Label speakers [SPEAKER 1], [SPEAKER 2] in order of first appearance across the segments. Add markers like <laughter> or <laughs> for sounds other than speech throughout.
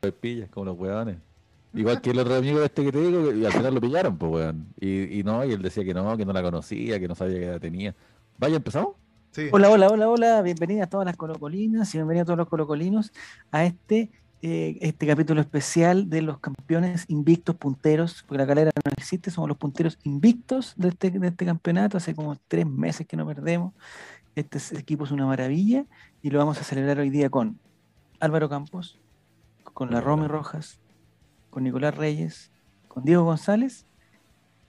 [SPEAKER 1] Pues pillas, como los hueones. Igual que el otro amigo este que te digo, que al final lo pillaron, pues, weón. Y, y no, y él decía que no, que no la conocía, que no sabía que la tenía. Vaya, empezamos.
[SPEAKER 2] Sí.
[SPEAKER 3] Hola, hola, hola, hola. Bienvenidas a todas las colocolinas y bienvenidos a todos los colocolinos a este, eh, este capítulo especial de los campeones invictos punteros, porque la calera no existe, somos los punteros invictos de este, de este campeonato. Hace como tres meses que no perdemos. Este es- equipo es una maravilla y lo vamos a celebrar hoy día con Álvaro Campos, con
[SPEAKER 1] Hola,
[SPEAKER 3] la
[SPEAKER 1] hola.
[SPEAKER 3] Rome Rojas, con Nicolás Reyes, con Diego González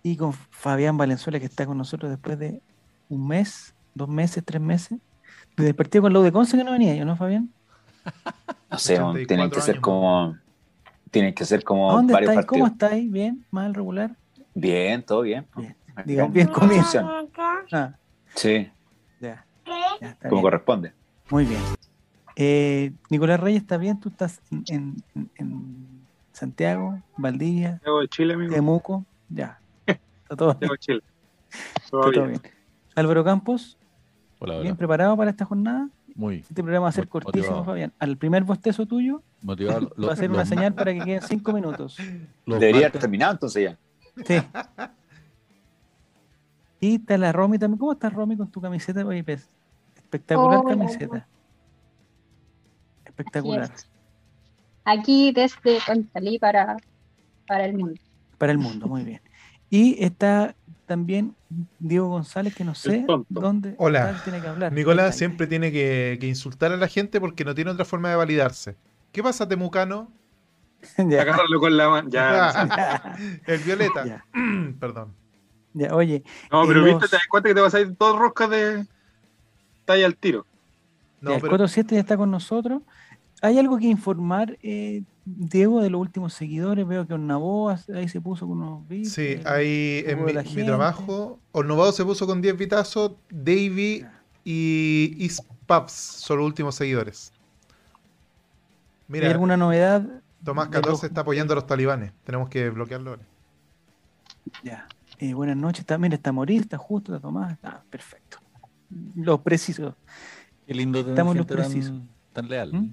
[SPEAKER 3] y con Fabián Valenzuela que está con nosotros después de un mes, dos meses, tres meses. Desde el partido con Lou de Conce que no venía yo, ¿no, Fabián?
[SPEAKER 4] No sé, weón,
[SPEAKER 2] 84
[SPEAKER 4] tienen que ser
[SPEAKER 2] años.
[SPEAKER 4] como. Tienen que ser
[SPEAKER 3] ¿A
[SPEAKER 4] como
[SPEAKER 3] dónde
[SPEAKER 4] varios
[SPEAKER 3] estáis? ¿Cómo
[SPEAKER 4] partidos.
[SPEAKER 3] estáis? ¿Bien? ¿Mal? ¿Regular?
[SPEAKER 4] Bien, todo bien.
[SPEAKER 3] Bien.
[SPEAKER 4] Acá
[SPEAKER 3] Digo, <laughs>
[SPEAKER 4] en
[SPEAKER 3] bien comido.
[SPEAKER 4] Concepción.
[SPEAKER 3] Ah,
[SPEAKER 4] Sí,
[SPEAKER 3] ya. ya está bien.
[SPEAKER 4] como corresponde.
[SPEAKER 3] Muy bien. Eh, Nicolás Reyes, ¿está bien? ¿Tú estás en, en- en- en Santiago, Valdivia,
[SPEAKER 5] Santiago de Chile, amigo.
[SPEAKER 3] Temuco? Ya. Está todo bien.
[SPEAKER 5] Santiago de Chile.
[SPEAKER 3] <laughs>
[SPEAKER 5] Todo
[SPEAKER 3] está todo
[SPEAKER 5] bien.
[SPEAKER 3] bien. Álvaro Campos,
[SPEAKER 1] Hola, hola.
[SPEAKER 3] ¿bien preparado para esta jornada?
[SPEAKER 1] Muy
[SPEAKER 3] Este programa va a ser
[SPEAKER 1] Motivado.
[SPEAKER 3] cortísimo, Fabián. Al primer bostezo tuyo,
[SPEAKER 1] motivado. Lo-
[SPEAKER 3] <laughs> va a ser
[SPEAKER 1] los-
[SPEAKER 3] una señal para que queden cinco
[SPEAKER 1] <laughs>
[SPEAKER 3] minutos.
[SPEAKER 1] los
[SPEAKER 4] Debería haber
[SPEAKER 1] martes-
[SPEAKER 4] terminado entonces ya.
[SPEAKER 3] Sí. Y está la Romy también. ¿Cómo estás, Romy, con tu camiseta? Oye, pues, espectacular
[SPEAKER 6] Hola.
[SPEAKER 3] camiseta. Espectacular.
[SPEAKER 6] Aquí desde Conchalí para, para el mundo.
[SPEAKER 3] Para el mundo, muy bien. Y está también Diego González, que no sé
[SPEAKER 5] tonto.
[SPEAKER 3] dónde
[SPEAKER 2] Hola.
[SPEAKER 3] está, tiene que hablar. Ahí
[SPEAKER 2] Nicolás
[SPEAKER 3] está,
[SPEAKER 2] siempre tiene que, que insultar a la gente porque no tiene otra forma de validarse. ¿Qué pasa, Temucano?
[SPEAKER 3] <laughs> Ya,
[SPEAKER 5] Agárralo con la mano. Ya.
[SPEAKER 2] Ah, <laughs> el Violeta.
[SPEAKER 3] ya,
[SPEAKER 2] <clears throat> Perdón.
[SPEAKER 3] ya. Oye,
[SPEAKER 5] No, pero
[SPEAKER 3] Y
[SPEAKER 5] viste,
[SPEAKER 3] los-
[SPEAKER 5] te das cuenta que te vas a ir dos roscas de talla al tiro.
[SPEAKER 2] No,
[SPEAKER 3] ya, el
[SPEAKER 2] pero-
[SPEAKER 3] 47 ya está con nosotros. ¿Hay algo que informar, eh, Diego, de los últimos seguidores? Veo que Ornaboa ahí se puso con unos bits,
[SPEAKER 2] Sí,
[SPEAKER 3] eh,
[SPEAKER 2] ahí en
[SPEAKER 3] hubo
[SPEAKER 2] mi,
[SPEAKER 3] la
[SPEAKER 2] mi
[SPEAKER 3] gente.
[SPEAKER 2] trabajo, Ornovado se puso con 10 vitazos, Davy
[SPEAKER 3] Ya.
[SPEAKER 2] y Ispaps son los últimos seguidores.
[SPEAKER 3] ¿Hay
[SPEAKER 2] Mira,
[SPEAKER 3] alguna novedad?
[SPEAKER 2] Tomás
[SPEAKER 3] de los-
[SPEAKER 2] 14 está apoyando a los talibanes. Tenemos que bloquearlo ahora.
[SPEAKER 3] Ya. Eh, buenas noches. Está, mira, está Morir, está Justo, está Tomás. Ah, perfecto. Los precisos.
[SPEAKER 1] Qué lindo tener
[SPEAKER 3] Estamos los
[SPEAKER 1] gente
[SPEAKER 3] precisos.
[SPEAKER 1] tan, tan leal.
[SPEAKER 3] ¿Mm?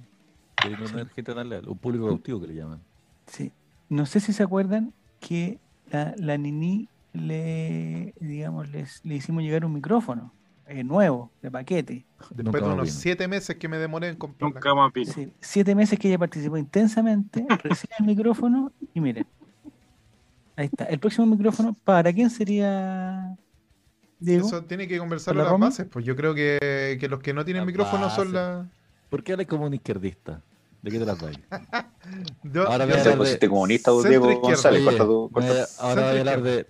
[SPEAKER 1] Qué lindo tener gente tan leal. Un público cautivo que le llaman.
[SPEAKER 3] Sí. No sé si se acuerdan que la, la Nini le, digamos, les, le hicimos llegar un micrófono eh, nuevo, de paquete.
[SPEAKER 2] Después de
[SPEAKER 1] más
[SPEAKER 2] unos
[SPEAKER 1] vino.
[SPEAKER 2] 7 meses que me demoré en comprar.
[SPEAKER 5] Nunca más piso.
[SPEAKER 3] Sí, siete meses que ella participó intensamente, recibe el micrófono y miren. Ahí está. El próximo micrófono, ¿para quién sería? Diego.
[SPEAKER 2] Eso tiene que conversarlo
[SPEAKER 3] ¿Con la
[SPEAKER 2] las
[SPEAKER 3] Roma?
[SPEAKER 2] bases, pues yo creo que, que los que no tienen
[SPEAKER 1] Las
[SPEAKER 2] micrófono son las...
[SPEAKER 1] ¿Por qué eres como un izquierdista? ¿De qué te las
[SPEAKER 4] <laughs>
[SPEAKER 1] vais?
[SPEAKER 2] Yo-
[SPEAKER 1] Ahora voy a
[SPEAKER 2] yo
[SPEAKER 4] Ya
[SPEAKER 2] sé-
[SPEAKER 4] se
[SPEAKER 1] hablar de-
[SPEAKER 4] pusiste comunista, vos,
[SPEAKER 2] Centro
[SPEAKER 4] Diego
[SPEAKER 2] izquierda.
[SPEAKER 4] González.
[SPEAKER 1] Oye,
[SPEAKER 4] corta tu-
[SPEAKER 1] me-
[SPEAKER 4] corta-
[SPEAKER 1] ahora voy a hablar
[SPEAKER 2] Centro
[SPEAKER 1] de.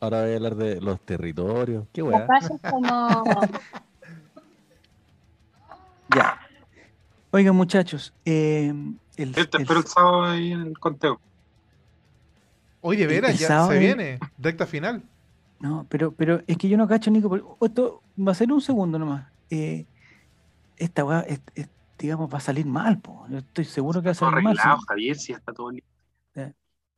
[SPEAKER 1] Ahora voy a hablar de los territorios. Qué
[SPEAKER 6] Los
[SPEAKER 1] weá.
[SPEAKER 6] pasos
[SPEAKER 3] <laughs>
[SPEAKER 6] como
[SPEAKER 3] Ya. Oigan, muchachos, eh, el,
[SPEAKER 5] Yo te
[SPEAKER 3] el-
[SPEAKER 5] espero Este, el sábado ahí en el conteo.
[SPEAKER 2] Hoy de
[SPEAKER 3] El- el
[SPEAKER 2] veras, ya
[SPEAKER 3] sábado
[SPEAKER 2] se
[SPEAKER 3] es-
[SPEAKER 2] viene. Recta final.
[SPEAKER 3] No, pero, pero es que yo no cacho, Nico. porque Esto va a ser un segundo nomás. Eh, esta weá, es- es- digamos, va a salir mal, po. Yo estoy seguro que va a
[SPEAKER 5] Todo
[SPEAKER 3] salir mal.
[SPEAKER 5] arreglado,
[SPEAKER 3] sí.
[SPEAKER 5] Javier, si ya está todo listo.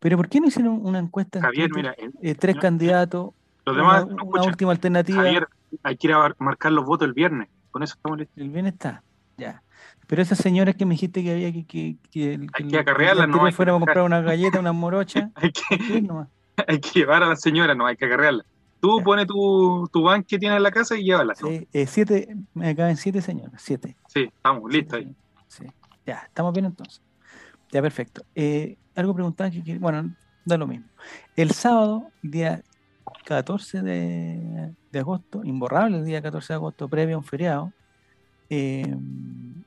[SPEAKER 3] Pero ¿por qué no hicieron una encuesta en
[SPEAKER 5] Javier,
[SPEAKER 3] Twitter?
[SPEAKER 5] mira, eh,
[SPEAKER 3] Eh, tres
[SPEAKER 5] no,
[SPEAKER 3] candidatos,
[SPEAKER 5] los demás
[SPEAKER 3] una,
[SPEAKER 5] no
[SPEAKER 3] una
[SPEAKER 5] escuchan.
[SPEAKER 3] última alternativa,
[SPEAKER 5] Javier, hay que ir a marcar los votos el viernes. Con eso estamos listos. <laughs>
[SPEAKER 3] el bien está. Ya. Pero esas señoras que me dijiste que había que... que, que el-
[SPEAKER 5] Hay
[SPEAKER 3] el-
[SPEAKER 5] que acarrearlas,
[SPEAKER 3] el
[SPEAKER 5] no
[SPEAKER 3] día
[SPEAKER 5] hay que
[SPEAKER 3] fuéramos a
[SPEAKER 5] dejar.
[SPEAKER 3] comprar una galleta, una
[SPEAKER 5] <laughs>
[SPEAKER 3] morocha.
[SPEAKER 5] Hay que,
[SPEAKER 3] ir nomás.
[SPEAKER 5] hay que llevar a la señora, no hay que acarrearla. Tú
[SPEAKER 3] Ya.
[SPEAKER 5] pone tu, tu van que tienes en la casa y llévala. ¿no?
[SPEAKER 3] Sí, eh, siete, me acaban siete señoras, siete.
[SPEAKER 5] Sí, estamos listos ahí.
[SPEAKER 3] Sí. Ya, estamos bien entonces. Ya, perfecto. Eh, algo preguntaba que, que- bueno, da lo mismo. El sábado, día 14 de, de agosto, imborrable el día 14 de agosto, previo a un feriado, eh,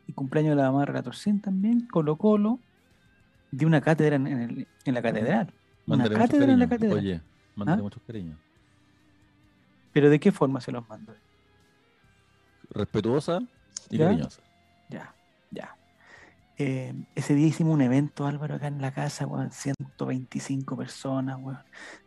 [SPEAKER 3] y cumpleaños de la mamá Relatorcín también, Colo Colo, de una cátedra en, en el- en la catedral. Una
[SPEAKER 1] Mándale muchos
[SPEAKER 3] cátedra en la
[SPEAKER 1] cariños.
[SPEAKER 3] catedral.
[SPEAKER 1] Oye, mándale
[SPEAKER 3] ¿Ah?
[SPEAKER 1] muchos cariños.
[SPEAKER 3] Pero ¿de qué forma se los mando?
[SPEAKER 1] Respetuosa y
[SPEAKER 3] ¿Ya?
[SPEAKER 1] cariñosa.
[SPEAKER 3] Ya, ya. Eh, ese día hicimos un evento, Álvaro, acá en la casa, weón, 125 personas, weón,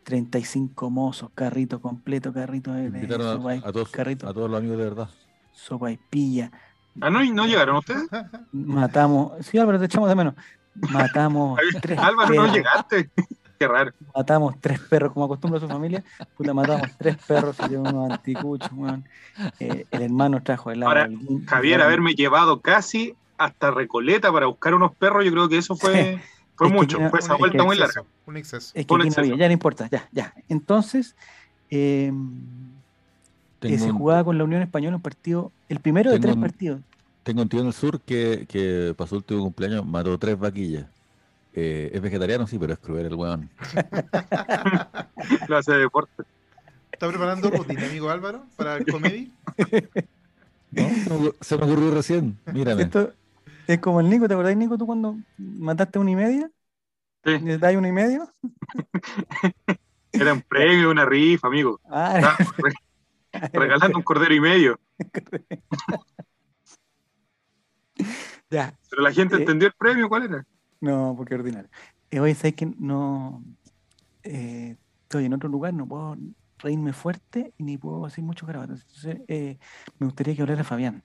[SPEAKER 3] 35 mozos, carrito completo, carrito de, de
[SPEAKER 1] Invitaron
[SPEAKER 3] sopa y-
[SPEAKER 1] a, a todos,
[SPEAKER 3] carrito,
[SPEAKER 1] a todos los amigos de verdad.
[SPEAKER 3] sopa y pilla.
[SPEAKER 5] Ah, no, ¿y no llegaron ustedes.
[SPEAKER 3] Matamos, sí, Álvaro, te echamos de menos.
[SPEAKER 5] <laughs>
[SPEAKER 3] Matamos tres
[SPEAKER 5] Álvaro, no
[SPEAKER 3] perros,
[SPEAKER 5] llegaste. <laughs> Qué raro.
[SPEAKER 3] matamos tres perros, como acostumbra su familia, puta, matamos tres perros, se llevó unos anticuchos, weón. Eh, el hermano trajo el agua.
[SPEAKER 5] Ahora,
[SPEAKER 3] el guin-
[SPEAKER 5] Javier,
[SPEAKER 3] weón.
[SPEAKER 5] haberme llevado casi hasta Recoleta para buscar unos perros, yo creo que eso fue,
[SPEAKER 3] <laughs>
[SPEAKER 5] fue
[SPEAKER 3] Es que
[SPEAKER 5] mucho,
[SPEAKER 3] mira,
[SPEAKER 5] fue esa
[SPEAKER 3] un-
[SPEAKER 5] vuelta muy larga.
[SPEAKER 2] exceso, Un exceso.
[SPEAKER 3] Es que
[SPEAKER 5] Por
[SPEAKER 3] aquí no
[SPEAKER 5] exceso.
[SPEAKER 3] había, ya no importa, ya, ya. Entonces, eh, eh,
[SPEAKER 1] Tengo
[SPEAKER 3] se
[SPEAKER 1] un-
[SPEAKER 3] jugaba con la Unión Española un partido, el primero de
[SPEAKER 1] Tengo
[SPEAKER 3] tres
[SPEAKER 1] un-
[SPEAKER 3] partidos.
[SPEAKER 1] Tengo un tío en el sur que, que pasó el último cumpleaños, mató tres vaquillas. Eh, es vegetariano, sí, pero es cruel el weón.
[SPEAKER 5] Clase de deporte.
[SPEAKER 2] ¿Está preparando
[SPEAKER 3] eh,
[SPEAKER 2] rutina, amigo Álvaro, para el
[SPEAKER 3] <laughs>
[SPEAKER 2] comedy?
[SPEAKER 1] ¿no? Se, me, ocur- se me ocurrió recién, mírame.
[SPEAKER 3] Esto es como el Nico, ¿te acordás, Nico, tú cuando mataste una y media?
[SPEAKER 5] Sí.
[SPEAKER 3] ¿Le dais una y media?
[SPEAKER 5] Era un premio, una rifa, amigo.
[SPEAKER 3] Ah,
[SPEAKER 5] Estaba re- regalando un cordero y medio.
[SPEAKER 3] <laughs> ya,
[SPEAKER 5] Pero la gente
[SPEAKER 3] Eh.
[SPEAKER 5] entendió el premio, ¿cuál era?
[SPEAKER 3] No, porque es ordinario. Eh, oye, ¿sabes que no? eh, estoy en otro lugar, no puedo reírme fuerte y ni puedo hacer muchos grabatos. Entonces, eh, me gustaría que hablara Fabián.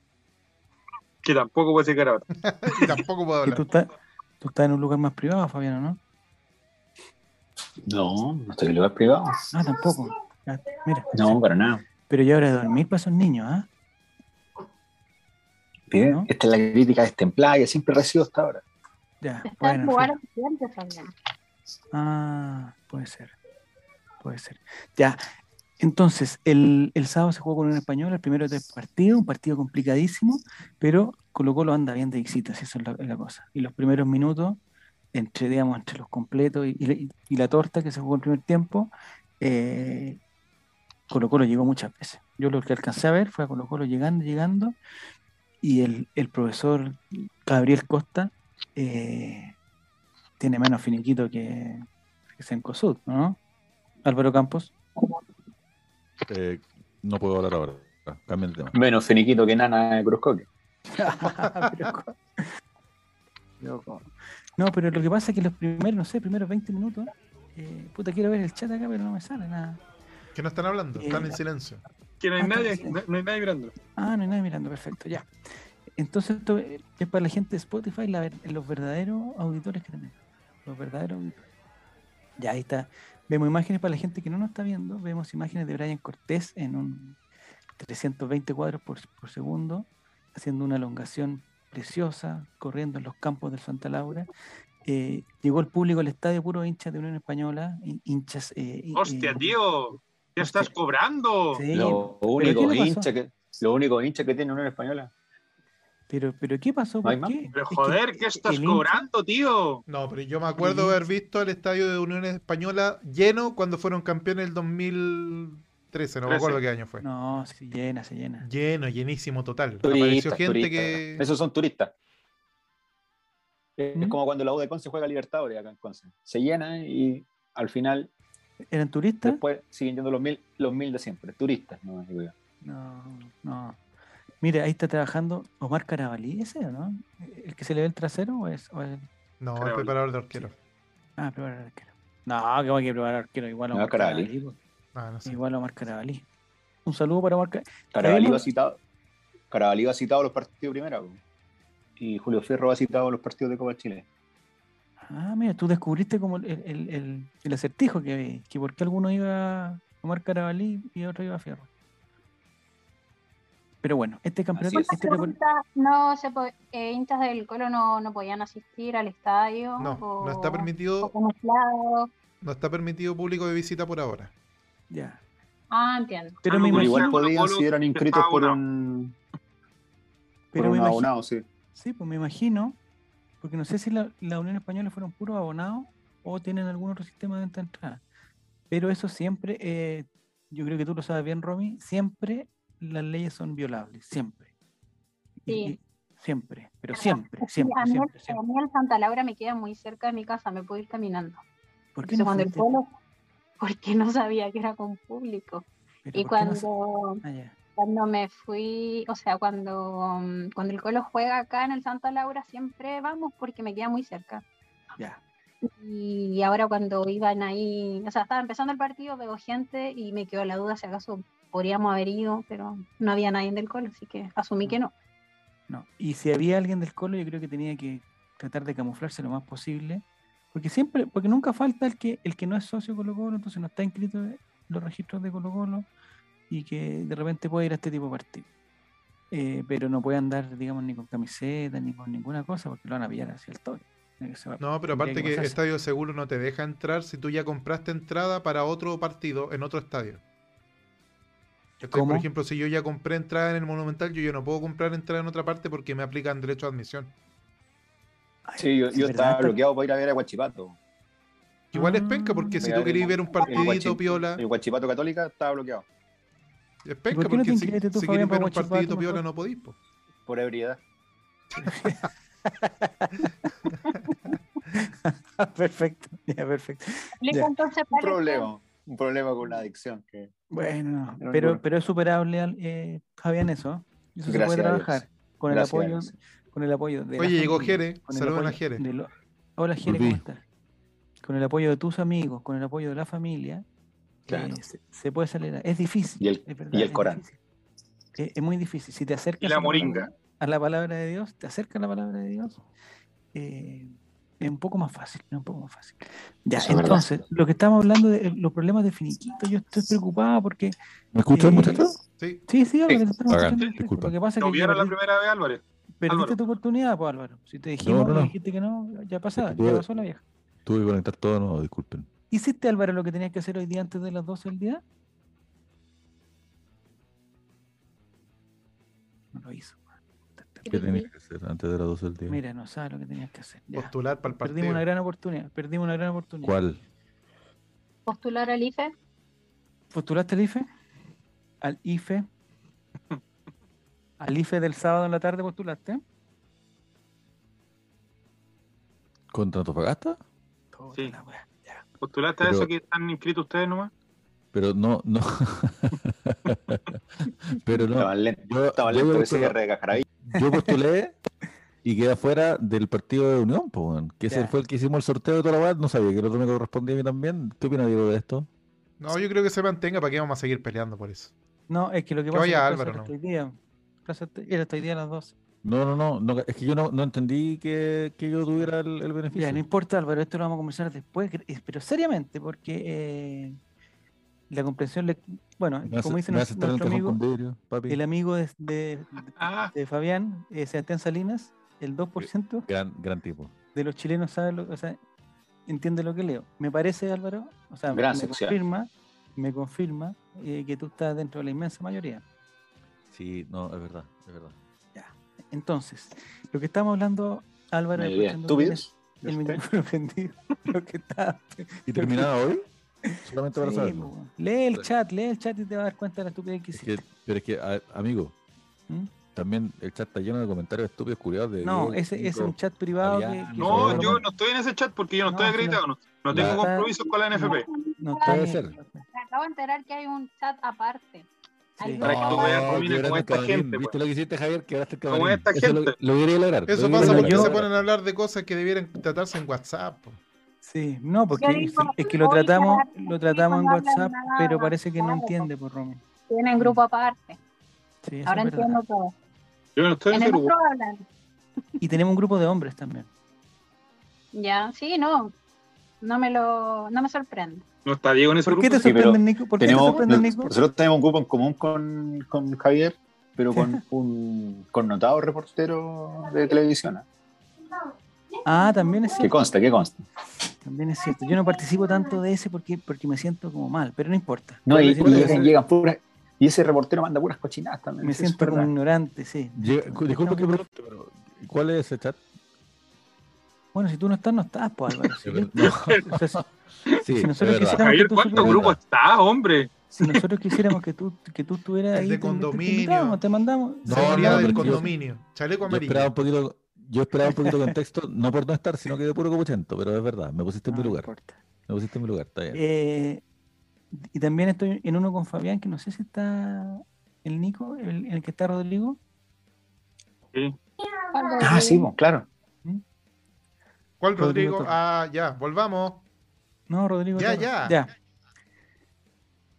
[SPEAKER 5] Que tampoco puede ser garabato.
[SPEAKER 2] Y tampoco puedo
[SPEAKER 3] Que tú,
[SPEAKER 2] hablar.
[SPEAKER 3] estás, tú estás en un lugar más privado, Fabián, ¿o ¿no?
[SPEAKER 4] No, no estoy en lugar privado.
[SPEAKER 3] Ah, tampoco. Ah, mira.
[SPEAKER 4] No, para nada.
[SPEAKER 3] Pero ya hora de dormir para esos niños, ¿ah?
[SPEAKER 4] Bien,
[SPEAKER 3] ¿No?
[SPEAKER 4] Esta es la crítica destemplada que siempre recibo hasta ahora.
[SPEAKER 3] Ya,
[SPEAKER 6] Está
[SPEAKER 3] bueno. en
[SPEAKER 6] en
[SPEAKER 3] fin.
[SPEAKER 6] jugar siempre, Fabián.
[SPEAKER 3] Ah, puede ser. Puede ser. Ya. Entonces, el, el sábado se jugó con un español, el primero de tres partidos, un partido complicadísimo, pero Colo Colo anda bien de visita, si eso es la, es la cosa. Y los primeros minutos, entre, digamos, entre los completos y, y la- y la torta que se jugó el primer tiempo, eh, Colo Colo llegó muchas veces. Yo lo que alcancé a ver fue a Colo Colo llegando, llegando, y el, el profesor Gabriel Costa eh, tiene menos finiquito que, que Sencosud, ¿no? Álvaro Campos.
[SPEAKER 1] Eh, no puedo hablar ahora. Cambia el tema.
[SPEAKER 4] Menos finiquito que Nana de Cruzcoque.
[SPEAKER 3] <laughs> Pero co- pero co- no, pero lo que pasa es que los primeros, no sé, primeros 20 minutos, eh, puta, quiero ver el chat acá, pero no me sale nada.
[SPEAKER 2] Que no están hablando,
[SPEAKER 3] Eh,
[SPEAKER 2] están en silencio.
[SPEAKER 5] Que no hay
[SPEAKER 3] Ah,
[SPEAKER 5] nadie,
[SPEAKER 3] sí.
[SPEAKER 5] no, no hay nadie mirando.
[SPEAKER 3] Ah, no hay nadie mirando, perfecto, ya. Entonces esto eh, es para la gente de Spotify, la ver- los verdaderos auditores que tenemos. Los verdaderos auditores. Ya ahí está. Vemos imágenes para la gente que no nos está viendo. Vemos imágenes de Brian Cortés en un 320 cuadros por, por segundo, haciendo una elongación preciosa, corriendo en los campos del Santa Laura. Eh, llegó el público al estadio, puro hinchas de Unión Española, hin- hinchas. eh, hi-
[SPEAKER 5] Hostia,
[SPEAKER 3] eh,
[SPEAKER 5] tío, ya estás
[SPEAKER 3] Hostia.
[SPEAKER 5] cobrando.
[SPEAKER 3] Sí,
[SPEAKER 4] Lo
[SPEAKER 3] ¿qué
[SPEAKER 4] único
[SPEAKER 3] le pasó?
[SPEAKER 4] hincha que, lo único hincha que tiene Unión Española.
[SPEAKER 3] Pero, pero ¿qué pasó?
[SPEAKER 4] ¿No hay
[SPEAKER 3] ¿Por
[SPEAKER 4] más?
[SPEAKER 3] qué?
[SPEAKER 5] Pero
[SPEAKER 3] Es que
[SPEAKER 5] joder, ¿qué estás
[SPEAKER 3] el hincha-
[SPEAKER 5] cobrando, tío?
[SPEAKER 2] No, pero yo me acuerdo haber visto el estadio de Unión Española lleno cuando fueron campeones el 2013, no me acuerdo qué año fue.
[SPEAKER 3] No, se llena, se llena.
[SPEAKER 2] Lleno, llenísimo total. Apareció
[SPEAKER 4] Turistas,
[SPEAKER 2] gente
[SPEAKER 4] turistas.
[SPEAKER 2] que.
[SPEAKER 4] Esos son turistas. Es
[SPEAKER 3] ¿Mm?
[SPEAKER 4] como cuando la U de Conce juega a Libertadores acá en Conce. Se llena y al final
[SPEAKER 3] ¿Eran turistas?
[SPEAKER 4] después siguen yendo los mil, los mil de siempre. Turistas, no digo yo.
[SPEAKER 3] No, no. Mira, ahí está trabajando Omar Carabalí, ese, o ¿no? ¿El que se le ve el trasero o es, o es-
[SPEAKER 2] No, el
[SPEAKER 5] Creo.
[SPEAKER 2] preparador de arquero.
[SPEAKER 3] Ah, probar al arquero. No, que voy a probar al arquero, igual a
[SPEAKER 4] No,
[SPEAKER 3] Omar
[SPEAKER 4] Carabalí.
[SPEAKER 3] Carabalí, po.
[SPEAKER 2] Ah, no sé.
[SPEAKER 3] Igual a Omar Carabalí. Un saludo para Omar Carabalí.
[SPEAKER 4] Carabalí
[SPEAKER 3] Sabemos-
[SPEAKER 4] ha citado, Carabalí ha citado los partidos de primera. po. Y Julio Fierro ha citado los partidos de Copa Chile.
[SPEAKER 3] Ah, mira, tú descubriste como el, el- el- el- el acertijo que había, que por qué alguno iba a Omar Carabalí y otro iba a Fierro. Pero bueno, este campeonato,
[SPEAKER 4] es.
[SPEAKER 6] Esa
[SPEAKER 3] este campeonato-
[SPEAKER 6] pregunta, no se po- eh, hinchas del Colo no, no podían asistir al estadio.
[SPEAKER 2] No,
[SPEAKER 6] o,
[SPEAKER 2] no está
[SPEAKER 6] o
[SPEAKER 2] permitido,
[SPEAKER 6] camuflados.
[SPEAKER 2] no está permitido público de visita por ahora.
[SPEAKER 3] ya.
[SPEAKER 6] Ah, entiendo.
[SPEAKER 3] Pero me
[SPEAKER 5] Algo
[SPEAKER 3] imagino,
[SPEAKER 4] Pero
[SPEAKER 5] por
[SPEAKER 4] igual
[SPEAKER 5] ejemplo,
[SPEAKER 4] podían
[SPEAKER 5] Colo
[SPEAKER 4] si eran
[SPEAKER 5] que
[SPEAKER 4] inscritos
[SPEAKER 5] estaba
[SPEAKER 4] por
[SPEAKER 5] abonado.
[SPEAKER 4] un, por
[SPEAKER 3] pero
[SPEAKER 4] un
[SPEAKER 3] me imagino-
[SPEAKER 4] abonado, sí.
[SPEAKER 3] Sí, pues me imagino, porque no sé si la, la Unión Española fueron puros abonados o tienen algún otro sistema de venta de entrada. Pero eso siempre, eh, yo creo que tú lo sabes bien, Romy, siempre las leyes son violables, siempre. Y-
[SPEAKER 6] Sí.
[SPEAKER 3] y- siempre, pero
[SPEAKER 6] Ah,
[SPEAKER 3] siempre,
[SPEAKER 6] Sí,
[SPEAKER 3] siempre,
[SPEAKER 6] a, mí,
[SPEAKER 3] siempre,
[SPEAKER 6] el-
[SPEAKER 3] siempre.
[SPEAKER 6] a mí el Santa Laura me queda muy cerca de mi casa, me puedo ir caminando.
[SPEAKER 3] ¿Por qué
[SPEAKER 6] Entonces,
[SPEAKER 3] no
[SPEAKER 6] cuando el
[SPEAKER 3] fuiste?
[SPEAKER 6] Colo, porque no sabía que era con público.
[SPEAKER 3] Pero
[SPEAKER 6] Y
[SPEAKER 3] ¿por qué no se-
[SPEAKER 6] cuando,
[SPEAKER 3] Ah, ya.
[SPEAKER 6] cuando me fui, o sea, cuando, mm, cuando el Colo juega acá en el Santa Laura, siempre vamos porque me queda muy cerca.
[SPEAKER 3] ya.
[SPEAKER 6] Y ahora cuando iban ahí, o sea, estaba empezando el partido, veo gente y me quedó la duda si acaso podríamos haber ido, pero no había nadie del Colo, así que asumí que no.
[SPEAKER 3] No. Y si había alguien del colo, yo creo que tenía que tratar de camuflarse lo más posible. Porque siempre, porque nunca falta el que, el que no es socio de Colo Colo, entonces no está inscrito en los registros de Colo Colo y que de repente puede ir a este tipo de partidos. eh, pero no puede andar, digamos, ni con camiseta, ni con ninguna cosa, porque lo van a pillar hacia el toque. Tiene que ser-
[SPEAKER 2] No, pero
[SPEAKER 3] tendría
[SPEAKER 2] aparte que,
[SPEAKER 3] pasarse.
[SPEAKER 2] Estadio Seguro no te deja entrar si tú ya compraste entrada para otro partido en otro estadio. ¿Cachai?
[SPEAKER 3] ¿Cómo?
[SPEAKER 2] Por ejemplo, si yo ya compré entrada en el Monumental, yo ya no puedo comprar entrada en otra parte porque me aplican derecho a admisión.
[SPEAKER 3] Ay,
[SPEAKER 4] Sí,
[SPEAKER 3] <laughs>
[SPEAKER 4] yo,
[SPEAKER 3] es
[SPEAKER 4] yo
[SPEAKER 3] verdad,
[SPEAKER 4] estaba
[SPEAKER 3] está-
[SPEAKER 4] bloqueado para ir a ver a Guachipato.
[SPEAKER 2] Igual es
[SPEAKER 3] Ah.
[SPEAKER 2] penca porque si
[SPEAKER 4] Voy a
[SPEAKER 2] tú
[SPEAKER 4] ver
[SPEAKER 2] querés
[SPEAKER 4] el-
[SPEAKER 2] ver un
[SPEAKER 4] El,
[SPEAKER 2] partidito
[SPEAKER 4] Guachi-
[SPEAKER 2] piola,
[SPEAKER 4] el Guachipato Católica estaba bloqueado
[SPEAKER 2] es
[SPEAKER 3] ¿Y por
[SPEAKER 2] penca
[SPEAKER 3] qué no te
[SPEAKER 2] porque si,
[SPEAKER 3] inscribiste tú,
[SPEAKER 2] si
[SPEAKER 3] Fabián,
[SPEAKER 2] querés ver
[SPEAKER 3] para
[SPEAKER 2] un
[SPEAKER 3] Guachipato
[SPEAKER 2] partidito
[SPEAKER 3] mejor?
[SPEAKER 2] piola no podís. po.
[SPEAKER 4] por ebriedad.
[SPEAKER 3] <laughs> perfecto, ya, perfecto.
[SPEAKER 6] Le
[SPEAKER 3] Ya.
[SPEAKER 6] entonces
[SPEAKER 4] Un
[SPEAKER 6] para el-
[SPEAKER 4] problema, un problema con la adicción. Que...
[SPEAKER 3] Bueno,
[SPEAKER 4] Pero
[SPEAKER 3] pero,
[SPEAKER 4] bueno.
[SPEAKER 3] pero es superable, al- eh, Fabián, eso. ¿eh? Eso se
[SPEAKER 4] Gracias
[SPEAKER 3] puede
[SPEAKER 4] a Dios.
[SPEAKER 3] trabajar con el
[SPEAKER 4] Gracias a
[SPEAKER 3] apoyo,
[SPEAKER 4] Dios.
[SPEAKER 3] con el apoyo de la
[SPEAKER 2] Oye, llegó
[SPEAKER 3] familia,
[SPEAKER 2] Jere,
[SPEAKER 3] con el
[SPEAKER 2] saluden a
[SPEAKER 3] apoyo
[SPEAKER 2] Jere.
[SPEAKER 3] de lo- Hola Jere, ¿cómo
[SPEAKER 1] Volví.
[SPEAKER 3] estás? Con el apoyo de tus amigos, con el apoyo de la familia,
[SPEAKER 4] Claro.
[SPEAKER 3] eh, se, se puede salir. a- Es difícil.
[SPEAKER 4] Y el-
[SPEAKER 3] es verdad,
[SPEAKER 4] y el
[SPEAKER 3] es
[SPEAKER 4] Corán.
[SPEAKER 3] difícil. Es, es muy difícil. Si te acercas
[SPEAKER 5] Y la
[SPEAKER 3] a palabra-
[SPEAKER 5] moringa.
[SPEAKER 3] a la palabra de Dios, te acercas a la palabra de Dios, eh, es un poco más fácil, es un poco más fácil. Ya,
[SPEAKER 4] Eso es verdad.
[SPEAKER 3] entonces, lo que estamos hablando de eh, los problemas de finiquito, yo estoy preocupado porque
[SPEAKER 1] ¿Me escuchas,
[SPEAKER 3] Eh,
[SPEAKER 1] muchachos?
[SPEAKER 2] Sí,
[SPEAKER 3] Sí, sí, Álvaro,
[SPEAKER 4] Sí.
[SPEAKER 3] te estamos
[SPEAKER 1] Bacán,
[SPEAKER 3] escuchando.
[SPEAKER 1] disculpa.
[SPEAKER 3] Lo que pasa es
[SPEAKER 5] ¿Lo
[SPEAKER 3] que
[SPEAKER 5] vieron la
[SPEAKER 3] perdí-
[SPEAKER 5] primera vez, Álvarez?
[SPEAKER 3] perdiste
[SPEAKER 5] Álvaro.
[SPEAKER 3] tu oportunidad, pues, Álvaro. Si te dijimos,
[SPEAKER 1] No, no, no.
[SPEAKER 3] dijiste que no, ya pasaba,
[SPEAKER 1] tuve-
[SPEAKER 3] ya pasó la vieja.
[SPEAKER 1] Tuve que conectar todo, no, disculpen.
[SPEAKER 3] ¿Hiciste, Álvaro, lo que tenías que hacer hoy día antes de las 12 del día? No lo hizo.
[SPEAKER 1] ¿Qué tenía que hacer antes de las 12 del día?
[SPEAKER 3] Mira, no sabes lo que tenías que hacer. Ya.
[SPEAKER 2] postular para el
[SPEAKER 3] Perdimos una
[SPEAKER 2] partido.
[SPEAKER 3] gran oportunidad. Perdimos una gran oportunidad.
[SPEAKER 1] ¿Cuál?
[SPEAKER 6] Postular al E. IFE.
[SPEAKER 3] ¿Postulaste al IFE? E? ¿Al IFE? ¿Al IFE del sábado en la tarde postulaste?
[SPEAKER 1] ¿Contra Antofagasta?
[SPEAKER 3] Puta
[SPEAKER 5] Sí.
[SPEAKER 3] la wea, ya.
[SPEAKER 5] ¿Postulaste a
[SPEAKER 1] Pero-
[SPEAKER 5] eso que están inscritos ustedes nomás?
[SPEAKER 1] Pero no, no. <laughs> Pero no.
[SPEAKER 4] Estaban lentos.
[SPEAKER 1] Yo,
[SPEAKER 4] Estaban
[SPEAKER 1] yo
[SPEAKER 4] lentos de
[SPEAKER 1] postulé,
[SPEAKER 4] CR de Cajaravilla.
[SPEAKER 1] yo
[SPEAKER 3] <laughs>
[SPEAKER 1] postulé y quedé afuera del partido de Unión, po, weón, que ese
[SPEAKER 3] Ya.
[SPEAKER 1] fue el que hicimos el sorteo de toda la weá. No sabía que el otro me correspondía a mí también. ¿Qué opinas, Diego, de esto?
[SPEAKER 2] No, yo creo que se mantenga para que vamos a seguir peleando por eso.
[SPEAKER 3] No, es que lo que
[SPEAKER 2] Que
[SPEAKER 3] pasa es que
[SPEAKER 2] vaya
[SPEAKER 3] Plaza
[SPEAKER 2] Álvaro,
[SPEAKER 3] era
[SPEAKER 2] ¿no?
[SPEAKER 3] hasta hoy día. Plaza hasta- era hasta hoy día a las 12.
[SPEAKER 1] No, no, no, no, es que yo no, no entendí que, que yo tuviera el, el beneficio.
[SPEAKER 3] Ya, no importa, Álvaro, esto lo vamos a conversar después, cre- eh, pero seriamente, porque eh, la comprensión, le, bueno,
[SPEAKER 1] me hace,
[SPEAKER 3] como dice
[SPEAKER 1] me
[SPEAKER 3] nues-
[SPEAKER 1] hace estar en el
[SPEAKER 3] nuestro
[SPEAKER 1] cajón
[SPEAKER 3] amigo,
[SPEAKER 1] con vidrio, papi.
[SPEAKER 3] el amigo de, de-
[SPEAKER 5] Ah.
[SPEAKER 3] de Fabián, eh, Sebastián Salinas, el 2%
[SPEAKER 1] Gran, gran tipo.
[SPEAKER 3] de los chilenos sabe lo, o sea, entiende lo que leo. Me parece, Álvaro, o sea,
[SPEAKER 4] Gran
[SPEAKER 3] me
[SPEAKER 4] sección.
[SPEAKER 3] confirma, me confirma eh, que tú estás dentro de la inmensa mayoría.
[SPEAKER 1] Sí, no, es verdad, es verdad.
[SPEAKER 3] Entonces, lo que estamos hablando, Álvaro,
[SPEAKER 4] Mayoría de
[SPEAKER 3] aprovechando que tienes-
[SPEAKER 4] estúpidos.
[SPEAKER 3] el micrófono <laughs> prendido. Lo que está. <laughs>
[SPEAKER 1] ¿Y terminaba hoy? Solamente para
[SPEAKER 3] Sí,
[SPEAKER 1] saberlo.
[SPEAKER 3] po, lee el chat, lee el chat y te vas a dar cuenta de la estupidez que
[SPEAKER 1] Es que-
[SPEAKER 3] hiciste.
[SPEAKER 1] pero es que, a- amigo,
[SPEAKER 3] ¿Mm?
[SPEAKER 1] también el chat está lleno de comentarios estúpidos, curiosos. De
[SPEAKER 3] No,
[SPEAKER 1] Diego,
[SPEAKER 3] ese ese es
[SPEAKER 1] Nico.
[SPEAKER 3] un chat privado. que-
[SPEAKER 1] Fabián,
[SPEAKER 3] que
[SPEAKER 5] No,
[SPEAKER 1] Sí,
[SPEAKER 5] yo
[SPEAKER 1] bueno.
[SPEAKER 5] no estoy en ese chat porque yo no,
[SPEAKER 3] No,
[SPEAKER 5] estoy
[SPEAKER 3] sí, no.
[SPEAKER 5] acreditado, no, no tengo
[SPEAKER 1] La-
[SPEAKER 5] compromisos con la NFP.
[SPEAKER 3] No
[SPEAKER 6] Puede
[SPEAKER 3] está
[SPEAKER 1] ser.
[SPEAKER 3] bien.
[SPEAKER 6] Me acabo de enterar que hay un chat aparte.
[SPEAKER 3] Sí.
[SPEAKER 1] No,
[SPEAKER 5] Para que tú veas, Romina,
[SPEAKER 1] quebraron
[SPEAKER 5] cómo
[SPEAKER 1] el
[SPEAKER 5] esta
[SPEAKER 1] camarín.
[SPEAKER 5] gente,
[SPEAKER 1] ¿Viste lo que hiciste, Javier? Quebraste el
[SPEAKER 5] Cómo
[SPEAKER 1] camarín.
[SPEAKER 5] esta
[SPEAKER 1] Eso lo,
[SPEAKER 5] gente.
[SPEAKER 1] lo quería lograr.
[SPEAKER 2] Eso
[SPEAKER 1] lo quería
[SPEAKER 2] pasa
[SPEAKER 3] yo-
[SPEAKER 2] porque
[SPEAKER 1] lograr.
[SPEAKER 2] se ponen a hablar de cosas que debieran tratarse en WhatsApp. po.
[SPEAKER 3] Sí, no, porque
[SPEAKER 6] Yo digo,
[SPEAKER 3] es que lo
[SPEAKER 6] oiga,
[SPEAKER 3] tratamos,
[SPEAKER 6] la-
[SPEAKER 3] lo tratamos en
[SPEAKER 6] no hablan
[SPEAKER 3] WhatsApp,
[SPEAKER 6] nada,
[SPEAKER 3] pero parece que no
[SPEAKER 6] claro,
[SPEAKER 3] entiende por Romy.
[SPEAKER 6] Tienen grupo aparte.
[SPEAKER 3] Sí, eso
[SPEAKER 6] Ahora
[SPEAKER 3] es verdad.
[SPEAKER 6] entiendo todo.
[SPEAKER 5] Yo no estoy en
[SPEAKER 6] En
[SPEAKER 5] ese
[SPEAKER 6] el
[SPEAKER 5] grupo.
[SPEAKER 6] otro hablan.
[SPEAKER 3] Y tenemos un grupo de hombres también.
[SPEAKER 6] Ya, sí, no. No me lo, no me sorprende.
[SPEAKER 5] No está Diego en ese
[SPEAKER 3] ¿Por qué
[SPEAKER 5] grupo.
[SPEAKER 3] te
[SPEAKER 4] Sí, pero
[SPEAKER 3] sorprende, Nico? ¿Por qué te
[SPEAKER 4] Tenemos,
[SPEAKER 3] sorprende, Nico?
[SPEAKER 4] nosotros tenemos un grupo en común con, con Javier, pero
[SPEAKER 3] <laughs>
[SPEAKER 4] con un connotado reportero de televisión. ¿ah?
[SPEAKER 3] Ah, también es
[SPEAKER 4] Que
[SPEAKER 3] cierto.
[SPEAKER 4] consta, que consta.
[SPEAKER 3] También es cierto. Yo no participo tanto de ese porque, porque me siento como mal, pero no importa.
[SPEAKER 4] No, y,
[SPEAKER 3] Me siento-
[SPEAKER 4] y llegan, llegan puras. Y ese reportero manda puras cochinadas también.
[SPEAKER 3] me
[SPEAKER 4] sí, eso es
[SPEAKER 3] siento como
[SPEAKER 4] verdad.
[SPEAKER 3] ignorante, sí.
[SPEAKER 1] Llega- cu- Disculpa que pregunte, pero ¿cuál es ese chat?
[SPEAKER 3] Bueno, si tú no estás, no estás, pues Álvaro. Si, yo- o sea, si-
[SPEAKER 1] Sí,
[SPEAKER 3] si
[SPEAKER 1] es
[SPEAKER 3] nosotros
[SPEAKER 1] verdad.
[SPEAKER 3] quisiéramos-
[SPEAKER 5] Javier,
[SPEAKER 3] tú
[SPEAKER 5] ¿cuánto
[SPEAKER 1] supieras.
[SPEAKER 5] grupo está, hombre?
[SPEAKER 3] si nosotros quisiéramos que tú, que tú estuvieras
[SPEAKER 2] El
[SPEAKER 3] ahí,
[SPEAKER 2] de
[SPEAKER 3] te- te- te
[SPEAKER 2] condominio.
[SPEAKER 3] invitamos, te mandamos.
[SPEAKER 1] No,
[SPEAKER 2] Seguridad
[SPEAKER 1] no,
[SPEAKER 2] del
[SPEAKER 1] pero yo-
[SPEAKER 2] condominio. Chaleco
[SPEAKER 1] Yo
[SPEAKER 2] amarillo.
[SPEAKER 1] esperaba un poquito, yo esperaba un poquito de contexto, no por no estar, sino que de puro copuchento, pero es verdad, me pusiste en
[SPEAKER 2] Ah,
[SPEAKER 1] mi
[SPEAKER 3] No, no
[SPEAKER 1] lugar.
[SPEAKER 3] importa.
[SPEAKER 1] Me pusiste en mi lugar, está bien.
[SPEAKER 3] Eh, y también estoy en uno con Fabián, que no sé si está el Nico, el, el que está Rodrigo.
[SPEAKER 6] Algo
[SPEAKER 4] Ah,
[SPEAKER 6] de-
[SPEAKER 4] sí, bueno, claro.
[SPEAKER 2] ¿Cuál
[SPEAKER 3] Rodrigo
[SPEAKER 2] Rodrigo?
[SPEAKER 3] Torres.
[SPEAKER 2] Ah, ya, volvamos.
[SPEAKER 3] No, Rodrigo.
[SPEAKER 2] Ya,
[SPEAKER 3] Torres.
[SPEAKER 2] ya.
[SPEAKER 3] Ya.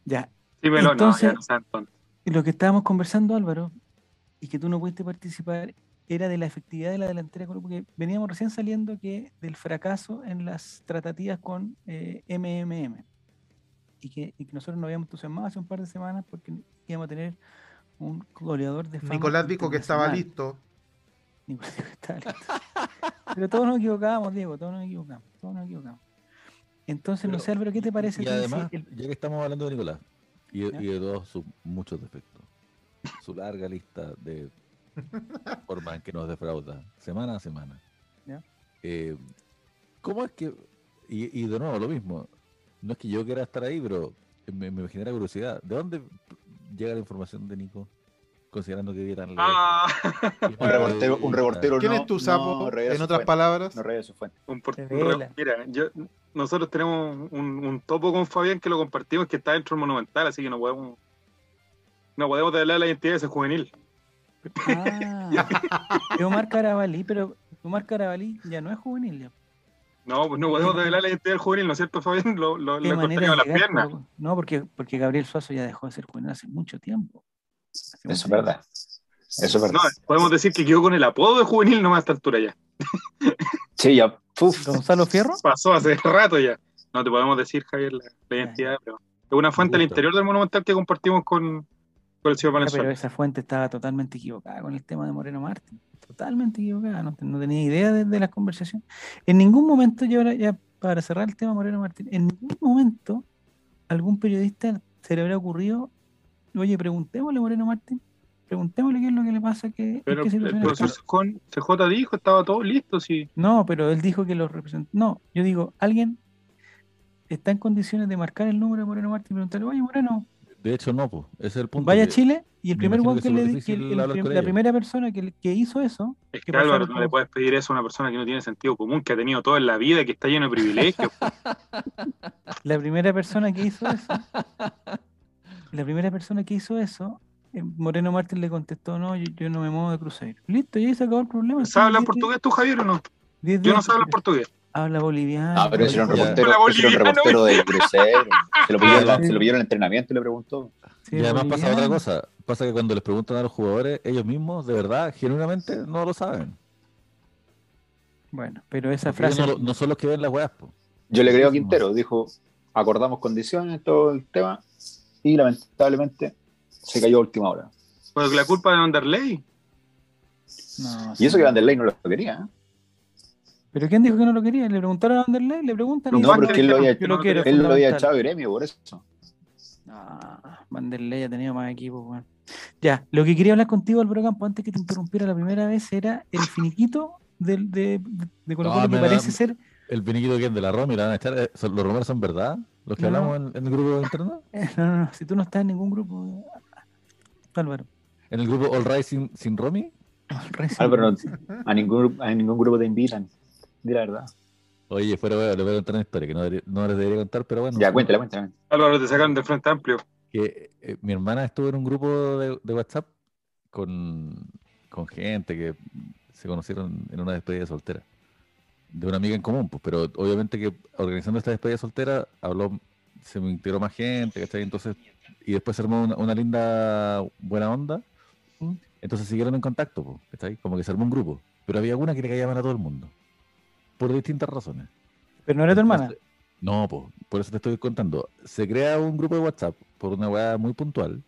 [SPEAKER 3] Ya.
[SPEAKER 5] Sí, Melo,
[SPEAKER 3] Entonces-
[SPEAKER 5] no, ya no sean tontos.
[SPEAKER 3] Y Lo que estábamos conversando, Álvaro, y que tú no pudiste participar, era de la efectividad de la delantera, con- porque veníamos recién saliendo que del fracaso en las tratativas con eh, MMM. Y que, y que nosotros nos habíamos entusiasmado hace un par de semanas porque íbamos a tener un goleador de fama
[SPEAKER 2] Nicolás dijo que estaba
[SPEAKER 3] internacional.
[SPEAKER 2] listo.
[SPEAKER 3] Nicolás dijo que estaba listo. Pero todos nos equivocábamos, Diego, todos nos equivocamos, todos nos equivocamos. Entonces, no
[SPEAKER 1] Pero-
[SPEAKER 3] sé, Álvaro, ¿qué te parece?
[SPEAKER 1] Y
[SPEAKER 3] a ti si
[SPEAKER 1] además,
[SPEAKER 3] el-
[SPEAKER 1] ya que estamos hablando de Nicolás y,
[SPEAKER 3] ¿Ya?
[SPEAKER 1] y de todos sus muchos defectos, su larga lista de formas en que nos defrauda semana a semana.
[SPEAKER 3] ¿Ya?
[SPEAKER 1] Eh, ¿Cómo es que, y, y de nuevo lo mismo, no es que yo quiera estar ahí, pero me, me genera curiosidad, ¿de dónde llega la información de Nico? Considerando que vive tan lejos?
[SPEAKER 5] Ah, <laughs>
[SPEAKER 4] Un reportero, un reportero
[SPEAKER 2] ¿Quién
[SPEAKER 4] no-
[SPEAKER 2] es tu
[SPEAKER 4] no
[SPEAKER 2] sapo?
[SPEAKER 4] revela
[SPEAKER 2] en
[SPEAKER 4] su
[SPEAKER 2] otras
[SPEAKER 4] fuente,
[SPEAKER 2] palabras.
[SPEAKER 4] No revela su fuente.
[SPEAKER 5] un por-
[SPEAKER 3] Te
[SPEAKER 5] un
[SPEAKER 3] vela.
[SPEAKER 5] re- mira, yo, nosotros tenemos un, un topo con Fabián que lo compartimos que está dentro del Monumental, así que no podemos no podemos revelar la identidad de ese juvenil.
[SPEAKER 3] Ah,
[SPEAKER 5] <laughs>
[SPEAKER 3] pero Omar Carabalí, pero Omar Carabalí ya no es juvenil. ya.
[SPEAKER 5] No, pues no podemos revelar la identidad del juvenil, ¿no es cierto, Fabián? Lo, lo,
[SPEAKER 3] Qué
[SPEAKER 5] lo
[SPEAKER 3] manera
[SPEAKER 5] cortaríamos las
[SPEAKER 3] de llegar,
[SPEAKER 5] piernas.
[SPEAKER 3] po. No, porque, porque Gabriel Suazo ya dejó de ser juvenil hace mucho tiempo. Hace
[SPEAKER 4] Eso
[SPEAKER 3] mucho
[SPEAKER 4] es verdad. Eso es verdad.
[SPEAKER 5] No, podemos decir que quedó con el apodo de juvenil nomás a esta altura ya.
[SPEAKER 4] Sí, ya.
[SPEAKER 3] tiempo.
[SPEAKER 4] Uf.
[SPEAKER 3] Gonzalo Fierro.
[SPEAKER 5] Pasó hace <laughs> rato ya. No te podemos decir, Javier, la, la identidad, pero es una fuente al
[SPEAKER 1] Justo.
[SPEAKER 5] interior del Monumental que compartimos con, con el señor
[SPEAKER 3] Ah, Pero
[SPEAKER 5] Valenzuela.
[SPEAKER 3] esa fuente estaba totalmente equivocada con el tema de Moreno Martín. Totalmente equivocada. No, te- no tenía idea de, de las conversaciones. En ningún momento, yo ahora ya para cerrar el tema Moreno Martín, en ningún momento algún periodista se le habrá ocurrido, oye, preguntémosle a Moreno Martín, preguntémosle qué es lo que le pasa, qué, en
[SPEAKER 5] Pero,
[SPEAKER 3] qué
[SPEAKER 5] el
[SPEAKER 3] situación
[SPEAKER 5] profesor
[SPEAKER 3] está".
[SPEAKER 5] Sejón- CJ dijo, estaba todo listo, sí.
[SPEAKER 3] No, pero él dijo que los representó. No, yo digo, alguien está en condiciones de marcar el número de Moreno Martín y preguntarle, oye, Moreno,
[SPEAKER 1] De hecho, no, pues, ese es el punto.
[SPEAKER 3] vaya a
[SPEAKER 1] que-
[SPEAKER 3] Chile. Y el
[SPEAKER 1] me
[SPEAKER 3] primer
[SPEAKER 1] imagino
[SPEAKER 3] weón
[SPEAKER 1] que
[SPEAKER 3] que,
[SPEAKER 1] es
[SPEAKER 3] le
[SPEAKER 1] súper
[SPEAKER 3] di- que
[SPEAKER 1] difícil
[SPEAKER 3] el- el
[SPEAKER 1] hablar
[SPEAKER 3] prim-
[SPEAKER 1] con
[SPEAKER 3] la
[SPEAKER 1] ellos.
[SPEAKER 3] primera persona que, que hizo eso,
[SPEAKER 5] Es
[SPEAKER 3] ¿Qué
[SPEAKER 5] que
[SPEAKER 3] pasó
[SPEAKER 5] Álvaro,
[SPEAKER 3] con
[SPEAKER 5] no le
[SPEAKER 3] todo?
[SPEAKER 5] puedes pedir eso a una persona que no tiene sentido común, que ha tenido todo en la vida, que está lleno de privilegios.
[SPEAKER 3] la primera persona que hizo eso, la primera persona que hizo eso, eh, Moreno Martín le contestó, no, yo, yo no me muevo de crucero. Listo, y ahí se acabó el problema.
[SPEAKER 5] ¿Sabes hablar
[SPEAKER 3] Diez-
[SPEAKER 5] portugués tú, Javier, o no?
[SPEAKER 3] diez
[SPEAKER 5] Yo no
[SPEAKER 3] días-
[SPEAKER 5] sé hablar portugués.
[SPEAKER 3] Habla boliviano.
[SPEAKER 4] Ah, pero ese era un
[SPEAKER 1] Ya.
[SPEAKER 4] reportero, ese era un
[SPEAKER 5] Hola,
[SPEAKER 4] reportero de crucero. Se lo
[SPEAKER 1] Ah,
[SPEAKER 4] pidieron
[SPEAKER 3] sí.
[SPEAKER 4] se lo pidieron en el entrenamiento y le preguntó.
[SPEAKER 3] Sí,
[SPEAKER 1] Y además pasa otra
[SPEAKER 3] boliviano.
[SPEAKER 1] cosa, pasa que cuando les preguntan a los jugadores, ellos mismos, de verdad, genuinamente, no lo saben.
[SPEAKER 3] Bueno, pero esa
[SPEAKER 1] Porque ellos
[SPEAKER 3] frase...
[SPEAKER 1] No, lo- no son los que ven las weas, po.
[SPEAKER 4] Yo le creo a Quintero, dijo, acordamos condiciones, todo el tema, y lamentablemente se cayó a última hora.
[SPEAKER 5] Porque la culpa de Anderley.
[SPEAKER 3] no,
[SPEAKER 4] Y eso
[SPEAKER 3] sí.
[SPEAKER 4] que Vanderlei no lo quería. ¿eh?
[SPEAKER 3] ¿Pero quién dijo que no lo quería? ¿Le preguntaron a Anderley? ¿Le preguntan? y
[SPEAKER 4] No,
[SPEAKER 3] dice,
[SPEAKER 4] pero es que él lo había,
[SPEAKER 3] Yo lo quiero.
[SPEAKER 4] él lo había
[SPEAKER 3] fundamental.
[SPEAKER 4] echado a gremio por eso.
[SPEAKER 3] Ah, Vanderlei ha tenido más equipos, weón. Ya, lo que quería hablar contigo, Álvaro Campo, antes que te interrumpiera la primera vez, era el finiquito del, de, de Colo
[SPEAKER 1] No,
[SPEAKER 3] Colo, que
[SPEAKER 1] me da-
[SPEAKER 3] parece ser. <laughs>
[SPEAKER 1] El viniquito que es de la Romy, la van a echar. eh, son- ¿Los rumores son verdad? ¿Los que
[SPEAKER 3] No.
[SPEAKER 1] hablamos en, en el grupo interno?
[SPEAKER 3] No, no, no, si tú no estás en ningún grupo, Álvaro.
[SPEAKER 1] ¿En el grupo All Right sin, sin Romy?
[SPEAKER 3] Recién-
[SPEAKER 4] Álvaro, Ah, no- a ningún, a ningún grupo te invitan, di la verdad.
[SPEAKER 1] Oye, fuera, weón, les voy a contar una historia que no, debería- no les debería contar, pero bueno.
[SPEAKER 4] Ya, cuéntala, cuéntala.
[SPEAKER 5] Álvaro, te sacaron del Frente Amplio.
[SPEAKER 1] que eh, mi hermana estuvo en un grupo de, de WhatsApp con, con gente que se conocieron en una despedida soltera de una amiga en común, pues, pero obviamente que organizando esta despedida soltera habló, se me integró más gente, ¿cachai? Entonces, y después se armó una, una linda buena onda.
[SPEAKER 3] ¿Mm?
[SPEAKER 1] Entonces siguieron en contacto, pues, ¿cachai? Como que se armó un grupo. Pero había una que le caía mal a todo el mundo. Por distintas razones.
[SPEAKER 3] Pero no era tu hermana.
[SPEAKER 1] Entonces, No, po, por eso te estoy contando. Se crea un grupo de WhatsApp por una weá muy puntual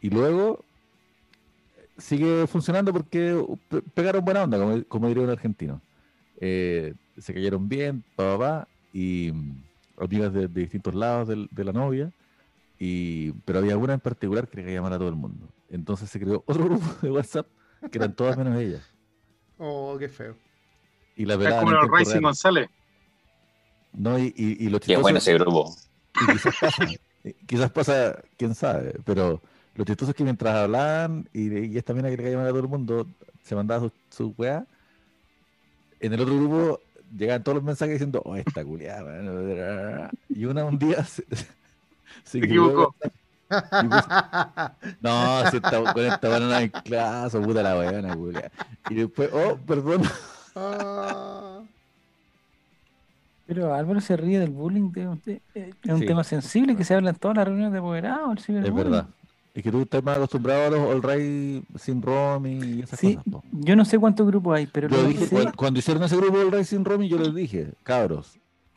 [SPEAKER 1] y luego sigue funcionando porque pe- pegaron buena onda, como, como diría un argentino. Eh, se cayeron bien, papá, y mm, amigas de, de distintos lados del- de, la novia, y, pero había una en particular que le quería llamar a todo el mundo. Entonces se creó otro <laughs> grupo de WhatsApp que eran todas menos ella.
[SPEAKER 2] Oh,
[SPEAKER 1] <laughs>
[SPEAKER 2] qué feo.
[SPEAKER 1] Y la
[SPEAKER 5] Es
[SPEAKER 1] verdad,
[SPEAKER 5] como los Racing González.
[SPEAKER 1] no, y, y, y lo
[SPEAKER 4] Qué
[SPEAKER 1] chistoso-
[SPEAKER 4] bueno ese grupo.
[SPEAKER 1] Y quizás pasa, eh, quizás pasa, quién sabe, pero lo chistoso es que mientras hablaban y, y esta mina que le caía mal a todo el mundo se mandaba su, su weá, en el otro grupo llegaban todos los mensajes diciendo, oh, esta culiada, y una un día se, <laughs> se
[SPEAKER 5] equivocó.
[SPEAKER 2] <laughs>
[SPEAKER 1] No, si esta, con esta banana en clase, puta la weona, culiada. Y después, oh, perdón,
[SPEAKER 2] Ah,
[SPEAKER 3] Pero Álvaro se ríe del bullying. de- de- eh, es un
[SPEAKER 1] Sí.
[SPEAKER 3] tema sensible que se habla en todas las reuniones de apoderados. el
[SPEAKER 1] es
[SPEAKER 3] ciberbullying.
[SPEAKER 1] verdad. Es que tú estás más acostumbrado a los All Right sin Rom y esas
[SPEAKER 3] Sí,
[SPEAKER 1] cosas. po.
[SPEAKER 3] yo no sé cuántos grupos hay, pero
[SPEAKER 1] Yo
[SPEAKER 3] lo que
[SPEAKER 1] dije,
[SPEAKER 3] sé-
[SPEAKER 1] cuan- cuando hicieron ese grupo del Racing Romy, yo les dije, cabros,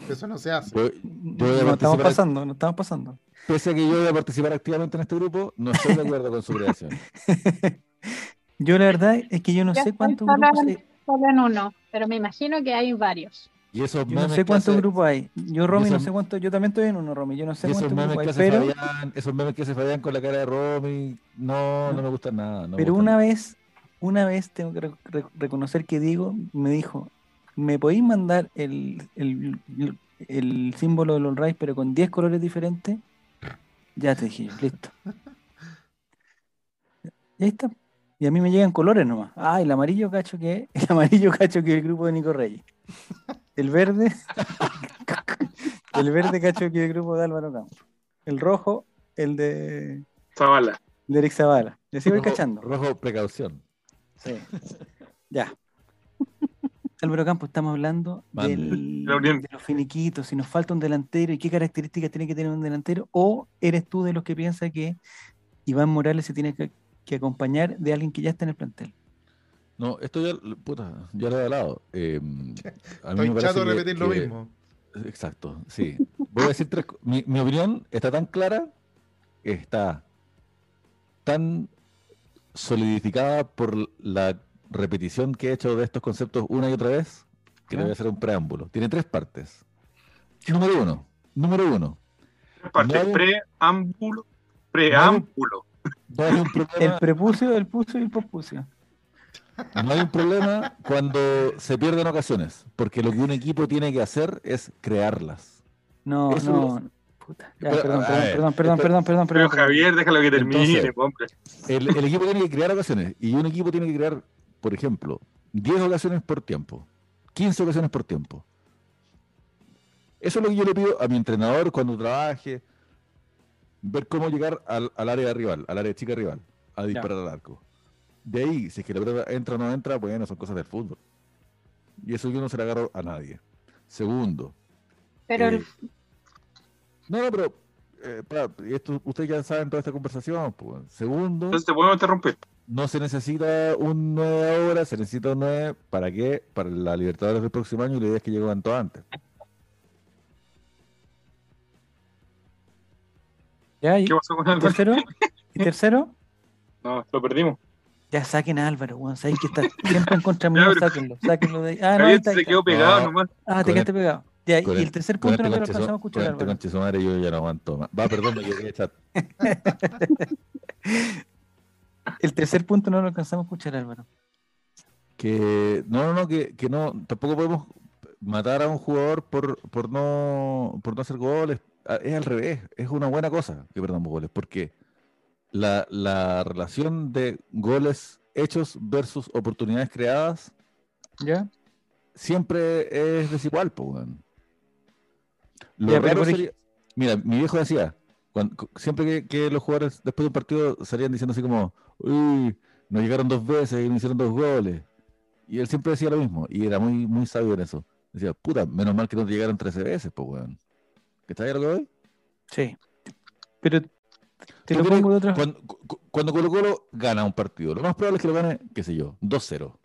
[SPEAKER 2] Eso no se hace.
[SPEAKER 1] Yo-
[SPEAKER 3] No,
[SPEAKER 1] voy a
[SPEAKER 3] estamos
[SPEAKER 1] participar-
[SPEAKER 3] pasando, no estamos pasando. <laughs>
[SPEAKER 1] pese a que yo voy a participar activamente en este grupo, no estoy de acuerdo con su creación.
[SPEAKER 3] yo la verdad es que yo no
[SPEAKER 6] Ya
[SPEAKER 3] sé
[SPEAKER 6] estoy
[SPEAKER 3] cuántos
[SPEAKER 6] sola-
[SPEAKER 3] grupos hay-
[SPEAKER 6] Solo en uno, pero me imagino que hay varios.
[SPEAKER 1] Y esos
[SPEAKER 3] yo
[SPEAKER 1] memes
[SPEAKER 3] no
[SPEAKER 1] que
[SPEAKER 3] sé cuántos
[SPEAKER 1] hace-
[SPEAKER 3] grupos hay. Yo Romy no
[SPEAKER 1] esos-
[SPEAKER 3] sé cuánto, yo también estoy en uno Romy, yo no sé
[SPEAKER 1] y esos
[SPEAKER 3] cuántos
[SPEAKER 1] memes
[SPEAKER 3] grupos
[SPEAKER 1] que
[SPEAKER 3] hay,
[SPEAKER 1] hace
[SPEAKER 3] pero
[SPEAKER 1] Fabián, esos memes que hace Fabián con la cara de Romy, no, no me gustan nada. no me
[SPEAKER 3] Pero
[SPEAKER 1] gustan
[SPEAKER 3] una
[SPEAKER 1] nada.
[SPEAKER 3] vez, una vez tengo que re- re- reconocer que Diego me dijo, ¿me podéis mandar el, el, el- el símbolo del All Right, pero con 10 colores diferentes? Ya te dije, yo, listo. Y ahí está. Y a mí me llegan colores nomás. Ah, el amarillo cacho que <laughs> el amarillo cacho que el grupo de Nico Reyes. El verde, <laughs> el verde cacho que el grupo de Álvaro Campos. El rojo, el de,
[SPEAKER 5] Zavala.
[SPEAKER 3] de Eric Zavala. Y así voy
[SPEAKER 1] Rojo-
[SPEAKER 3] cachando.
[SPEAKER 1] Rojo, precaución.
[SPEAKER 5] <laughs>
[SPEAKER 3] Sí. Ya. Álvaro Campo, estamos hablando
[SPEAKER 1] Mande.
[SPEAKER 3] del-
[SPEAKER 5] La Unión.
[SPEAKER 3] de los finiquitos, si nos falta un delantero y qué características tiene que tener un delantero, o eres tú de los que piensa que Iván Morales se tiene que, que acompañar de alguien que ya está en el plantel.
[SPEAKER 1] No, esto ya, lo- puta, ya lo he hablado. Eh, a mí me
[SPEAKER 2] Estoy
[SPEAKER 1] parece
[SPEAKER 2] chato de
[SPEAKER 1] que-
[SPEAKER 2] repetir lo
[SPEAKER 1] que-
[SPEAKER 2] mismo.
[SPEAKER 1] Exacto, sí. Voy a decir tres co- mi, mi opinión está tan clara, está tan solidificada por l- la repetición que he hecho de estos conceptos una y otra vez, que le voy a hacer un preámbulo. Tiene tres partes. Número uno, número uno.
[SPEAKER 5] Parte
[SPEAKER 1] No.
[SPEAKER 5] preámbulo. Preámbulo.
[SPEAKER 1] No hay un
[SPEAKER 3] El
[SPEAKER 1] problema,
[SPEAKER 3] prepucio, el pucio y el pospucio.
[SPEAKER 1] no hay un problema cuando se pierden ocasiones, porque lo que un equipo tiene que hacer es crearlas.
[SPEAKER 3] No,
[SPEAKER 1] Eso
[SPEAKER 3] no. Puta. Ya,
[SPEAKER 1] Pero,
[SPEAKER 3] perdón,
[SPEAKER 1] a
[SPEAKER 3] perdón,
[SPEAKER 1] ver,
[SPEAKER 3] perdón, perdón,
[SPEAKER 1] espera.
[SPEAKER 3] perdón, perdón,
[SPEAKER 5] Pero
[SPEAKER 3] perdón, perdón.
[SPEAKER 5] Javier, déjalo que termine,
[SPEAKER 1] Entonces,
[SPEAKER 5] hombre.
[SPEAKER 1] El, el equipo tiene que crear ocasiones y un equipo tiene que crear, por ejemplo, 10 ocasiones por tiempo, 15 ocasiones por tiempo. Eso es lo que yo le pido a mi entrenador cuando trabaje, ver cómo llegar al, al área rival, al área chica rival, a disparar al arco. De ahí, si es que la pelota entra o no entra, bueno, son cosas del fútbol. Y eso yo no se le agarro a nadie. Segundo,
[SPEAKER 6] Pero
[SPEAKER 1] eh,
[SPEAKER 6] el-
[SPEAKER 1] no, no, pero eh, para- esto, ustedes ya saben toda esta conversación. pues, bueno. Segundo,
[SPEAKER 5] Entonces te podemos interrumpir.
[SPEAKER 1] no se necesita un 9 ahora, se necesita un 9 para qué? Para la Libertadores del próximo año y la idea es que llegue cuanto antes.
[SPEAKER 3] Ya, y-
[SPEAKER 5] ¿Qué pasó con
[SPEAKER 3] ¿y
[SPEAKER 5] Álvaro?
[SPEAKER 3] tercero? <laughs> ¿Y tercero?
[SPEAKER 5] <laughs> No, lo perdimos.
[SPEAKER 3] Ya saquen a Álvaro, weón. Sabéis que está siempre en contra mío,
[SPEAKER 5] <laughs> Ya, pero-
[SPEAKER 3] sáquenlo, sáquenlo de ahí. Ah, no, ahí
[SPEAKER 5] Javier
[SPEAKER 3] está, ahí
[SPEAKER 5] se
[SPEAKER 3] está.
[SPEAKER 5] quedó pegado
[SPEAKER 1] No.
[SPEAKER 5] nomás.
[SPEAKER 3] Ah,
[SPEAKER 1] Con
[SPEAKER 3] te
[SPEAKER 1] el-
[SPEAKER 3] quedaste pegado. Ya,
[SPEAKER 1] con
[SPEAKER 3] y el tercer
[SPEAKER 1] Con
[SPEAKER 3] punto
[SPEAKER 1] este
[SPEAKER 3] no te lo
[SPEAKER 1] conche su-
[SPEAKER 3] alcanzamos a
[SPEAKER 1] con
[SPEAKER 3] escuchar,
[SPEAKER 1] este
[SPEAKER 3] Álvaro.
[SPEAKER 1] conche su madre yo ya no aguanto más. Va, perdón, me equivoqué, chat.
[SPEAKER 3] El tercer punto no lo alcanzamos a escuchar, Álvaro.
[SPEAKER 1] Que no, no, no, que, que no, tampoco podemos matar a un jugador por, por no por no hacer goles. Ah, Es al revés, es una buena cosa que perdamos goles, porque la, la relación de goles hechos versus oportunidades creadas
[SPEAKER 3] ¿Ya?
[SPEAKER 1] siempre es desigual, po, weón. Lo
[SPEAKER 3] Ya, pero
[SPEAKER 1] raro
[SPEAKER 3] por ej-
[SPEAKER 1] sería- Mira, mi viejo decía, cuan- cu- siempre que, que los jugadores después de un partido salían diciendo así como, uy, nos llegaron dos veces y nos hicieron dos goles. Y él siempre decía lo mismo, y era muy, muy sabio en eso. Decía, puta, menos mal que no te llegaron 13 veces, po, weón. ¿Qué está ahí lo que voy?
[SPEAKER 3] Sí. Pero te
[SPEAKER 1] ¿Tú
[SPEAKER 3] lo
[SPEAKER 1] crees-
[SPEAKER 3] pongo de otra
[SPEAKER 1] Cuando, cu- cu- cuando Colo Colo gana un partido, lo más probable es que lo gane, qué sé yo, 2-0.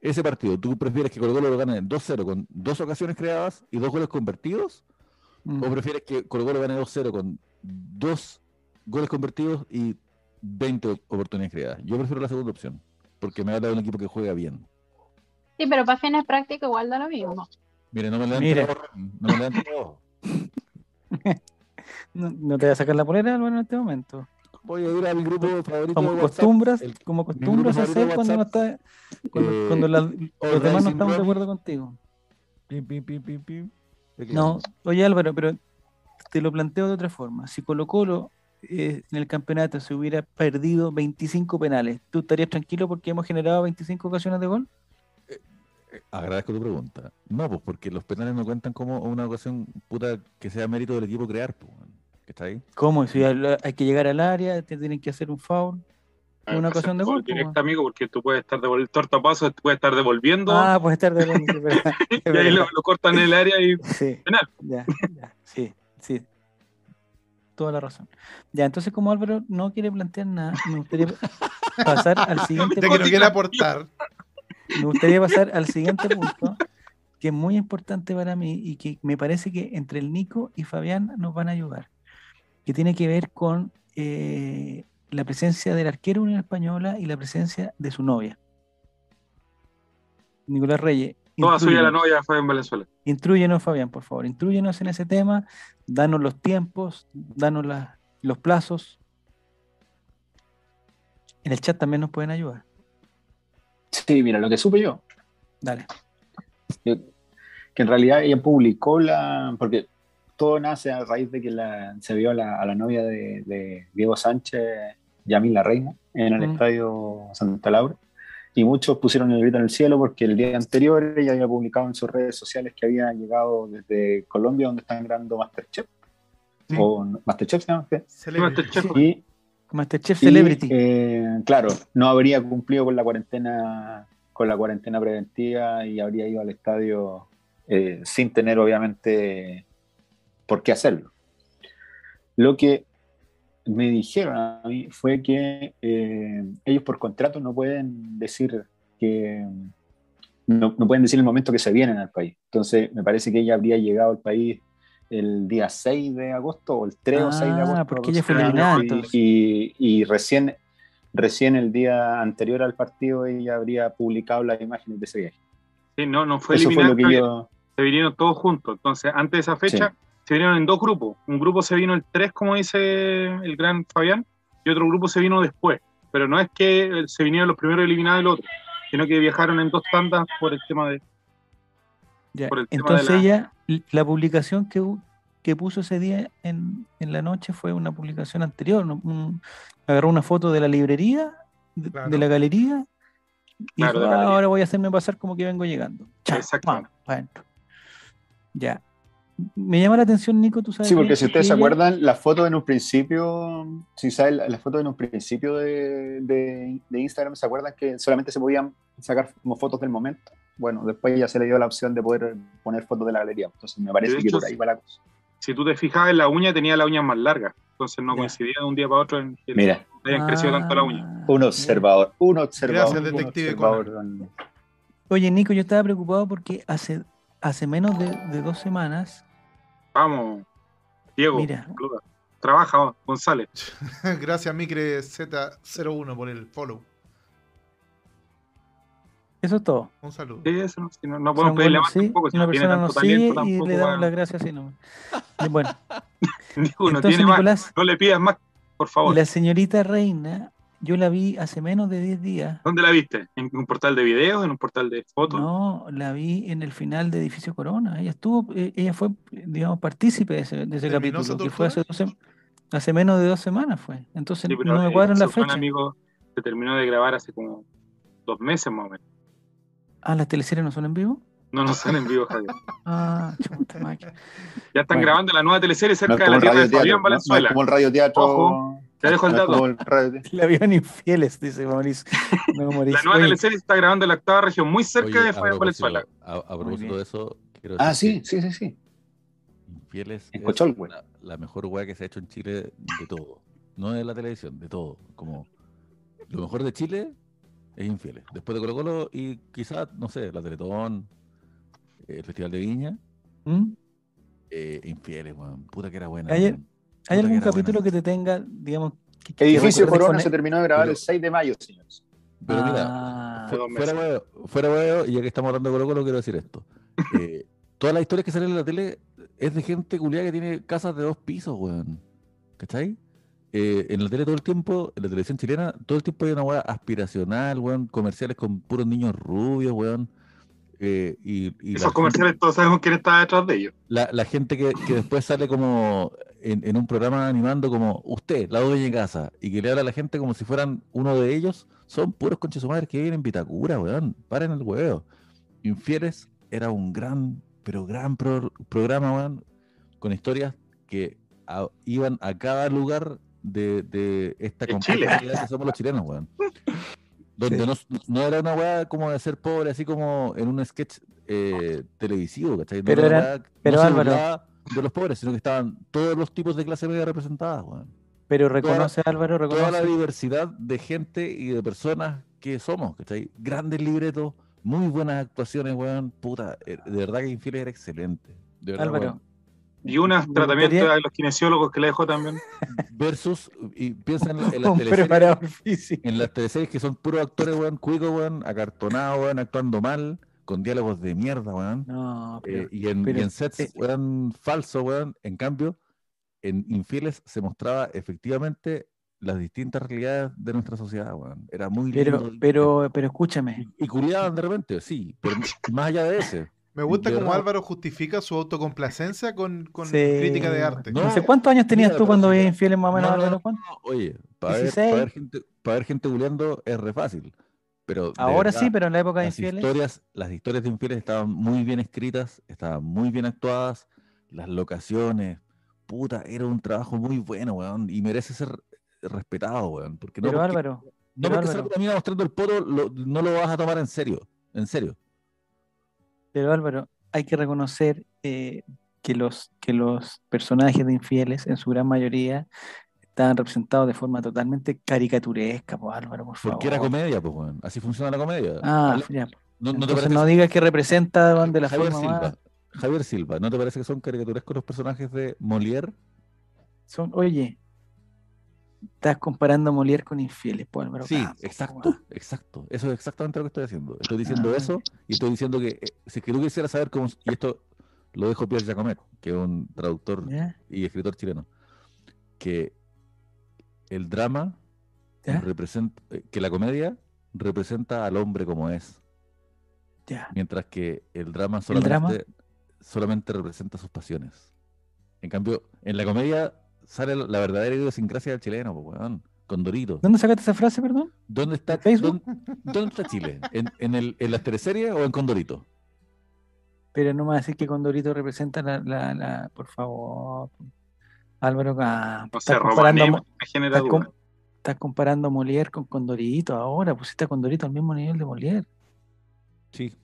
[SPEAKER 1] Ese partido, ¿tú prefieres que Colo Colo lo gane 2-0 con dos ocasiones creadas y dos goles convertidos?
[SPEAKER 3] Mm.
[SPEAKER 1] ¿O prefieres que Colo Colo gane 2-0 con dos goles convertidos y 20 o- oportunidades creadas? Yo prefiero la segunda opción, porque me habla de un equipo que juega bien.
[SPEAKER 6] sí, pero para fines prácticos igual da lo mismo.
[SPEAKER 1] Mire, no me levantes
[SPEAKER 3] Mire.
[SPEAKER 1] los ojos, no me levantes los ojos.
[SPEAKER 3] No, no te voy a sacar la polera, Álvaro, en este momento.
[SPEAKER 1] Voy a ir al grupo favorito
[SPEAKER 3] Como
[SPEAKER 1] de WhatsApp,
[SPEAKER 3] costumbras,
[SPEAKER 1] el-
[SPEAKER 3] como
[SPEAKER 1] grupo
[SPEAKER 3] costumbras
[SPEAKER 1] favorito de
[SPEAKER 3] hacer cuando no está, cuando,
[SPEAKER 1] eh,
[SPEAKER 3] cuando la-
[SPEAKER 1] All
[SPEAKER 3] los demás no
[SPEAKER 1] Rising
[SPEAKER 3] estamos de
[SPEAKER 1] Ronin.
[SPEAKER 3] acuerdo contigo.
[SPEAKER 1] pim, pim, pim, pim, pim. Aquí.
[SPEAKER 3] No, oye Álvaro, pero te lo planteo de otra forma. Si Colo Colo eh, en el campeonato se hubiera perdido 25 penales, ¿tú estarías tranquilo porque hemos generado 25 ocasiones de gol?
[SPEAKER 1] Agradezco tu pregunta. No, pues porque los penales no cuentan como una ocasión puta que sea mérito del equipo crear, pues, weón. ¿Cachai?
[SPEAKER 3] ¿Cómo? Si al- hay que llegar al área, te tienen que hacer un foul.
[SPEAKER 5] Ah,
[SPEAKER 3] Una
[SPEAKER 5] pues
[SPEAKER 3] ocasión de gol, po,
[SPEAKER 5] Directo,
[SPEAKER 3] weón.
[SPEAKER 5] amigo, porque tú puedes estar devolviendo tortapasos, tú puedes estar devolviendo
[SPEAKER 3] Ah, pues estar de acuerdo, es verdad, es
[SPEAKER 5] <laughs> y
[SPEAKER 3] verdad.
[SPEAKER 5] ahí lo, lo cortan en el área
[SPEAKER 3] <laughs>
[SPEAKER 5] y
[SPEAKER 3] Sí,
[SPEAKER 5] penal.
[SPEAKER 3] ya, ya, sí, sí. Toda la razón. Ya, entonces como Álvaro no quiere plantear nada, me
[SPEAKER 5] <laughs>
[SPEAKER 3] gustaría pasar al siguiente
[SPEAKER 1] <laughs>
[SPEAKER 2] Ya que no quiere aportar. <laughs>
[SPEAKER 3] Me gustaría pasar al siguiente punto, que es muy importante para mí y que me parece que entre el Nico y Fabián nos van a ayudar, que tiene que ver con eh, la presencia del arquero Unión Española y la presencia de su novia. Nicolás Reyes.
[SPEAKER 5] Toda suya la
[SPEAKER 3] intrúyenos.
[SPEAKER 5] novia fue en Venezuela.
[SPEAKER 3] Intrúyenos, Fabián, por favor. Intrúyenos en ese tema. Danos los tiempos, danos las- los plazos. En el chat también nos pueden ayudar.
[SPEAKER 4] Sí, mira, lo que supe yo,
[SPEAKER 3] Dale.
[SPEAKER 4] que en realidad ella publicó la. Porque todo nace a raíz de que la- se vio a la, a la novia de, de Diego Sánchez, Yamila Reina, en el
[SPEAKER 3] Mm.
[SPEAKER 4] estadio Santa Laura. Y muchos pusieron el grito en el cielo porque el día anterior ella había publicado en sus redes sociales que había llegado desde Colombia, donde están grabando Masterchef.
[SPEAKER 2] Sí.
[SPEAKER 4] O Masterchef, ¿se llama? Sí.
[SPEAKER 2] Celebrity.
[SPEAKER 5] Masterchef.
[SPEAKER 4] Y
[SPEAKER 3] Masterchef este
[SPEAKER 4] y,
[SPEAKER 3] Celebrity.
[SPEAKER 4] eh, claro, no habría cumplido con la cuarentena, con la cuarentena preventiva y habría ido al estadio eh, sin tener, obviamente, por qué hacerlo. Lo que me dijeron a mí fue que eh, ellos por contrato no pueden decir que no, no pueden decir el momento que se vienen al país. Entonces, me parece que ella habría llegado al país el día 6 de agosto o el 3 o 6 de
[SPEAKER 3] Ah,
[SPEAKER 4] agosto.
[SPEAKER 3] porque ella fue
[SPEAKER 4] aproximadamente,
[SPEAKER 3] eliminada, entonces.
[SPEAKER 4] y, y recién, recién el día anterior al partido ella habría publicado las imágenes de ese viaje.
[SPEAKER 5] Sí, no, no fue
[SPEAKER 4] Eso fue
[SPEAKER 5] eliminada.
[SPEAKER 4] lo que yo...
[SPEAKER 5] Se vinieron todos juntos. Entonces, antes de esa fecha, se vinieron en dos grupos. Un grupo se vino el 3, como dice el gran Fabián, y otro grupo se vino después. Pero no es que eh, se vinieron los primeros eliminados del otro, sino que viajaron en dos tandas por el tema de.
[SPEAKER 3] Ya,
[SPEAKER 5] por el tema
[SPEAKER 3] Entonces
[SPEAKER 5] de la-
[SPEAKER 3] ella, l- la publicación que, hu- que puso ese día en, en la noche fue una publicación anterior. ¿no? Un- agarró una foto de la librería, de,
[SPEAKER 2] Claro.
[SPEAKER 3] de la galería, y dijo,
[SPEAKER 5] Claro, de la
[SPEAKER 3] "Ah,
[SPEAKER 5] galería".
[SPEAKER 3] ahora voy a hacerme pasar como que vengo llegando. Chao,
[SPEAKER 5] Exacto.
[SPEAKER 3] pam, pa' adentro. Ya. Me llama la atención, Nico, tú sabes.
[SPEAKER 4] Sí,
[SPEAKER 3] que-
[SPEAKER 4] porque si ustedes se
[SPEAKER 3] que ella-
[SPEAKER 4] acuerdan, la foto en un principio, si saben, la la foto en un principio de, de- de Instagram, ¿se acuerdan que solamente se podían sacar como fotos del momento? Bueno, después ya se le dio la opción de poder poner fotos de la galería. Entonces me parece
[SPEAKER 5] De
[SPEAKER 4] que
[SPEAKER 5] hecho,
[SPEAKER 4] por ahí
[SPEAKER 5] sí.
[SPEAKER 4] va la cosa.
[SPEAKER 5] Si tú te fijabas en la uña, tenía la uña más larga. Entonces, no
[SPEAKER 3] Ya.
[SPEAKER 5] coincidía de un día para otro en que
[SPEAKER 4] Mira,
[SPEAKER 5] hayan crecido tanto la uña.
[SPEAKER 3] Ah,
[SPEAKER 4] un
[SPEAKER 3] ya.
[SPEAKER 4] observador, un observador.
[SPEAKER 2] Gracias,
[SPEAKER 4] un
[SPEAKER 2] detective
[SPEAKER 4] observador, don-
[SPEAKER 3] Oye, Nico, yo estaba preocupado porque hace, hace menos de, de dos semanas,
[SPEAKER 5] Vamos, Diego,
[SPEAKER 3] Ah. Mira.
[SPEAKER 5] saluda. Trabaja, va, González.
[SPEAKER 2] Gracias, Micre Z01 por el follow.
[SPEAKER 3] eso es todo.
[SPEAKER 2] Un saludo.
[SPEAKER 5] Sí, eso no, si no- no
[SPEAKER 3] O sea,
[SPEAKER 5] podemos
[SPEAKER 3] un
[SPEAKER 5] pedirle
[SPEAKER 3] gol
[SPEAKER 5] más
[SPEAKER 3] nos sigue,
[SPEAKER 5] tampoco. Si
[SPEAKER 3] una
[SPEAKER 5] no tiene
[SPEAKER 3] persona
[SPEAKER 5] tanto
[SPEAKER 3] nos sigue
[SPEAKER 5] talento,
[SPEAKER 3] y le
[SPEAKER 5] tampoco.
[SPEAKER 3] damos
[SPEAKER 5] va-
[SPEAKER 3] las gracias así nomás. Y Bueno,
[SPEAKER 5] <laughs> Diego, no
[SPEAKER 3] entonces,
[SPEAKER 5] tiene más.
[SPEAKER 3] Nicolás,
[SPEAKER 5] No le pidas más, por favor.
[SPEAKER 3] la señorita Reina, yo la vi hace menos de 10 días.
[SPEAKER 5] ¿Dónde la viste? ¿En un portal de videos? ¿En un portal de fotos?
[SPEAKER 3] No, la vi en el final de Edificio Corona. Ella estuvo, eh, ella fue, digamos, partícipe de ese, de ese
[SPEAKER 2] ¿Terminó
[SPEAKER 3] capítulo,
[SPEAKER 2] esa
[SPEAKER 3] que fue hace,
[SPEAKER 2] tortura?
[SPEAKER 3] dos sem- hace menos de dos semanas fue. Entonces
[SPEAKER 5] Sí, pero eh,
[SPEAKER 3] no me
[SPEAKER 5] el-
[SPEAKER 3] cuadran
[SPEAKER 5] su
[SPEAKER 3] las
[SPEAKER 5] buen
[SPEAKER 3] fechas.
[SPEAKER 5] amigo se terminó de grabar hace como dos meses más o menos.
[SPEAKER 3] Ah, las teleseries no son en vivo.
[SPEAKER 5] No nos salen en vivo, Javier.
[SPEAKER 3] Ah,
[SPEAKER 5] <laughs>
[SPEAKER 3] chuta máquina.
[SPEAKER 5] Ya están
[SPEAKER 3] Bueno.
[SPEAKER 5] grabando la nueva teleserie
[SPEAKER 4] No
[SPEAKER 5] cerca
[SPEAKER 4] es
[SPEAKER 5] de
[SPEAKER 4] como
[SPEAKER 5] la
[SPEAKER 4] el
[SPEAKER 5] tierra de
[SPEAKER 4] radioteatro. no-
[SPEAKER 5] Fabián
[SPEAKER 4] no es
[SPEAKER 5] Valenzuela.
[SPEAKER 4] como el radioteatro.
[SPEAKER 5] Ojo, te dejo el
[SPEAKER 4] no es
[SPEAKER 5] dato.
[SPEAKER 4] como el radiote-
[SPEAKER 3] La vieron infieles, dice Mauricio. No,
[SPEAKER 5] La
[SPEAKER 3] Mauricio.
[SPEAKER 5] nueva
[SPEAKER 3] Oye,
[SPEAKER 5] teleserie se está grabando en la octava región, muy cerca
[SPEAKER 1] Oye,
[SPEAKER 5] de
[SPEAKER 1] a
[SPEAKER 5] Fabián
[SPEAKER 1] propósito,
[SPEAKER 5] Valenzuela.
[SPEAKER 1] a- a propósito
[SPEAKER 3] bien.
[SPEAKER 1] de eso, quiero
[SPEAKER 4] Ah,
[SPEAKER 1] decir
[SPEAKER 4] sí,
[SPEAKER 1] que
[SPEAKER 4] sí, sí, sí.
[SPEAKER 1] Infieles
[SPEAKER 4] En
[SPEAKER 1] es
[SPEAKER 4] Colchagüe.
[SPEAKER 1] la, la mejor weá que se ha hecho en Chile de todo. No de la televisión, de todo. Como lo mejor de Chile es Infieles. Después de Colo Colo y quizás, no sé, la Teletón, eh, el Festival de Viña,
[SPEAKER 3] ¿Mm?
[SPEAKER 1] eh, Infieles, weón. Puta que era buena.
[SPEAKER 3] Ayer-
[SPEAKER 1] weón. Puta
[SPEAKER 3] ¿Hay
[SPEAKER 1] que
[SPEAKER 3] algún
[SPEAKER 1] era buena.
[SPEAKER 3] capítulo que te tenga, digamos, que, que
[SPEAKER 4] Edificio
[SPEAKER 3] recuerdes
[SPEAKER 4] Corona
[SPEAKER 3] con-
[SPEAKER 4] se terminó de grabar
[SPEAKER 1] Pero-
[SPEAKER 4] el 6 de mayo, señores.
[SPEAKER 1] Pero mira,
[SPEAKER 3] Ah,
[SPEAKER 1] Fu-
[SPEAKER 5] dos meses.
[SPEAKER 1] Fuera huevo, fuera huevo, y ya que estamos hablando de Colo Colo, quiero decir
[SPEAKER 5] <laughs>
[SPEAKER 1] esto. Eh, todas las historias que salen en la tele es de gente culiada que tiene casas de dos pisos, weón. ¿Cachai? Eh, en la tele todo el tiempo, en la televisión chilena, todo el tiempo hay una weá aspiracional, weón, comerciales con puros niños rubios, weón. Eh, y, y la
[SPEAKER 5] Esos
[SPEAKER 1] gente-
[SPEAKER 5] comerciales todos sabemos quién está detrás de ellos.
[SPEAKER 1] la, la gente que, que después sale como en, en un programa animando como usted, la dueña de casa, y que le habla a la gente como si fueran uno de ellos, son puros conches su madre que viven en Vitacura, weón. Paren el hueveo. Infieles era un gran, pero gran pro- programa, weón, con historias que a- iban a cada lugar de, de esta
[SPEAKER 5] De
[SPEAKER 1] compleja
[SPEAKER 5] Chile.
[SPEAKER 1] realidad que somos los chilenos, weón. Donde no, no era una weá como de ser pobre, así como en un sketch eh, televisivo, ¿cachai? No
[SPEAKER 3] Pero
[SPEAKER 1] era
[SPEAKER 3] era-
[SPEAKER 1] una weá-
[SPEAKER 3] pero
[SPEAKER 1] se
[SPEAKER 3] Álvaro-
[SPEAKER 1] burlaba de los pobres, sino que estaban todos los tipos de clase media representadas, weón.
[SPEAKER 3] Pero reconoce, Álvaro,
[SPEAKER 1] Toda la
[SPEAKER 3] reconoce.
[SPEAKER 1] diversidad de gente y de personas que somos, ¿cachai? Grandes libretos, Muy buenas actuaciones, weón. Puta, eh, de verdad que Infieles era excelente. De verdad,
[SPEAKER 3] Álvaro,
[SPEAKER 1] weón.
[SPEAKER 5] Y unos
[SPEAKER 3] Me
[SPEAKER 5] tratamientos
[SPEAKER 3] gustaría-
[SPEAKER 5] de los kinesiólogos que le dejó también.
[SPEAKER 1] Versus, y piensa en,
[SPEAKER 3] <laughs>
[SPEAKER 1] en las
[SPEAKER 3] un
[SPEAKER 1] teleseries.
[SPEAKER 3] preparador físico.
[SPEAKER 1] En las teleseries que son puros actores, weón, cuico, weón, acartonados, weón, actuando mal, con diálogos de mierda, weón.
[SPEAKER 3] No, pero
[SPEAKER 1] Eh, y, en,
[SPEAKER 3] pero-
[SPEAKER 1] y en sets
[SPEAKER 3] eh.
[SPEAKER 1] weón, falso, weón. En cambio, en Infieles se mostraba efectivamente las distintas realidades de nuestra sociedad, weón. Era muy
[SPEAKER 3] Pero,
[SPEAKER 1] lindo.
[SPEAKER 3] pero, pero escúchame.
[SPEAKER 1] Y culiaban de repente, sí, pero más allá de ese.
[SPEAKER 2] Me gusta
[SPEAKER 1] De
[SPEAKER 2] como
[SPEAKER 1] verdad.
[SPEAKER 2] Álvaro justifica su autocomplacencia con, con
[SPEAKER 3] Sí.
[SPEAKER 2] crítica de arte.
[SPEAKER 1] No,
[SPEAKER 3] No, sé cuántos años tenías
[SPEAKER 1] mira,
[SPEAKER 3] tú
[SPEAKER 1] pero
[SPEAKER 3] cuando
[SPEAKER 1] si-
[SPEAKER 3] veías infieles más o menos
[SPEAKER 1] No, no,
[SPEAKER 3] Álvaro?
[SPEAKER 1] no,
[SPEAKER 3] ¿Cuánto?
[SPEAKER 1] Oye, para ver,
[SPEAKER 3] 16.
[SPEAKER 1] pa' ver gente, para ver gente culiando es re fácil. Pero de
[SPEAKER 3] Ahora
[SPEAKER 1] verdad,
[SPEAKER 3] sí, pero en la época de
[SPEAKER 1] las
[SPEAKER 3] infieles.
[SPEAKER 1] historias, las historias de infieles estaban muy bien escritas, estaban muy bien actuadas, las locaciones, puta, era un trabajo muy bueno, weón, y merece ser respetado, weón, porque no
[SPEAKER 3] Pero
[SPEAKER 1] porque,
[SPEAKER 3] Álvaro,
[SPEAKER 1] no
[SPEAKER 3] pero
[SPEAKER 1] porque salga
[SPEAKER 3] Álvaro.
[SPEAKER 1] una mina mostrando el poto, lo- no lo vas a tomar en serio, en serio.
[SPEAKER 3] pero Álvaro, hay que reconocer eh, que, los, que los personajes de infieles, en su gran mayoría, estaban representados de forma totalmente caricaturesca, pues, Álvaro, por favor.
[SPEAKER 1] Porque era comedia, pues, weón, así funciona la comedia.
[SPEAKER 3] Ah,
[SPEAKER 1] Ale-
[SPEAKER 3] ya.
[SPEAKER 1] no, no te
[SPEAKER 3] Entonces
[SPEAKER 1] parece
[SPEAKER 3] no digas que representa de la
[SPEAKER 1] Javier
[SPEAKER 3] forma
[SPEAKER 1] Silva.
[SPEAKER 3] más.
[SPEAKER 1] Javier Silva, ¿no te parece que son caricaturescos los personajes de Molière?
[SPEAKER 3] Son, oye, estás comparando a Molière con infieles, pues, Álvaro.
[SPEAKER 1] Sí,
[SPEAKER 3] Campos, pues,
[SPEAKER 1] exacto,
[SPEAKER 3] weón.
[SPEAKER 1] exacto. Eso es exactamente lo que estoy haciendo. Estoy diciendo
[SPEAKER 3] Ah.
[SPEAKER 1] eso y estoy diciendo que eh, si es que tú quisieras saber cómo. Y esto lo dejo Pierre Jacomet, que es un traductor
[SPEAKER 3] ¿Ya?
[SPEAKER 1] y escritor chileno. Que el drama
[SPEAKER 3] ¿Ya?
[SPEAKER 1] representa. eh, que la comedia representa al hombre como es.
[SPEAKER 3] Ya.
[SPEAKER 1] Mientras que el drama
[SPEAKER 3] ¿El
[SPEAKER 1] solamente,
[SPEAKER 3] drama?
[SPEAKER 1] solamente representa sus pasiones. En cambio, en la comedia sale la verdadera idiosincrasia del chileno, pues, weón, con Dorito.
[SPEAKER 3] ¿Dónde sacaste esa frase, perdón?
[SPEAKER 1] ¿Dónde está,
[SPEAKER 3] ¿En Facebook?
[SPEAKER 1] dónde- dónde está Chile? ¿En, en el, ¿En las teleseries o en Condorito?
[SPEAKER 3] Pero no me vas a decir que Condorito representa la, la, la- Por favor. pues. Álvaro Campos.
[SPEAKER 5] No sé,
[SPEAKER 3] estás
[SPEAKER 5] roban
[SPEAKER 3] comparando a
[SPEAKER 5] me
[SPEAKER 3] Mo-
[SPEAKER 5] genera
[SPEAKER 3] estás,
[SPEAKER 5] dudas.
[SPEAKER 3] com- estás comparando a Molière con Condorito ahora. Pusiste a Condorito al mismo nivel de Molière.
[SPEAKER 1] Sí.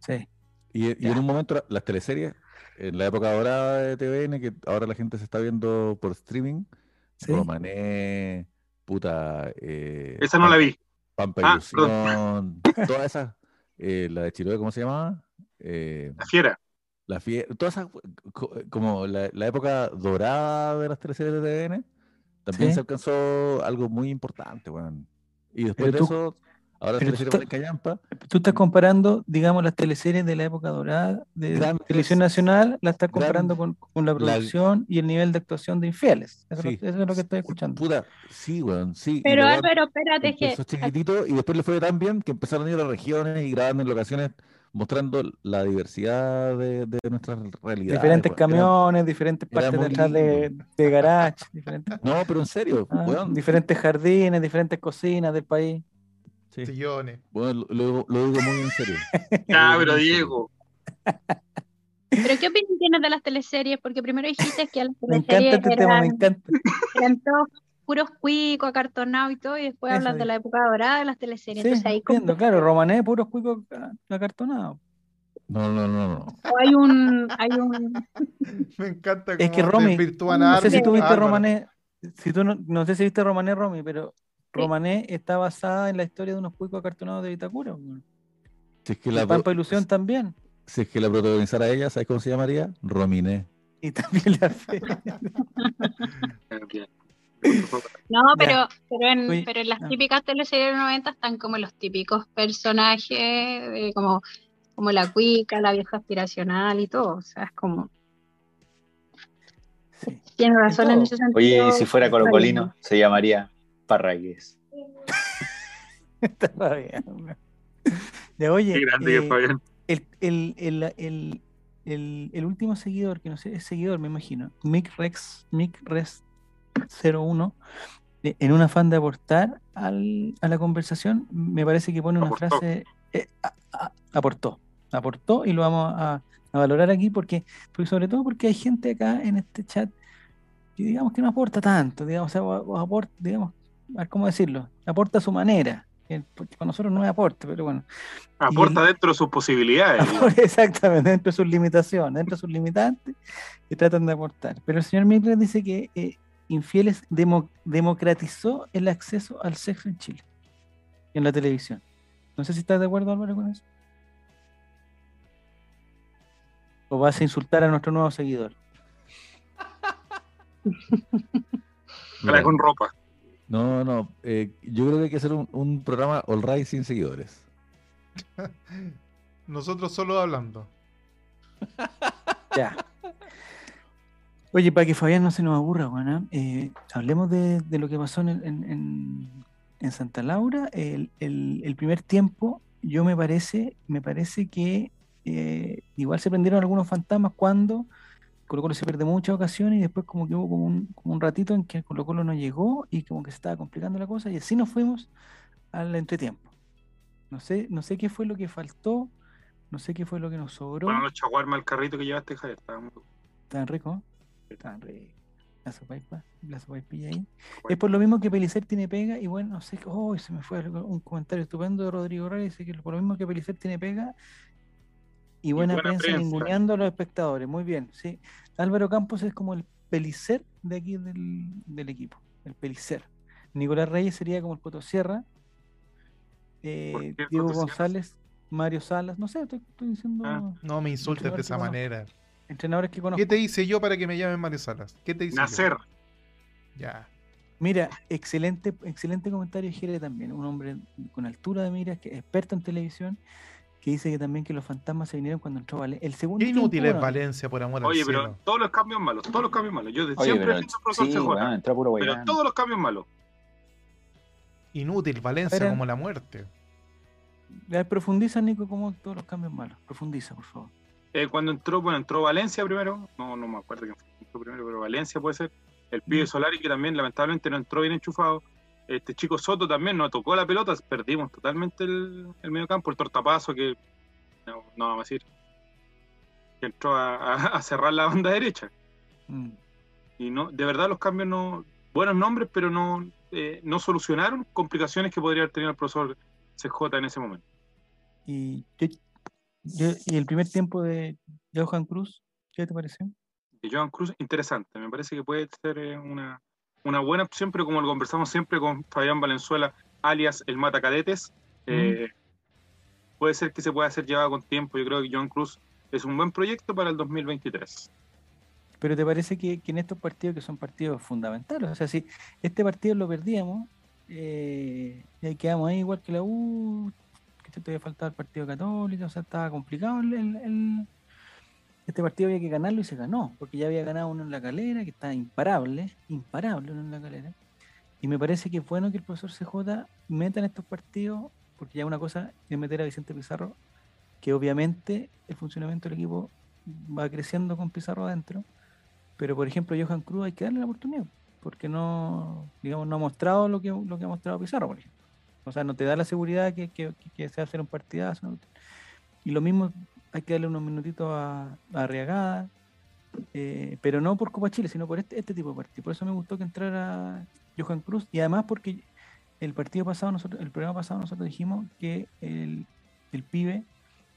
[SPEAKER 3] Sí.
[SPEAKER 1] Y, y
[SPEAKER 3] Ya.
[SPEAKER 1] en un momento la- las teleseries, en la época dorada de TVN, que ahora la gente se está viendo por streaming,
[SPEAKER 3] sí.
[SPEAKER 1] Romané, puta... eh,
[SPEAKER 5] Esa no la vi.
[SPEAKER 1] Pampa
[SPEAKER 5] Ah,
[SPEAKER 1] Ilusión, todas esas, eh, la de Chiloé, ¿cómo se llamaba? Eh,
[SPEAKER 5] La
[SPEAKER 1] <laughs>
[SPEAKER 5] fiera.
[SPEAKER 1] la fie- todas esas, co- eh, como la, la época dorada de las teleseries de TVN, también
[SPEAKER 3] Sí.
[SPEAKER 1] se alcanzó algo muy importante, weón. Y después
[SPEAKER 3] Pero
[SPEAKER 1] de
[SPEAKER 3] tú-
[SPEAKER 1] eso, ahora
[SPEAKER 3] pero tú
[SPEAKER 1] teleseries
[SPEAKER 3] ta-
[SPEAKER 1] valen callampa,
[SPEAKER 3] Tú estás comparando, digamos, las teleseries de la época dorada de
[SPEAKER 1] Grandes-
[SPEAKER 3] Televisión Nacional, la
[SPEAKER 1] grandes-
[SPEAKER 3] estás comparando con, con la
[SPEAKER 1] la-
[SPEAKER 3] producción y el nivel de actuación de Infieles. Eso,
[SPEAKER 1] Sí.
[SPEAKER 3] es, lo, eso es lo que estoy escuchando.
[SPEAKER 1] puta, sí, weón, sí. y
[SPEAKER 6] Pero
[SPEAKER 1] lo weón
[SPEAKER 6] Álvaro, espérate, es que
[SPEAKER 1] empezó chiquitito y después le fue tan bien que empezaron a ir a regiones y grabando en locaciones mostrando la diversidad de, de nuestras realidades.
[SPEAKER 3] diferentes
[SPEAKER 1] weón. Eran-
[SPEAKER 3] camiones, diferentes
[SPEAKER 1] era
[SPEAKER 3] partes de
[SPEAKER 1] muy
[SPEAKER 3] atrás de, de garage, diferentes,
[SPEAKER 1] No, pero en serio,
[SPEAKER 3] ah,
[SPEAKER 1] weón,
[SPEAKER 3] diferentes jardines, diferentes cocinas del país.
[SPEAKER 1] sí.
[SPEAKER 2] Sillones.
[SPEAKER 1] Weón, lo- lo, lo digo muy en serio.
[SPEAKER 5] Cabro, Ah, Diego.
[SPEAKER 6] ¿Pero qué opinión tienes de las teleseries? Porque primero dijiste que las
[SPEAKER 3] <laughs> Me encanta
[SPEAKER 6] teleseries
[SPEAKER 3] este tema, me
[SPEAKER 6] eran,
[SPEAKER 3] encanta.
[SPEAKER 6] eran todos puros cuicos, acartonados y todo, y después
[SPEAKER 3] Eso
[SPEAKER 6] hablas de
[SPEAKER 3] digo.
[SPEAKER 6] la época dorada de las
[SPEAKER 3] Sí,
[SPEAKER 6] teleseries. Entonces ahí como-
[SPEAKER 3] entiendo, claro, Romané, puros cuicos ah, acartonados.
[SPEAKER 1] No, no, no, no.
[SPEAKER 6] o <laughs> hay un, hay un,
[SPEAKER 2] Me encanta
[SPEAKER 3] Es que
[SPEAKER 2] cómo
[SPEAKER 3] Romy,
[SPEAKER 2] desvirtúan a
[SPEAKER 3] No sé si
[SPEAKER 2] Álvaro-
[SPEAKER 3] tú viste
[SPEAKER 2] Álvaro.
[SPEAKER 3] Romané, si tú no, no sé si viste Romané, Romy, pero Romané está basada en la historia de unos cuicos acartonados de Vitacura. weón.
[SPEAKER 1] Si
[SPEAKER 3] <laughs>
[SPEAKER 1] es que
[SPEAKER 3] Y
[SPEAKER 1] la, pro-
[SPEAKER 3] Pampa Ilusión también.
[SPEAKER 1] si es que la protagonizara ella, ¿sabes cómo se llamaría? Rominé.
[SPEAKER 3] Y también
[SPEAKER 1] <laughs>
[SPEAKER 3] la fe.
[SPEAKER 6] no,
[SPEAKER 3] Ya.
[SPEAKER 6] pero, pero en,
[SPEAKER 3] Oye,
[SPEAKER 6] pero en las
[SPEAKER 3] ah.
[SPEAKER 6] típicas teleseries de los 90 están como los típicos personajes, eh, como, como la cuica, la vieja aspiracional y todo. O sea, es como,
[SPEAKER 3] Sí. <laughs>
[SPEAKER 6] tienes razón en
[SPEAKER 3] todo.
[SPEAKER 6] ese sentido.
[SPEAKER 4] Oye, y si fuera
[SPEAKER 6] está bien.
[SPEAKER 4] colocolino, se llamaría Parragués.
[SPEAKER 3] Estaba bien, weón. Ya, oye,
[SPEAKER 5] Qué grande que
[SPEAKER 3] eh,
[SPEAKER 5] es Fabián.
[SPEAKER 3] el, el, el, el, el, el último seguidor, que no sé, es seguidor, me imagino, Mick Rex, Mick Rex 01, eh, en un afán de aportar al, a la conversación, me parece que pone una
[SPEAKER 5] Aportó.
[SPEAKER 3] frase, eh, a- a- aportó, aportó y lo vamos a, a valorar aquí porque, porque sobre todo porque hay gente acá en este chat que digamos que no aporta tanto, digamos, o sea, o- o aporta, digamos, a ver, ¿cómo decirlo? Aporta a su manera. eh, porque Con nosotros no es aporte, pero bueno.
[SPEAKER 5] Aporta
[SPEAKER 3] y-
[SPEAKER 5] dentro de sus <laughs> posibilidades. digo.
[SPEAKER 3] <laughs> Exactamente, dentro de sus limitaciones, dentro de sus limitantes, que tratan de aportar. Pero el señor Miller dice que eh, Infieles demo- democratizó el acceso al sexo en Chile, en la televisión. No sé si estás de acuerdo, Álvaro, con eso. o vas a insultar a nuestro nuevo seguidor.
[SPEAKER 5] Trae con ropa.
[SPEAKER 1] No, no. eh, yo creo que hay que hacer un, un programa All Right sin seguidores.
[SPEAKER 2] Nosotros solo hablando.
[SPEAKER 3] Ya. Oye, para que Fabián no se nos aburra, bueno, hablemos de, de lo que pasó en, el- en- en- en Santa Laura. El, el- el primer tiempo, yo me parece, me parece que eh, igual se prendieron algunos fantasmas cuando Colo Colo se pierde muchas ocasiones y después como que hubo como un, como un ratito en que Colo Colo no llegó y como que se estaba complicando la cosa y así nos fuimos al entretiempo. No sé, no sé qué fue lo que faltó, no sé qué fue lo que nos sobró.
[SPEAKER 5] Bueno, no chaguarme al carrito que llevaste, Javier. estaba muy-
[SPEAKER 3] Tan rico, ¿eh? tan rico. La sopaipa, la sopaipilla ahí. Es por lo mismo que Pelicer tiene pega, y bueno, no sé, qué- oh, se me fue algo- un comentario estupendo de Rodrigo Reyes, dice que por lo mismo que Pelicer tiene pega, y buena,
[SPEAKER 5] buena
[SPEAKER 3] prensa,
[SPEAKER 5] prensa.
[SPEAKER 3] ninguneando a los espectadores. Muy bien, sí. Álvaro Campos es como el Pelicer de aquí del, del equipo, el Pelicer. Nicolás Reyes sería como el Potosierra.
[SPEAKER 5] ¿Por
[SPEAKER 3] Eh,
[SPEAKER 5] qué el
[SPEAKER 3] Diego
[SPEAKER 5] Potosierra?
[SPEAKER 3] González, Mario Salas, no sé, estoy, estoy diciendo
[SPEAKER 5] Ah.
[SPEAKER 2] No me insultes de esa manera.
[SPEAKER 3] entrenadores que conozco.
[SPEAKER 2] ¿Qué te hice yo para que me llamen Mario Salas? ¿Qué te hice yo?
[SPEAKER 5] Nacer.
[SPEAKER 2] Ya.
[SPEAKER 3] Mira, excelente, excelente comentario de Jere también, un hombre con altura de miras, que experto en televisión, que dice que también que los fantasmas se vinieron cuando entró Valencia. El segundo
[SPEAKER 2] Qué inútil es
[SPEAKER 3] tiempo, bueno,
[SPEAKER 2] Valencia, por amor
[SPEAKER 5] Oye,
[SPEAKER 2] al cielo.
[SPEAKER 5] pero todos los cambios malos, todos los cambios malos. Yo de-
[SPEAKER 4] Oye,
[SPEAKER 5] siempre
[SPEAKER 4] pero
[SPEAKER 5] he dicho profesor
[SPEAKER 4] sí,
[SPEAKER 5] CJ,
[SPEAKER 4] weón, entró puro
[SPEAKER 5] pero
[SPEAKER 4] weón.
[SPEAKER 5] todos los cambios malos.
[SPEAKER 2] Inútil Valencia
[SPEAKER 3] Eran-
[SPEAKER 2] como la muerte.
[SPEAKER 3] a ver, profundiza, Nico, como todos los cambios malos. Profundiza, por favor.
[SPEAKER 5] Eh, cuando entró, bueno, entró Valencia primero, no, no me acuerdo quién fue primero, pero Valencia puede ser. El pibe Solari, que también lamentablemente no entró bien enchufado. Este chico Soto también no tocó la pelota, perdimos totalmente el, el medio campo, el tortapazo que no, no vamos a decir. Que entró a, a- a cerrar la banda derecha.
[SPEAKER 3] Mm.
[SPEAKER 5] Y no, de verdad los cambios no, buenos nombres, pero no, eh, no solucionaron complicaciones que podría haber tenido el profesor CJ en ese momento.
[SPEAKER 3] Y, yo- yo- y el primer tiempo de Johan Cruz, ¿qué te pareció?
[SPEAKER 5] de Joan Cruz, interesante. Me parece que puede ser eh, una, una buena opción, pero como lo conversamos siempre con Fabián Valenzuela, alias el Mata Cadetes, eh, puede ser que se pueda hacer llevado con tiempo. Yo creo que Joan Cruz es un buen proyecto para el 2023.
[SPEAKER 3] Pero te parece que, que en estos partidos que son partidos fundamentales, o sea, si este partido lo perdíamos, eh, y ahí quedamos ahí igual que la U, que te había faltado el partido católico, o sea, estaba complicado el, el- el- este partido había que ganarlo y se ganó, porque ya había ganado uno en la calera, que está imparable, imparable uno en la calera. Y me parece que es bueno que el profesor CJ meta en estos partidos, porque ya una cosa es meter a Vicente Pizarro, que obviamente el funcionamiento del equipo va creciendo con Pizarro adentro. Pero por ejemplo, Johan Cruz hay que darle la oportunidad, porque no, digamos, no ha mostrado lo que, lo que ha mostrado Pizarro, por ejemplo. O sea, no te da la seguridad que, que, que- que se va a hacer un partidazo. ¿no? Y lo mismo hay que darle unos minutitos a, a Arriagada, eh, pero no por Copa Chile, sino por este, este tipo de partido. Por eso me gustó que entrara Johan Cruz, y además porque el partido pasado, nosotros, el programa pasado, nosotros dijimos que el, el pibe,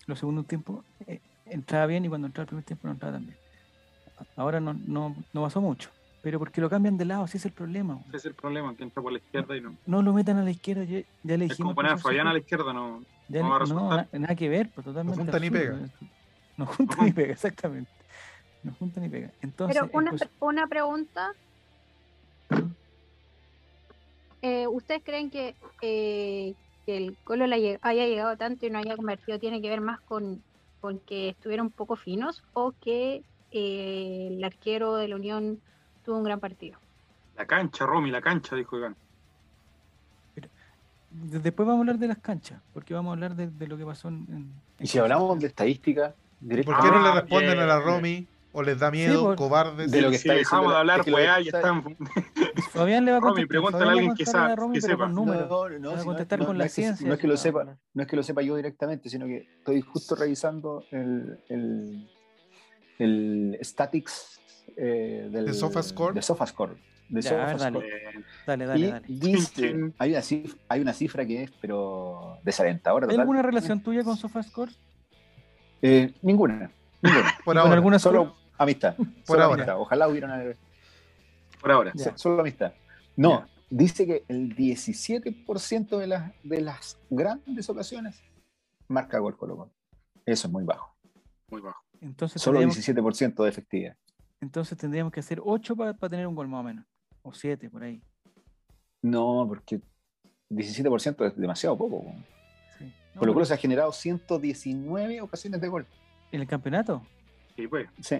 [SPEAKER 3] los segundos tiempos, eh, entraba bien y cuando entraba el primer tiempo no entraba tan bien ahora no, no, no pasó mucho. Pero porque lo cambian de lado, ese es el problema. güey.
[SPEAKER 5] Ese es el problema, que entra por la izquierda y no.
[SPEAKER 3] No lo metan a la izquierda, ya, ya le dijimos.
[SPEAKER 5] Es como
[SPEAKER 3] al
[SPEAKER 5] poner a
[SPEAKER 3] profesor
[SPEAKER 5] Fabián
[SPEAKER 3] Seco,
[SPEAKER 5] a la izquierda, no.
[SPEAKER 3] ya
[SPEAKER 5] no
[SPEAKER 3] no-
[SPEAKER 5] va
[SPEAKER 3] no,
[SPEAKER 5] a resultar.
[SPEAKER 3] na- nada que ver, pues, totalmente.
[SPEAKER 2] junta ni pega.
[SPEAKER 3] absurdo. No junta ni pega, exactamente. No junta ni pega. Entonces, eh,
[SPEAKER 6] Pero
[SPEAKER 3] el
[SPEAKER 6] una,
[SPEAKER 3] profe-
[SPEAKER 6] una pregunta. Eh, ¿Ustedes creen que, eh, que el Colo la lle- haya llegado tanto y no haya convertido tiene que ver más con, con que estuvieron poco finos o que eh, el arquero de la Unión tuvo un gran partido?
[SPEAKER 5] La cancha, Romy, la cancha, dijo Iván.
[SPEAKER 3] pues, de- después vamos a hablar de las canchas, porque vamos a hablar de, de lo que pasó en. en- en
[SPEAKER 4] Y si hablamos de estadística,
[SPEAKER 2] ¿Por qué no
[SPEAKER 5] Ah,
[SPEAKER 2] le responden
[SPEAKER 5] bien.
[SPEAKER 2] a la Romy? ¿O les da miedo,
[SPEAKER 3] por-
[SPEAKER 2] cobardes.
[SPEAKER 4] De lo que
[SPEAKER 5] si
[SPEAKER 4] está
[SPEAKER 5] dejamos
[SPEAKER 4] diciendo
[SPEAKER 5] de
[SPEAKER 4] la-
[SPEAKER 5] hablar,
[SPEAKER 4] es que lo que
[SPEAKER 5] weá, ya
[SPEAKER 4] está-
[SPEAKER 5] están.
[SPEAKER 3] Fabián le va a
[SPEAKER 5] Romy,
[SPEAKER 3] contestar.
[SPEAKER 5] pregúntale
[SPEAKER 3] Fabián
[SPEAKER 5] a
[SPEAKER 3] le
[SPEAKER 5] alguien
[SPEAKER 3] va
[SPEAKER 5] que
[SPEAKER 3] contestar a
[SPEAKER 5] sabe-
[SPEAKER 3] Romy,
[SPEAKER 5] que
[SPEAKER 3] pero
[SPEAKER 5] sepa.
[SPEAKER 3] con números.
[SPEAKER 4] no,
[SPEAKER 3] Va a
[SPEAKER 4] si
[SPEAKER 3] contestar con la
[SPEAKER 4] es que-
[SPEAKER 3] ciencia,
[SPEAKER 4] no es que lo
[SPEAKER 3] va a
[SPEAKER 4] sepa,
[SPEAKER 3] hablar.
[SPEAKER 4] no es que lo sepa yo directamente, sino que estoy justo revisando el, el, el statics eh, del,
[SPEAKER 2] ¿De SofaScore?
[SPEAKER 4] De SofaScore. De
[SPEAKER 3] Ya, a ver,
[SPEAKER 4] SofaScore.
[SPEAKER 3] dale.
[SPEAKER 5] Eh,
[SPEAKER 3] Dale, dale, dale.
[SPEAKER 4] Y
[SPEAKER 5] Chin,
[SPEAKER 4] dice,
[SPEAKER 5] chin.
[SPEAKER 4] hay una, cifra, hay una cifra que es, pero desalentadora.
[SPEAKER 3] ¿Hay
[SPEAKER 4] total.
[SPEAKER 3] alguna relación tuya con SofaScore?
[SPEAKER 4] Eh, ninguna. ninguna.
[SPEAKER 2] Por
[SPEAKER 3] ¿Con
[SPEAKER 2] ahora.
[SPEAKER 3] alguna
[SPEAKER 4] Solo amistad. Solo
[SPEAKER 2] ahora.
[SPEAKER 4] amistad. Ojalá hubiera una,
[SPEAKER 5] por ahora.
[SPEAKER 3] Ya.
[SPEAKER 4] solo amistad. No, dice que el 17% de las, de las grandes ocasiones marca gol Colo Colo. Eso es muy bajo.
[SPEAKER 5] muy bajo.
[SPEAKER 3] Entonces
[SPEAKER 4] Solo
[SPEAKER 3] tendríamos,
[SPEAKER 4] 17% de efectividad.
[SPEAKER 3] entonces tendríamos que hacer 8 para tener un gol más o menos. O 7 por ahí.
[SPEAKER 4] No, porque 17% es demasiado poco. po.
[SPEAKER 3] Sí. No,
[SPEAKER 4] Por lo
[SPEAKER 3] pero
[SPEAKER 4] cual se ha generado 119 ocasiones de gol.
[SPEAKER 3] en el campeonato.
[SPEAKER 5] Sí, pues.
[SPEAKER 4] Sí.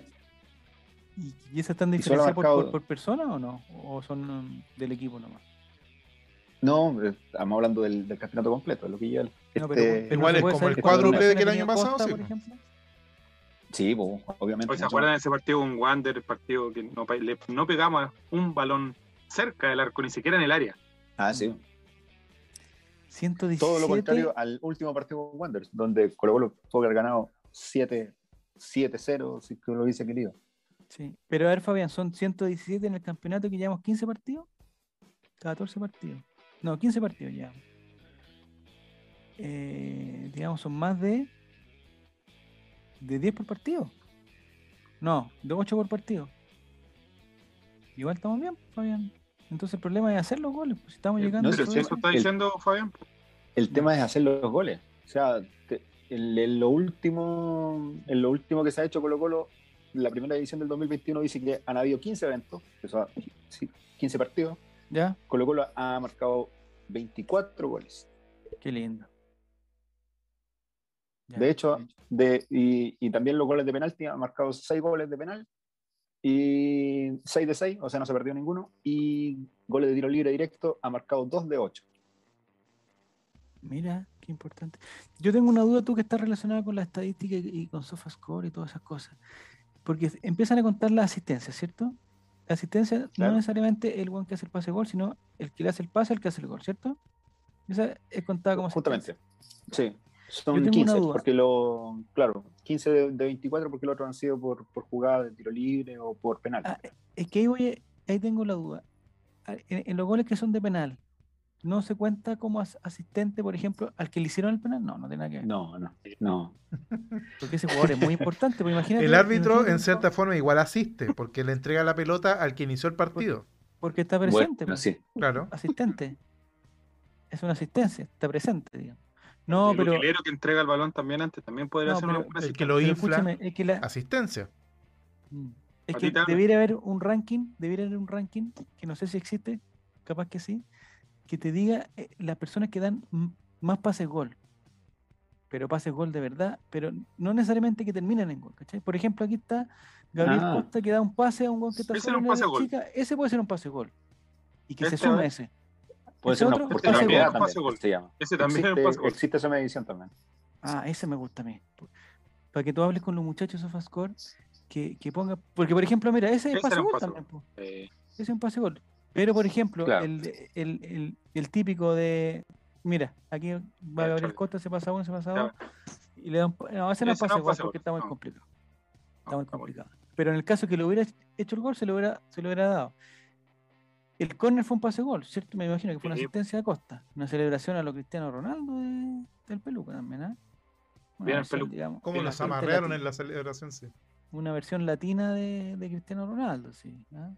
[SPEAKER 3] ¿Y, y esas están
[SPEAKER 4] Y solo ha
[SPEAKER 3] diferenciadas por,
[SPEAKER 4] marcado-
[SPEAKER 3] por- por persona o no? ¿O son um, del equipo nomás?
[SPEAKER 4] No, eh, estamos hablando del, del campeonato completo, es lo que yo.
[SPEAKER 3] No,
[SPEAKER 4] este-
[SPEAKER 2] Igual
[SPEAKER 3] ¿se puede
[SPEAKER 4] es como
[SPEAKER 3] saber cuántas
[SPEAKER 4] el cuádruple
[SPEAKER 2] del
[SPEAKER 3] ocasiones
[SPEAKER 2] año
[SPEAKER 3] tenía
[SPEAKER 2] pasado,
[SPEAKER 3] Costa,
[SPEAKER 2] sí,
[SPEAKER 3] por
[SPEAKER 2] pues.
[SPEAKER 3] ejemplo?
[SPEAKER 4] Sí, po, obviamente.
[SPEAKER 5] Hoy se
[SPEAKER 4] mucho
[SPEAKER 5] acuerdan de
[SPEAKER 4] más.
[SPEAKER 5] ese partido con Wander, el partido que no, pa- le- no pegamos un balón cerca del arco, ni siquiera en el área.
[SPEAKER 4] Ah, sí.
[SPEAKER 3] 117.
[SPEAKER 4] Todo lo contrario al último partido con Wanderers, donde Colo Colo pudo haber ganado 7 7-0, si es que lo hubiese querido.
[SPEAKER 3] Sí. Pero a ver, Fabián, son 117 en el campeonato que llevamos 15 partidos. 14 partidos. No, 15 partidos ya. Eh, digamos, son más de. de 10 por partido. No, de 8 por partido. Igual estamos bien, Fabián. Entonces el problema es hacer los goles. Pues si estamos
[SPEAKER 5] Eh,
[SPEAKER 3] llegando. a
[SPEAKER 4] no, pero
[SPEAKER 5] Pero
[SPEAKER 3] esos
[SPEAKER 5] si
[SPEAKER 4] sí,
[SPEAKER 5] eso
[SPEAKER 3] goles.
[SPEAKER 5] está
[SPEAKER 4] el-
[SPEAKER 5] diciendo Fabián,
[SPEAKER 4] El tema es hacer los goles. O sea, te- en, en lo último, en lo último que se ha hecho Colo Colo, la primera edición del 2021 dice que han habido 15 eventos, o sea, sí, 15 partidos.
[SPEAKER 3] Ya,
[SPEAKER 4] Colo Colo ha marcado 24 goles.
[SPEAKER 3] qué lindo. Ya.
[SPEAKER 4] De hecho, de, y, y también los goles de penalti, ha marcado 6 goles de penal y 6 de 6, o sea, no se perdió ninguno. Y goles de tiro libre directo, ha marcado 2 de 8.
[SPEAKER 3] Mira, qué importante. Yo tengo una duda, tú que estás relacionada con la estadística y y con SofaScore y todas esas cosas. Porque empiezan a contar las asistencias, ¿cierto? La asistencia
[SPEAKER 4] Claro.
[SPEAKER 3] no necesariamente el one que hace el pase gol, sino el que le hace el pase, el que hace el gol, ¿cierto? Esa es contada como asistencia.
[SPEAKER 4] Justamente. Sí.
[SPEAKER 3] Yo
[SPEAKER 4] Son
[SPEAKER 3] tengo
[SPEAKER 4] 15,
[SPEAKER 3] una duda.
[SPEAKER 4] porque lo, claro, 15 de, de 24 porque los otros han sido por, por jugada de tiro libre o por penal.
[SPEAKER 3] Ah, Es que ahí, voy- ahí tengo la duda. A- En, en los goles que son de penal, ¿no se cuenta como as- asistente, por ejemplo, al que le hicieron el penal? No, no tiene nada que ver.
[SPEAKER 4] No, no, no.
[SPEAKER 3] Porque ese jugador
[SPEAKER 2] <laughs>
[SPEAKER 3] es muy importante. porque imagínate-
[SPEAKER 2] El árbitro,
[SPEAKER 3] imagínate
[SPEAKER 2] en
[SPEAKER 3] un
[SPEAKER 2] cierta
[SPEAKER 3] jugador-
[SPEAKER 2] forma, igual asiste, porque le entrega la pelota al que inició el partido.
[SPEAKER 3] Porque está
[SPEAKER 4] Bueno,
[SPEAKER 3] presente. pues.
[SPEAKER 4] sí.
[SPEAKER 2] Claro.
[SPEAKER 3] asistente. Es una asistencia, está presente, digamos. No,
[SPEAKER 5] el
[SPEAKER 3] pero,
[SPEAKER 5] utilero que entrega el balón también antes también podría
[SPEAKER 3] No,
[SPEAKER 5] hacer
[SPEAKER 3] pero
[SPEAKER 5] una buena
[SPEAKER 2] El que
[SPEAKER 5] asistencia.
[SPEAKER 2] lo
[SPEAKER 3] pero
[SPEAKER 2] infla,
[SPEAKER 3] escúchame, es que, la-
[SPEAKER 2] asistencia.
[SPEAKER 3] mm, es que
[SPEAKER 5] Patita.
[SPEAKER 3] debiera haber un ranking, debiera haber un ranking, que no sé si existe, capaz que sí, que te diga eh, las personas que dan m- más pases gol. Pero pases gol de verdad, pero no necesariamente que terminan en gol, ¿cachai? Por ejemplo, aquí está Gabriel
[SPEAKER 4] Ah.
[SPEAKER 3] Costa que da un pase a un gol que está
[SPEAKER 5] Ese
[SPEAKER 3] solo
[SPEAKER 5] era un
[SPEAKER 3] en el área
[SPEAKER 5] pase gol.
[SPEAKER 3] chica, ese puede ser un pase gol. Y que se
[SPEAKER 5] Este, a
[SPEAKER 3] suma
[SPEAKER 5] ver.
[SPEAKER 3] ese.
[SPEAKER 4] Puede
[SPEAKER 3] Ese
[SPEAKER 4] ser una
[SPEAKER 3] otro,
[SPEAKER 4] oportunidad
[SPEAKER 3] pase
[SPEAKER 4] también,
[SPEAKER 5] gol. Pase gol.
[SPEAKER 4] se llama.
[SPEAKER 5] Ese también es un
[SPEAKER 4] existe,
[SPEAKER 5] pase gol.
[SPEAKER 4] existe esa medición también.
[SPEAKER 3] Ah, ese me gusta a mí. Po- Para que tú hables con los muchachos de Sofascore, que, que ponga. Porque, por ejemplo, mira, ese es
[SPEAKER 5] Ese era
[SPEAKER 3] pase
[SPEAKER 5] un
[SPEAKER 3] gol
[SPEAKER 5] pase
[SPEAKER 3] también. po.
[SPEAKER 5] Eh,
[SPEAKER 3] Ese es un pase gol. Pero, por ejemplo,
[SPEAKER 4] Claro.
[SPEAKER 3] el, el- el- el típico de. Mira, aquí va
[SPEAKER 5] Ya,
[SPEAKER 3] Gabriel
[SPEAKER 5] chale.
[SPEAKER 3] Costa, se pasa uno, se pasa
[SPEAKER 5] Ya.
[SPEAKER 3] dos. Y le dan. No, ese no es pase
[SPEAKER 5] Ese no es
[SPEAKER 3] gol
[SPEAKER 5] pase gol,
[SPEAKER 3] porque está muy
[SPEAKER 5] no.
[SPEAKER 3] complicado. Está muy
[SPEAKER 5] Ah, está bueno.
[SPEAKER 3] complicado. Pero en el caso que lo hubiera hecho el gol, se lo hubiera, se lo hubiera dado. El córner fue un pase gol, ¿cierto? Me imagino que fue una
[SPEAKER 5] Sí.
[SPEAKER 3] asistencia de Costa. Una celebración a lo Cristiano Ronaldo de- del Peluca también, ¿ah? Una
[SPEAKER 5] Bien, el
[SPEAKER 3] versión,
[SPEAKER 5] Peluca.
[SPEAKER 3] digamos,
[SPEAKER 2] Como
[SPEAKER 5] En la
[SPEAKER 2] los
[SPEAKER 3] gente
[SPEAKER 2] amarrearon
[SPEAKER 3] latina.
[SPEAKER 2] en la celebración, sí.
[SPEAKER 3] Una versión latina de, de Cristiano Ronaldo, sí. ¿ah?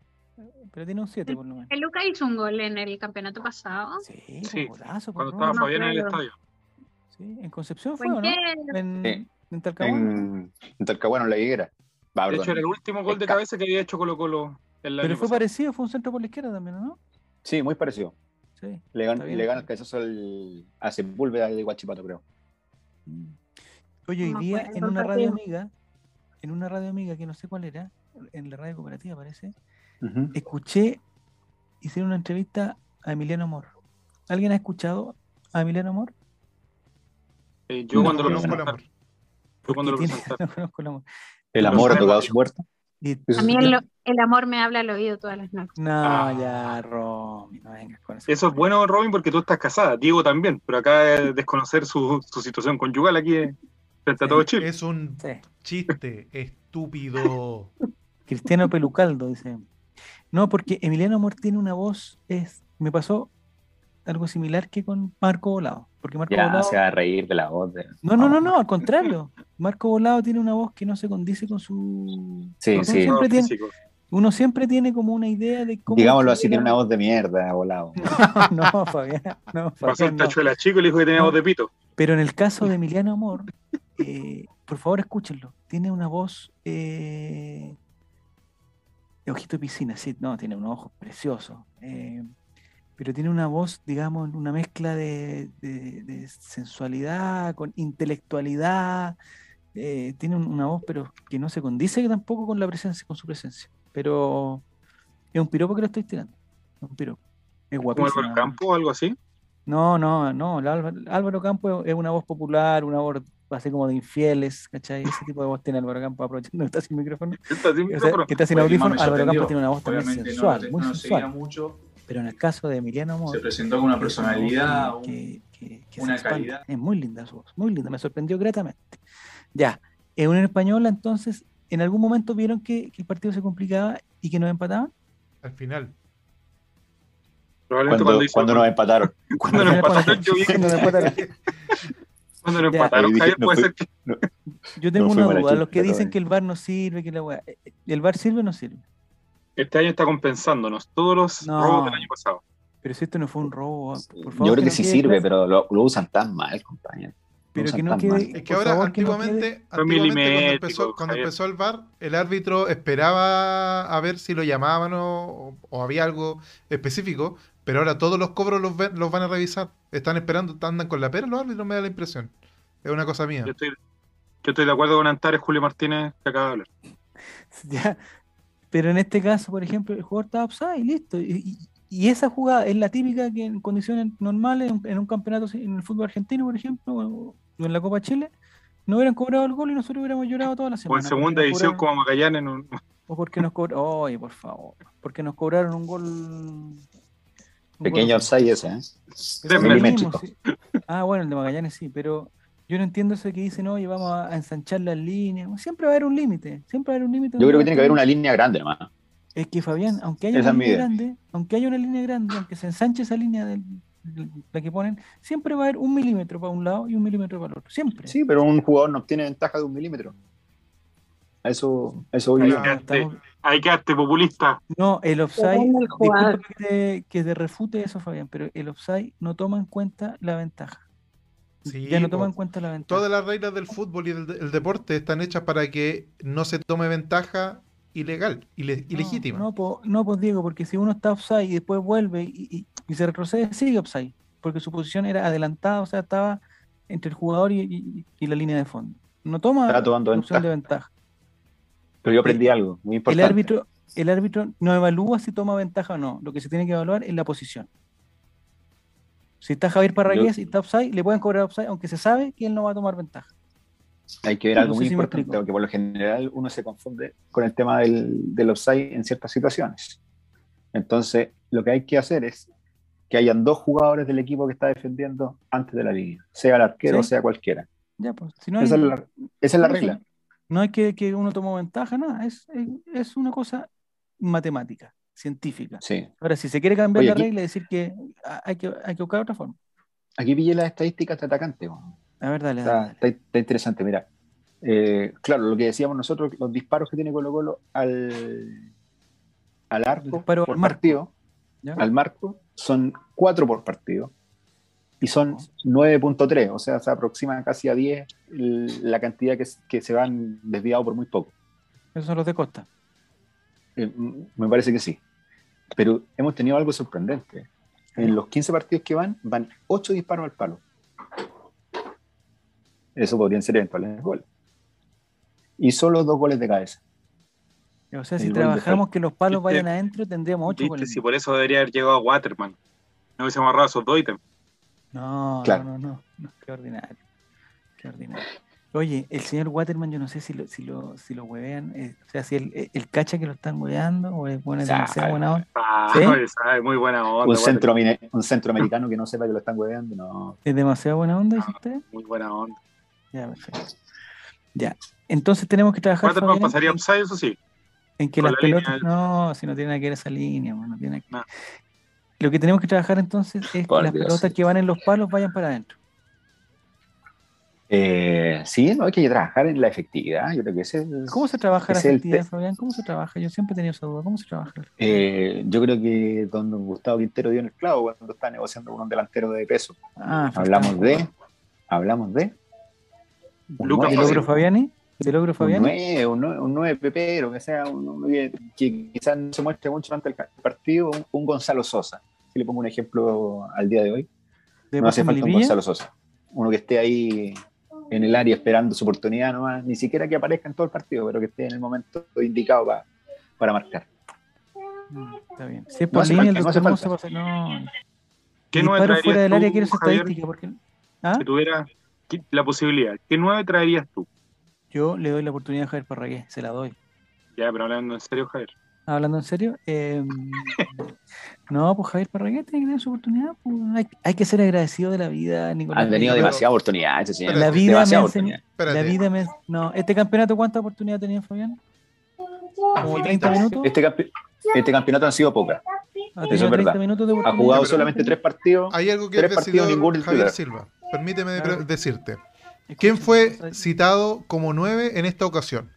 [SPEAKER 3] Pero tiene un 7 por lo menos.
[SPEAKER 6] El Luca hizo un gol en el campeonato pasado.
[SPEAKER 3] Sí,
[SPEAKER 5] Sí,
[SPEAKER 3] un golazo, por
[SPEAKER 5] cuando estaba
[SPEAKER 6] no,
[SPEAKER 5] Fabián en el
[SPEAKER 6] claro.
[SPEAKER 5] estadio.
[SPEAKER 3] Sí, en Concepción fue,
[SPEAKER 6] ¿Fue en
[SPEAKER 3] ¿o ¿no?
[SPEAKER 6] qué?
[SPEAKER 3] En,
[SPEAKER 4] Sí.
[SPEAKER 3] en Talcahuano.
[SPEAKER 4] En, en Talcahuano, en la higuera. Va,
[SPEAKER 5] De
[SPEAKER 4] Ah, perdón.
[SPEAKER 5] hecho, era el último gol de
[SPEAKER 4] Esca-
[SPEAKER 5] cabeza que había hecho Colo Colo en la
[SPEAKER 3] Pero fue parecido, fue un centro por la izquierda también, ¿o ¿no?
[SPEAKER 4] Sí, muy parecido.
[SPEAKER 3] Sí.
[SPEAKER 4] Le, gan-
[SPEAKER 3] Está bien.
[SPEAKER 4] le gana el cabezazo al, a Sepúlveda de Guachipato, creo.
[SPEAKER 3] Mm. Oye, hoy
[SPEAKER 6] No me
[SPEAKER 3] día
[SPEAKER 6] acuerdo
[SPEAKER 3] en
[SPEAKER 6] el
[SPEAKER 3] una radio
[SPEAKER 6] partido.
[SPEAKER 3] amiga, en una radio amiga que no sé cuál era, en la radio cooperativa parece, escuché, hicieron una entrevista a Emiliano Amor. ¿Alguien ha escuchado a Emiliano Amor?
[SPEAKER 5] Eh, yo cuando lo
[SPEAKER 2] No,
[SPEAKER 4] conozco
[SPEAKER 2] el
[SPEAKER 5] presentaron.
[SPEAKER 2] amor.
[SPEAKER 5] Yo cuando lo
[SPEAKER 3] Porque tiene- <laughs>
[SPEAKER 5] presentaron.
[SPEAKER 3] no conozco el amor.
[SPEAKER 4] El
[SPEAKER 5] Los
[SPEAKER 4] amor ha
[SPEAKER 5] tres
[SPEAKER 4] tocado
[SPEAKER 5] goles.
[SPEAKER 4] su puerta.
[SPEAKER 3] Y-
[SPEAKER 6] A mí el, el amor me habla al oído todas las noches.
[SPEAKER 3] No,
[SPEAKER 5] Ah.
[SPEAKER 3] ya, Romy, no vengas con eso.
[SPEAKER 5] Eso es bueno, Robin, porque tú estás casada. Diego también. Pero acá es desconocer su, su situación conyugal aquí eh, frente a todo Chile.
[SPEAKER 2] Es un
[SPEAKER 3] Sí.
[SPEAKER 2] chiste estúpido.
[SPEAKER 3] Cristiano Pelucaldo, dice. No, porque Emiliano Amor tiene una voz, es, me pasó algo similar que con Marco Volado. Porque Marco
[SPEAKER 4] Ya
[SPEAKER 3] Volado.
[SPEAKER 4] se va a reír de la voz. de-
[SPEAKER 3] No, no,
[SPEAKER 4] Ah.
[SPEAKER 3] no, no, al contrario. Marco Volado tiene una voz que no se condice con su.
[SPEAKER 4] Mm, Sí,
[SPEAKER 3] Uno
[SPEAKER 4] sí.
[SPEAKER 3] siempre tiene,
[SPEAKER 5] Físico.
[SPEAKER 3] uno siempre tiene como una idea de cómo.
[SPEAKER 4] Digámoslo así, tiene una voz de mierda, volado.
[SPEAKER 3] <laughs> No, Fabián, no,
[SPEAKER 5] Pasó
[SPEAKER 3] Fabián,
[SPEAKER 5] el
[SPEAKER 3] no.
[SPEAKER 5] tachuela chico y le dijo que tenía
[SPEAKER 3] No.
[SPEAKER 5] voz de pito.
[SPEAKER 3] Pero en el caso de Emiliano Amor, eh, por favor escúchenlo. Tiene una voz eh, de ojito de piscina, sí, no, tiene unos ojos preciosos. eh, pero tiene una voz, digamos, una mezcla de, de- de sensualidad, con intelectualidad. eh, tiene un- una voz, pero que no se condice tampoco con la presencia, con su presencia. Pero es un piropo que lo estoy tirando. Es un piropo. Es
[SPEAKER 5] como
[SPEAKER 3] guapísimo.
[SPEAKER 5] Álvaro Campo o algo así.
[SPEAKER 3] No, no, no. el Álvaro, Álvaro Campo es es una voz popular, una voz así como de infieles, ¿cachai? Ese tipo de voz tiene Álvaro Campo, aprovechando que está sin
[SPEAKER 7] <laughs>
[SPEAKER 3] micrófono.
[SPEAKER 5] Está sin
[SPEAKER 3] O sea,
[SPEAKER 5] micrófono.
[SPEAKER 3] que está sin
[SPEAKER 7] Oye,
[SPEAKER 3] audífono,
[SPEAKER 7] Mame se
[SPEAKER 3] Álvaro
[SPEAKER 7] atendió.
[SPEAKER 3] Campo tiene una voz también
[SPEAKER 7] Obviamente no,
[SPEAKER 3] sensual,
[SPEAKER 7] lo-
[SPEAKER 3] muy
[SPEAKER 7] no lo seguía
[SPEAKER 3] sensual.
[SPEAKER 7] mucho,
[SPEAKER 3] Pero en el caso de Emiliano Amor,
[SPEAKER 7] se presentó con una
[SPEAKER 3] es voz
[SPEAKER 7] personalidad, un-
[SPEAKER 3] que- que- que se
[SPEAKER 7] una
[SPEAKER 3] expande.
[SPEAKER 7] calidad.
[SPEAKER 3] Es muy linda su voz, muy linda, me sorprendió gratamente. Ya, en Unión Española, entonces, ¿en algún momento vieron que, que el partido se complicaba y que nos empataban?
[SPEAKER 2] Al final.
[SPEAKER 5] Probablemente
[SPEAKER 4] Cuando,
[SPEAKER 5] cuando, hizo-
[SPEAKER 4] cuando nos empataron.
[SPEAKER 5] cuando nos
[SPEAKER 3] <laughs>
[SPEAKER 5] empataron, yo vi que-
[SPEAKER 3] Nos empataron.
[SPEAKER 5] cuando nos
[SPEAKER 3] Ya.
[SPEAKER 5] empataron,
[SPEAKER 4] Ahí dije,
[SPEAKER 5] Javier,
[SPEAKER 4] no
[SPEAKER 5] puede
[SPEAKER 4] fue-
[SPEAKER 5] ser que
[SPEAKER 3] Yo tengo
[SPEAKER 4] No fue
[SPEAKER 3] una
[SPEAKER 4] buena
[SPEAKER 3] duda, los que
[SPEAKER 4] chispa,
[SPEAKER 3] dicen
[SPEAKER 4] todavía.
[SPEAKER 3] que el bar no sirve, que la weá. eh, ¿El bar sirve o no sirve?
[SPEAKER 5] este año está compensándonos todos los
[SPEAKER 3] No.
[SPEAKER 5] robos del año pasado.
[SPEAKER 3] Pero si esto no fue un robo, por favor.
[SPEAKER 4] Yo creo que,
[SPEAKER 3] no
[SPEAKER 4] sí
[SPEAKER 3] quede
[SPEAKER 4] sirve,
[SPEAKER 3] claro,
[SPEAKER 4] pero lo, lo usan tan mal, compañero.
[SPEAKER 3] pero
[SPEAKER 4] usan
[SPEAKER 3] que no
[SPEAKER 4] tan
[SPEAKER 3] quede.
[SPEAKER 4] mal.
[SPEAKER 2] Es que
[SPEAKER 3] por
[SPEAKER 2] ahora,
[SPEAKER 3] favor, que no quede-
[SPEAKER 2] antiguamente,
[SPEAKER 5] Fue
[SPEAKER 2] antiguamente cuando,
[SPEAKER 5] milimétrico,
[SPEAKER 2] empezó, cuando
[SPEAKER 5] Javier.
[SPEAKER 2] empezó el VAR, el árbitro esperaba a ver si lo llamaban o, o había algo específico, pero ahora todos los cobros los, ven- los van a revisar. Están esperando, andan con la pera los árbitros, me da la impresión. Es una cosa mía.
[SPEAKER 5] Yo estoy, yo estoy de acuerdo con Antares Julio Martínez que acaba de hablar.
[SPEAKER 3] <laughs> Este Ya. Pero en este caso, por ejemplo, el jugador estaba offside, listo. Y, y- y esa jugada es la típica que en condiciones normales, en, en un campeonato, así, en el fútbol argentino, por ejemplo, o o en la Copa Chile, no hubieran cobrado el gol y nosotros hubiéramos llorado toda la
[SPEAKER 5] O en
[SPEAKER 3] semana. porque
[SPEAKER 5] segunda
[SPEAKER 3] nos
[SPEAKER 5] división
[SPEAKER 3] cobraron-
[SPEAKER 5] como Magallanes. no- no.
[SPEAKER 3] O porque nos cobraron. Oye, por favor. Porque nos cobraron un gol. un gol
[SPEAKER 4] Pequeño
[SPEAKER 3] offside.
[SPEAKER 4] offside ese, ¿eh?
[SPEAKER 3] Pero
[SPEAKER 5] Es
[SPEAKER 3] es lo
[SPEAKER 4] milimétrico.
[SPEAKER 3] mismo, sí. Ah, bueno, el de Magallanes sí, pero yo no entiendo eso que dicen, oye, vamos a a ensanchar las líneas. Siempre va a haber un límite, siempre va a haber un límite.
[SPEAKER 4] Yo
[SPEAKER 3] donde va
[SPEAKER 4] creo que
[SPEAKER 3] a
[SPEAKER 4] tiene que haber una línea grande, hermano.
[SPEAKER 3] Es que Fabián, aunque haya una
[SPEAKER 4] Esa es mi
[SPEAKER 3] línea
[SPEAKER 4] idea.
[SPEAKER 3] grande, aunque haya una línea grande, aunque se ensanche esa línea del- del- la que ponen, siempre va a haber un milímetro para un lado y un milímetro para el otro. Siempre.
[SPEAKER 4] Sí, pero un jugador no obtiene ventaja de un milímetro. A Eso, a eso voy
[SPEAKER 3] No,
[SPEAKER 4] yo.
[SPEAKER 5] Claro.
[SPEAKER 3] Ah, estamos-
[SPEAKER 5] <laughs> Ahí quedaste, populista.
[SPEAKER 3] no, el offside,
[SPEAKER 6] Depende del jugador.
[SPEAKER 3] discúlpame que te, que te refute eso, Fabián, pero el offside no toma en cuenta la ventaja.
[SPEAKER 2] Sí, pues.
[SPEAKER 3] ya no
[SPEAKER 2] po.
[SPEAKER 3] toma en cuenta la ventaja.
[SPEAKER 2] Todas las reglas del fútbol y del el deporte están hechas para que no se tome ventaja ilegal, ile-
[SPEAKER 3] No,
[SPEAKER 2] ilegítima.
[SPEAKER 3] No, po- no, pues Diego, porque si uno está offside y después vuelve y, y- y se retrocede, sigue offside, porque su posición era adelantada, o sea, estaba entre el jugador y, y- y la línea de fondo. No toma
[SPEAKER 4] Estaba tomando
[SPEAKER 3] la opción de ventaja.
[SPEAKER 4] Pero yo aprendí algo muy
[SPEAKER 3] El
[SPEAKER 4] importante.
[SPEAKER 3] árbitro, el árbitro no evalúa si toma ventaja o no, lo que se tiene que evaluar es la posición. Si está Javier Parragués y está offside, le pueden cobrar offside, aunque se sabe que él no va a tomar ventaja.
[SPEAKER 4] Hay que ver
[SPEAKER 3] No
[SPEAKER 4] algo
[SPEAKER 3] sé
[SPEAKER 4] muy
[SPEAKER 3] si pues me
[SPEAKER 4] importante,
[SPEAKER 3] explico.
[SPEAKER 4] porque por lo general uno se confunde con el tema del, del offside en ciertas situaciones. Entonces, lo que hay que hacer es que hayan dos jugadores del equipo que está defendiendo antes de la línea, sea el arquero o
[SPEAKER 3] Sí.
[SPEAKER 4] sea cualquiera.
[SPEAKER 3] Ya, pues, si no hay-
[SPEAKER 4] esa, es la, esa es la
[SPEAKER 3] Por eso,
[SPEAKER 4] regla.
[SPEAKER 3] No es que, que uno tomó ventaja, nada, es, es, es una cosa matemática, científica.
[SPEAKER 4] Sí.
[SPEAKER 3] Ahora, si se quiere cambiar
[SPEAKER 4] Oye,
[SPEAKER 3] la
[SPEAKER 4] aquí-
[SPEAKER 3] regla y decir que ah, hay que, hay que buscar otra forma.
[SPEAKER 4] Aquí pillé las estadísticas de atacante. bueno.
[SPEAKER 3] A ver, dale, dale,
[SPEAKER 4] Está,
[SPEAKER 3] dale.
[SPEAKER 4] está- está interesante, mira. Eh, claro, lo que decíamos nosotros, los disparos que tiene Colo Colo al, al arco
[SPEAKER 3] disparo al
[SPEAKER 4] por
[SPEAKER 3] marco.
[SPEAKER 4] partido,
[SPEAKER 3] ¿Ya?
[SPEAKER 4] al marco, son cuatro por partido y son
[SPEAKER 3] Oh.
[SPEAKER 4] 9.3, o sea, se aproxima casi a 10 el- la cantidad que, s- que se van desviados por muy poco.
[SPEAKER 3] Esos son los de Costa.
[SPEAKER 4] Eh, m- me parece que sí. Pero hemos tenido algo sorprendente. En los 15 partidos que van, van 8 disparos al palo. Eso podrían ser eventuales goles. Y solo dos goles de cabeza.
[SPEAKER 3] O sea,
[SPEAKER 4] El
[SPEAKER 3] si
[SPEAKER 4] gol de Fer.
[SPEAKER 3] trabajamos que los palos
[SPEAKER 5] Viste-
[SPEAKER 3] vayan adentro, tendríamos ocho
[SPEAKER 5] Viste,
[SPEAKER 3] goles.
[SPEAKER 5] Si por eso debería haber llegado a Waterman. No hubiésemos agarrado esos dos ítems.
[SPEAKER 3] No,
[SPEAKER 4] Claro.
[SPEAKER 3] no, no, no, no, Qué ordinario. Qué ordinario. Oye, el señor Waterman, yo no sé si lo, si lo, si lo huevean. eh, o sea, si el, el- el cacha que lo están hueveando o es bueno, es
[SPEAKER 4] Sabe.
[SPEAKER 3] demasiado buena onda.
[SPEAKER 5] Ah, <laughs>
[SPEAKER 3] ¿Sí?
[SPEAKER 5] sabe, muy buena onda.
[SPEAKER 4] Un,
[SPEAKER 5] Waterman,
[SPEAKER 4] centro, un centroamericano que no sepa que lo están hueveando, no.
[SPEAKER 3] ¿Es demasiado buena onda, dice usted?
[SPEAKER 5] Muy buena onda.
[SPEAKER 3] Ya, perfecto. Ya. Entonces tenemos que trabajar.
[SPEAKER 5] Waterman
[SPEAKER 3] Fabián,
[SPEAKER 5] pasaría
[SPEAKER 3] en-
[SPEAKER 5] upside, eso sí.
[SPEAKER 3] En que
[SPEAKER 5] Con
[SPEAKER 3] las
[SPEAKER 5] la línea
[SPEAKER 3] pelotas. No, si no tiene nada que ver esa línea, bueno, no tiene nada que-
[SPEAKER 5] No.
[SPEAKER 3] Lo que tenemos que trabajar entonces es que
[SPEAKER 4] Por
[SPEAKER 3] las
[SPEAKER 4] Dios.
[SPEAKER 3] pelotas que van en los palos vayan para adentro.
[SPEAKER 4] Eh, sí, no, hay que trabajar en la efectividad. Yo creo que ese es-
[SPEAKER 3] ¿Cómo se trabaja la
[SPEAKER 4] Es el
[SPEAKER 3] efectividad,
[SPEAKER 4] te-
[SPEAKER 3] Fabián? ¿Cómo se trabaja? Yo siempre he tenido esa duda. ¿Cómo se trabaja? la efectividad?
[SPEAKER 4] eh, yo creo que don Gustavo Quintero dio en el clavo cuando está negociando con un delantero de peso.
[SPEAKER 3] Ah,
[SPEAKER 4] Hablamos
[SPEAKER 3] fantástico.
[SPEAKER 4] de, hablamos de
[SPEAKER 5] Lucas
[SPEAKER 3] ¿De
[SPEAKER 4] Fácil.
[SPEAKER 3] logro Fabiani? ¿De logro
[SPEAKER 4] Un
[SPEAKER 3] Fabiani?
[SPEAKER 4] 9, un 9, un nueve pepero, que sea un hombre que, que quizás no se muestre mucho ante el partido, un, un Gonzalo Sosa. Si le pongo un ejemplo al día de hoy,
[SPEAKER 3] ¿De
[SPEAKER 4] no hace
[SPEAKER 3] Paco
[SPEAKER 4] falta un
[SPEAKER 3] Melipilla?
[SPEAKER 4] Gonzalo Sosa. Uno que esté ahí en el área esperando su oportunidad nomás, ni siquiera que aparezca en todo el partido, pero que esté en el momento indicado pa- para marcar.
[SPEAKER 3] Mm, Está bien. Si es
[SPEAKER 4] No
[SPEAKER 3] por
[SPEAKER 4] hace
[SPEAKER 3] línea, el
[SPEAKER 4] falta, no
[SPEAKER 3] doctor
[SPEAKER 4] hace
[SPEAKER 3] Mozo
[SPEAKER 4] falta.
[SPEAKER 3] pasa- no.
[SPEAKER 5] ¿Qué nueve
[SPEAKER 3] Disparo
[SPEAKER 5] traerías
[SPEAKER 3] fuera del
[SPEAKER 5] tú,
[SPEAKER 3] área, quiero su
[SPEAKER 5] Javier,
[SPEAKER 3] estadística. Porque... ¿Ah?
[SPEAKER 5] Si tuviera qui- la posibilidad, ¿qué nueve traerías tú?
[SPEAKER 3] Yo le doy la oportunidad a Javier Parragués, se la doy.
[SPEAKER 5] Ya, pero hablando en serio, Javier.
[SPEAKER 3] Hablando en serio, eh, no, pues Javier Parragués tiene que tener su oportunidad. pues. Hay, hay que ser agradecido de la vida, Nicolás.
[SPEAKER 4] Han tenido
[SPEAKER 2] pero-
[SPEAKER 4] demasiada oportunidad, ese señor.
[SPEAKER 3] La vida me
[SPEAKER 4] demasiada
[SPEAKER 3] ha
[SPEAKER 4] oportunidad.
[SPEAKER 3] enseñado.
[SPEAKER 2] Espérate.
[SPEAKER 3] La vida me... No, ¿este campeonato cuántas oportunidades tenía Fabián? ¿Como 30 minutos?
[SPEAKER 4] Este, campe- este campeonato han sido pocas.
[SPEAKER 3] Ha
[SPEAKER 4] eso
[SPEAKER 3] tenido
[SPEAKER 4] es verdad.
[SPEAKER 3] minutos de
[SPEAKER 4] Ha
[SPEAKER 3] oportunidad.
[SPEAKER 4] jugado solamente tres partidos.
[SPEAKER 2] Hay algo que
[SPEAKER 4] Tres
[SPEAKER 2] es
[SPEAKER 4] partidos,
[SPEAKER 2] decidido
[SPEAKER 4] ningún
[SPEAKER 2] Javier
[SPEAKER 4] titular.
[SPEAKER 2] Silva. Permíteme de-
[SPEAKER 3] Claro.
[SPEAKER 2] decirte.
[SPEAKER 3] Escuchen,
[SPEAKER 2] ¿Quién fue
[SPEAKER 3] o sea,
[SPEAKER 2] citado como 9 en esta ocasión?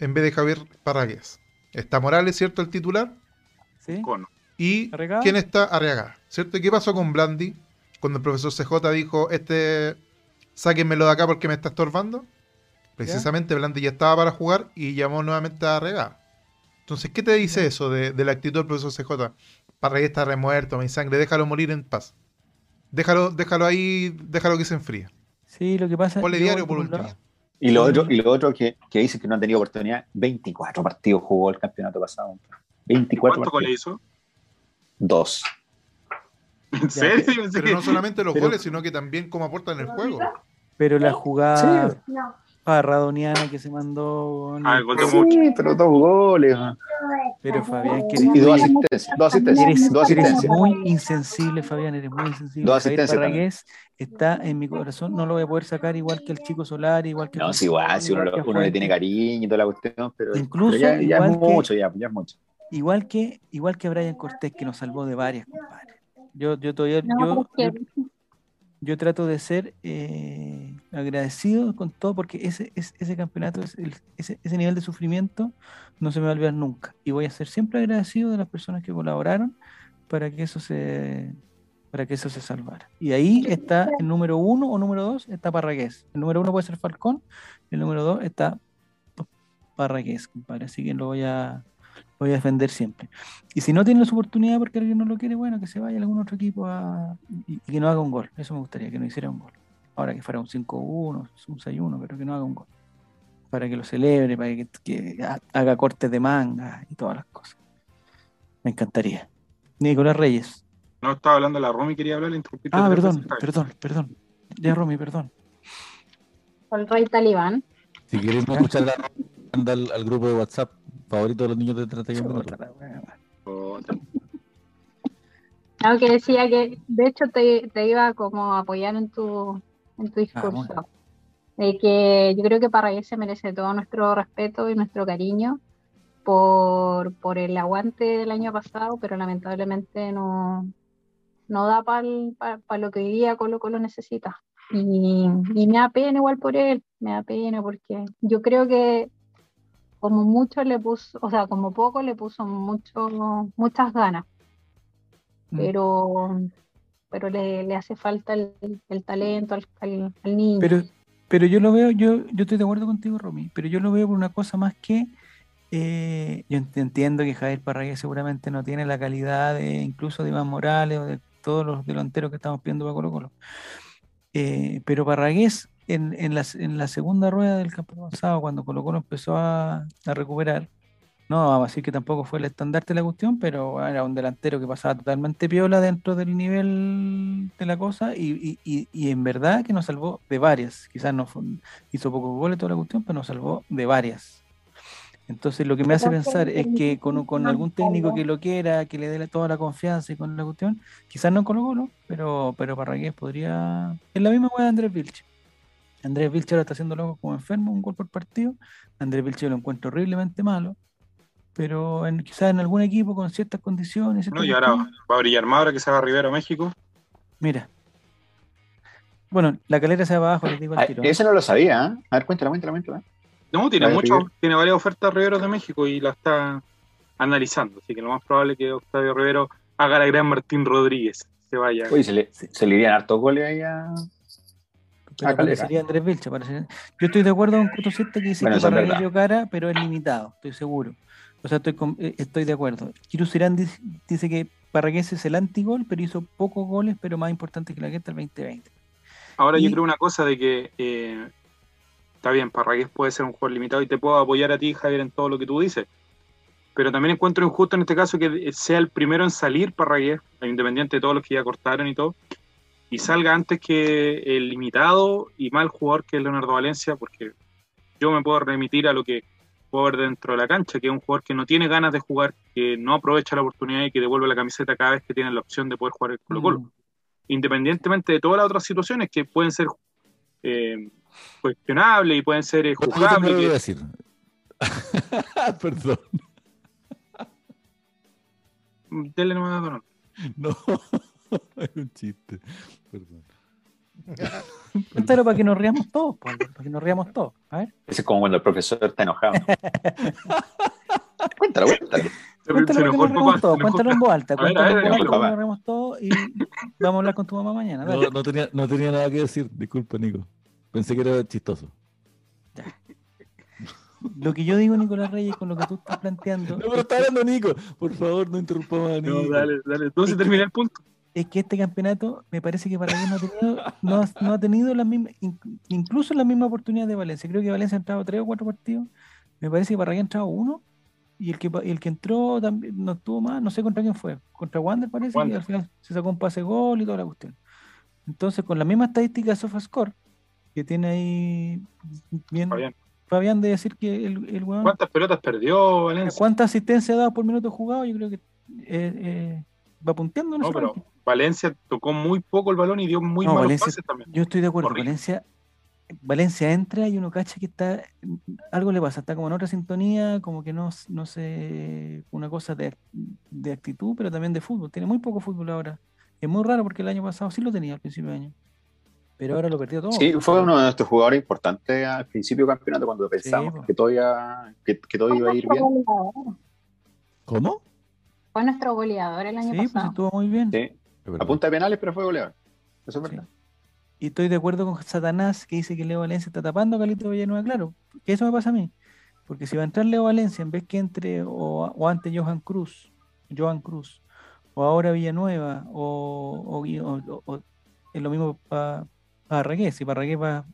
[SPEAKER 2] En vez de Javier Parragués. Está Morales, ¿cierto? El titular.
[SPEAKER 3] ¿sí?
[SPEAKER 5] Cono.
[SPEAKER 2] ¿Y
[SPEAKER 3] Arriagada.
[SPEAKER 2] quién está Arriagada? ¿Cierto? ¿Y qué pasó con Blandi? Cuando el profesor CJ dijo, este, sáquenmelo de acá porque me está estorbando. Precisamente Blandi ya estaba para jugar y llamó nuevamente a Arriagada. Entonces, ¿qué te dice eso de, de la actitud del profesor CJ? Parragués está remuerto, mi sangre, déjalo morir en paz. Déjalo, déjalo ahí, déjalo que se enfríe.
[SPEAKER 3] Sí, lo que pasa
[SPEAKER 2] Ponle
[SPEAKER 3] Eh, yo,
[SPEAKER 2] diario por
[SPEAKER 3] un lado-
[SPEAKER 2] último.
[SPEAKER 4] Y lo otro, y lo otro que, que dicen que no han tenido oportunidad, 24 partidos jugó el campeonato pasado. 24
[SPEAKER 5] ¿Cuánto gol
[SPEAKER 4] partidos.
[SPEAKER 5] hizo? <laughs>
[SPEAKER 4] Dos.
[SPEAKER 5] ¿En serio? Yo
[SPEAKER 2] <laughs>
[SPEAKER 5] pensé
[SPEAKER 2] Pero
[SPEAKER 5] que-
[SPEAKER 2] no solamente los
[SPEAKER 3] Pero-
[SPEAKER 2] goles, sino que también cómo aportan el juego.
[SPEAKER 3] Pero la jugada
[SPEAKER 4] Sí.
[SPEAKER 3] parradoniana que se mandó.
[SPEAKER 5] Ah, el gol de
[SPEAKER 4] Sí,
[SPEAKER 5] Mucho.
[SPEAKER 4] pero dos goles. ¿no?
[SPEAKER 3] Pero Fabián, que
[SPEAKER 4] Y dos asistencias. Dos asistencias.
[SPEAKER 3] Eres,
[SPEAKER 4] Dos
[SPEAKER 3] eres
[SPEAKER 4] asistencias.
[SPEAKER 3] muy insensible, Fabián, eres muy insensible.
[SPEAKER 4] Dos
[SPEAKER 3] Javier
[SPEAKER 4] asistencias
[SPEAKER 3] Parragués está en mi corazón, no lo voy a poder sacar igual que el chico Solar, igual que.
[SPEAKER 4] No, sí, igual, si uno,
[SPEAKER 3] igual
[SPEAKER 4] lo-
[SPEAKER 3] que
[SPEAKER 4] uno le
[SPEAKER 3] Fuentes,
[SPEAKER 4] tiene cariño y toda la cuestión, pero,
[SPEAKER 3] Incluso
[SPEAKER 4] pero ya, ya
[SPEAKER 3] igual
[SPEAKER 4] es
[SPEAKER 3] que-
[SPEAKER 4] mucho, ya, ya es mucho.
[SPEAKER 3] Igual que, igual que Brian Cortés, que nos salvó de varias, compadre. Yo, yo todavía.
[SPEAKER 6] No,
[SPEAKER 3] yo,
[SPEAKER 6] es que-
[SPEAKER 3] yo trato de ser eh, agradecido con todo porque ese, es- ese campeonato, es el- ese, ese nivel de sufrimiento no se me va a olvidar nunca. Y voy a ser siempre agradecido de las personas que colaboraron para que eso se, para que eso se salvara. Y ahí está el número uno o número dos, está Parragués. El número uno puede ser Falcón, el número dos está Parragués, compadre. Así que lo voy a, lo voy a defender siempre. Y si no tiene su oportunidad porque alguien no lo quiere, bueno, que se vaya a algún otro equipo a- y, y que no haga un gol. Eso me gustaría, que no hiciera un gol. Ahora que fuera un 5-1, un 6-1, pero que no haga un gol. Para que lo celebre, para que, que ha- haga cortes de manga y todas las cosas. Me encantaría. Nicolás Reyes.
[SPEAKER 5] No estaba hablando la Romy, quería hablar, le interrumpiste.
[SPEAKER 3] Ah,
[SPEAKER 5] tres
[SPEAKER 3] perdón,
[SPEAKER 5] veces, Javier.
[SPEAKER 3] perdón, perdón. Ya, Romy, perdón.
[SPEAKER 6] Con Roy Talibán.
[SPEAKER 1] Si quieren escuchar la manda al, al grupo de WhatsApp favorito de los niños de 31 minutos.
[SPEAKER 5] Otra.
[SPEAKER 6] Claro que decía que, de hecho, te, te iba como a apoyar en tu, en tu discurso.
[SPEAKER 3] bueno.
[SPEAKER 6] De que yo creo que Parragués se merece todo nuestro respeto y nuestro cariño por, por el aguante del año pasado, pero lamentablemente no, no da para lo que hoy día Colo Colo necesita. Y, y me da pena igual por él, me da pena porque yo creo que como mucho le puso, o sea, como poco le puso mucho, muchas ganas
[SPEAKER 3] Mm.
[SPEAKER 6] pero pero le, le hace falta el, el talento al, al- al niño.
[SPEAKER 3] Pero, pero yo lo veo, yo, yo estoy de acuerdo contigo, Romy, pero yo lo veo por una cosa más que eh, yo ent- entiendo que Javier Parragués seguramente no tiene la calidad de incluso de Iván Morales o de todos los delanteros que estamos pidiendo para Colo Colo. Eh, pero Parragués en, en, la, en la segunda rueda del campeonato pasado, cuando Colo Colo empezó a, a recuperar, no vamos a decir que tampoco fue el estandarte de la cuestión, pero era un delantero que pasaba totalmente piola dentro del nivel de la cosa y, y- y- y en verdad que nos salvó de varias. Quizás no fue- hizo pocos goles toda la cuestión, pero nos salvó de varias. Entonces lo que me hace pensar es que con, con algún técnico que lo quiera, que le dé la- toda la confianza y con la cuestión, quizás no con Colo, pero, pero Parragués podría... Es la misma hueá de Andrés Vilche. Andrés Vilche ahora está haciendo loco como enfermo, un gol por partido. Andrés Vilche lo encuentro horriblemente malo pero en, quizás en algún equipo con ciertas condiciones.
[SPEAKER 5] No,
[SPEAKER 3] ciertas
[SPEAKER 5] y ahora
[SPEAKER 3] cuestiones.
[SPEAKER 5] va a brillar más ahora que se va a Rivera a México.
[SPEAKER 3] Mira. Bueno, la calera se va abajo, les digo al
[SPEAKER 4] Ay,
[SPEAKER 3] tiro.
[SPEAKER 4] Ese no lo sabía. ¿eh? A ver, cuéntala, cuéntala, cuéntala.
[SPEAKER 5] No, tiene
[SPEAKER 4] Vale,
[SPEAKER 5] mucho,
[SPEAKER 4] Rivero.
[SPEAKER 5] tiene varias ofertas Rivero de México y la está analizando. Así que lo más probable es que Octavio Rivero haga la gran Martín Rodríguez. Se vaya.
[SPEAKER 4] Oye, se le, se le irían hartos goles ahí a,
[SPEAKER 3] Pero
[SPEAKER 4] Ah, Calera.
[SPEAKER 3] aparecería Andrés Belcha. aparecería- Yo estoy de acuerdo con Cuto Siete que dice
[SPEAKER 4] Bueno,
[SPEAKER 3] que
[SPEAKER 4] eso es
[SPEAKER 3] para
[SPEAKER 4] verdad.
[SPEAKER 3] Emilio Cara, pero es limitado, estoy seguro. O sea, estoy, con- eh, estoy de acuerdo. Kiru Serán dice, dice que Parragués es el antigol, pero hizo pocos goles, pero más importante que la gueta el 2020.
[SPEAKER 5] Ahora yo
[SPEAKER 3] Y-
[SPEAKER 5] creo una cosa de que eh, está bien, Parragués puede ser un jugador limitado y te puedo apoyar a ti, Javier, en todo lo que tú dices. Pero también encuentro injusto en este caso que sea el primero en salir Parragués, independiente de todos los que ya cortaron y todo, y salga antes que el limitado y mal jugador que es Leonardo Valencia, porque yo me puedo remitir a lo que puedo ver dentro de la cancha, que es un jugador que no tiene ganas de jugar, que no aprovecha la oportunidad y que devuelve la camiseta cada vez que tiene la opción de poder jugar el Colo Colo
[SPEAKER 3] Mm.
[SPEAKER 5] independientemente de todas las otras situaciones que pueden ser eh, cuestionables y pueden ser eh,
[SPEAKER 1] Yo tengo algo
[SPEAKER 5] juzgables.
[SPEAKER 1] que
[SPEAKER 5] que-
[SPEAKER 1] decir. <laughs> Perdón.
[SPEAKER 5] Dele mm, nomás, Donald.
[SPEAKER 1] No. <laughs> es un chiste. Perdón.
[SPEAKER 3] Cuéntalo para que nos riamos todos, po, Alberto, para que nos riamos todos. A ver,
[SPEAKER 4] Ese es como cuando el profesor
[SPEAKER 3] <laughs>
[SPEAKER 4] está enojado. cuéntalo, cuéntalo.
[SPEAKER 5] Se- se
[SPEAKER 3] cuéntalo para que
[SPEAKER 5] enojó
[SPEAKER 3] nos
[SPEAKER 5] el
[SPEAKER 3] riamos
[SPEAKER 5] papá,
[SPEAKER 3] todos,
[SPEAKER 5] se enojó
[SPEAKER 3] cuéntalo en voz alta,
[SPEAKER 5] A ver, a
[SPEAKER 3] cuéntalo en voz alta,
[SPEAKER 4] dígalo,
[SPEAKER 5] ver,
[SPEAKER 3] para que
[SPEAKER 4] papá.
[SPEAKER 3] nos riamos todos y vamos a hablar con tu mamá mañana. dale.
[SPEAKER 1] No, no tenía, no tenía nada que decir. Disculpa, Nico. Pensé que era chistoso.
[SPEAKER 3] Lo que yo digo, Nicolás Reyes, con lo que tú estás planteando,
[SPEAKER 1] No, pero está hablando Nico. Por favor, no interrumpamos a Nico.
[SPEAKER 5] No, dale, dale. Entonces termina el punto.
[SPEAKER 3] es que este campeonato me parece que Paraguay no ha tenido, no ha, no ha tenido las mismas, inc- incluso las mismas oportunidades de Valencia. Creo que Valencia ha entrado tres o cuatro partidos. Me parece que Paraguay ha entrado uno. Y el que, pa- y el que entró también no estuvo más, no sé contra quién fue. Contra Wander parece que
[SPEAKER 5] Wander.
[SPEAKER 3] al final se sacó un pase gol y toda la cuestión. Entonces, con la misma estadística de SofaScore, que tiene ahí bien
[SPEAKER 5] Fabián.
[SPEAKER 3] Fabián, de decir que el, el weón.
[SPEAKER 5] ¿Cuántas pelotas perdió Valencia?
[SPEAKER 3] ¿Cuánta asistencia ha dado por minuto jugado? Yo creo que eh, eh, va punteando. en
[SPEAKER 5] No,
[SPEAKER 3] ese
[SPEAKER 5] pero
[SPEAKER 3] ranking.
[SPEAKER 5] Valencia tocó muy poco el balón y dio muy
[SPEAKER 3] No,
[SPEAKER 5] malos
[SPEAKER 3] Valencia-
[SPEAKER 5] pases también.
[SPEAKER 3] Yo estoy de acuerdo.
[SPEAKER 5] Horrible.
[SPEAKER 3] Valencia, Valencia entra y uno cacha que está. Algo le pasa, está como en otra sintonía, como que no, no sé. Una cosa de, de actitud, pero también de fútbol. Tiene muy poco fútbol ahora. Es muy raro porque el año pasado sí lo tenía al principio de año. Pero ahora lo perdió todo.
[SPEAKER 4] Sí, fue uno de nuestros jugadores importantes al principio del campeonato cuando pensamos
[SPEAKER 3] pues.
[SPEAKER 4] que, todo iba, que, que todo
[SPEAKER 6] Ah, Fue
[SPEAKER 4] iba a ir
[SPEAKER 6] nuestro
[SPEAKER 4] bien.
[SPEAKER 6] goleador.
[SPEAKER 1] ¿Cómo?
[SPEAKER 6] Fue nuestro goleador el año
[SPEAKER 3] Sí, pues
[SPEAKER 6] pasado.
[SPEAKER 3] estuvo muy bien.
[SPEAKER 4] Sí, a punta de penales, pero fue goleador. Eso es
[SPEAKER 3] Sí.
[SPEAKER 4] verdad.
[SPEAKER 3] Y estoy de acuerdo con Satanás que dice que Leo Valencia está tapando a Calito Villanueva, claro. Que eso me pasa a mí. Porque si va a entrar Leo Valencia en vez que entre o, o antes Johan Cruz, Johan Cruz, o ahora Villanueva, o, o Gui- o- o- o- es lo mismo para Parragués. Si Parragués va,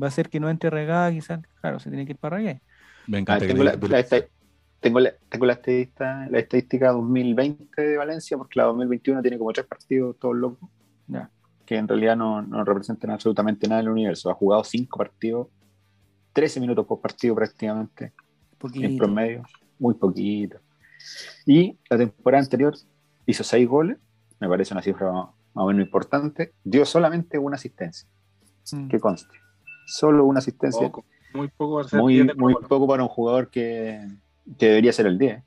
[SPEAKER 3] va a ser que no entre Regada, quizás, claro, se tiene que ir Parragués.
[SPEAKER 1] Me
[SPEAKER 4] Ah,
[SPEAKER 1] encanta. que
[SPEAKER 4] tengo, la,
[SPEAKER 1] Nico-
[SPEAKER 4] la esta- tengo, la, tengo la estadista- la estadística 2020 de Valencia, porque la 2021 tiene como tres partidos, todos locos,
[SPEAKER 3] Ya.
[SPEAKER 4] que en realidad no, no representan absolutamente nada del universo. Ha jugado cinco partidos, 13 minutos por partido prácticamente, en
[SPEAKER 3] Poquito.
[SPEAKER 4] promedio, muy poquito. Y la temporada anterior hizo seis goles, me parece una cifra más o menos importante, dio solamente una asistencia,
[SPEAKER 3] Mm.
[SPEAKER 4] que conste, solo una asistencia
[SPEAKER 5] Poco, muy poco para ser
[SPEAKER 4] muy,
[SPEAKER 5] 10 de
[SPEAKER 4] muy
[SPEAKER 5] Colo-Colo.
[SPEAKER 4] poco para un jugador que, que debería ser el 10.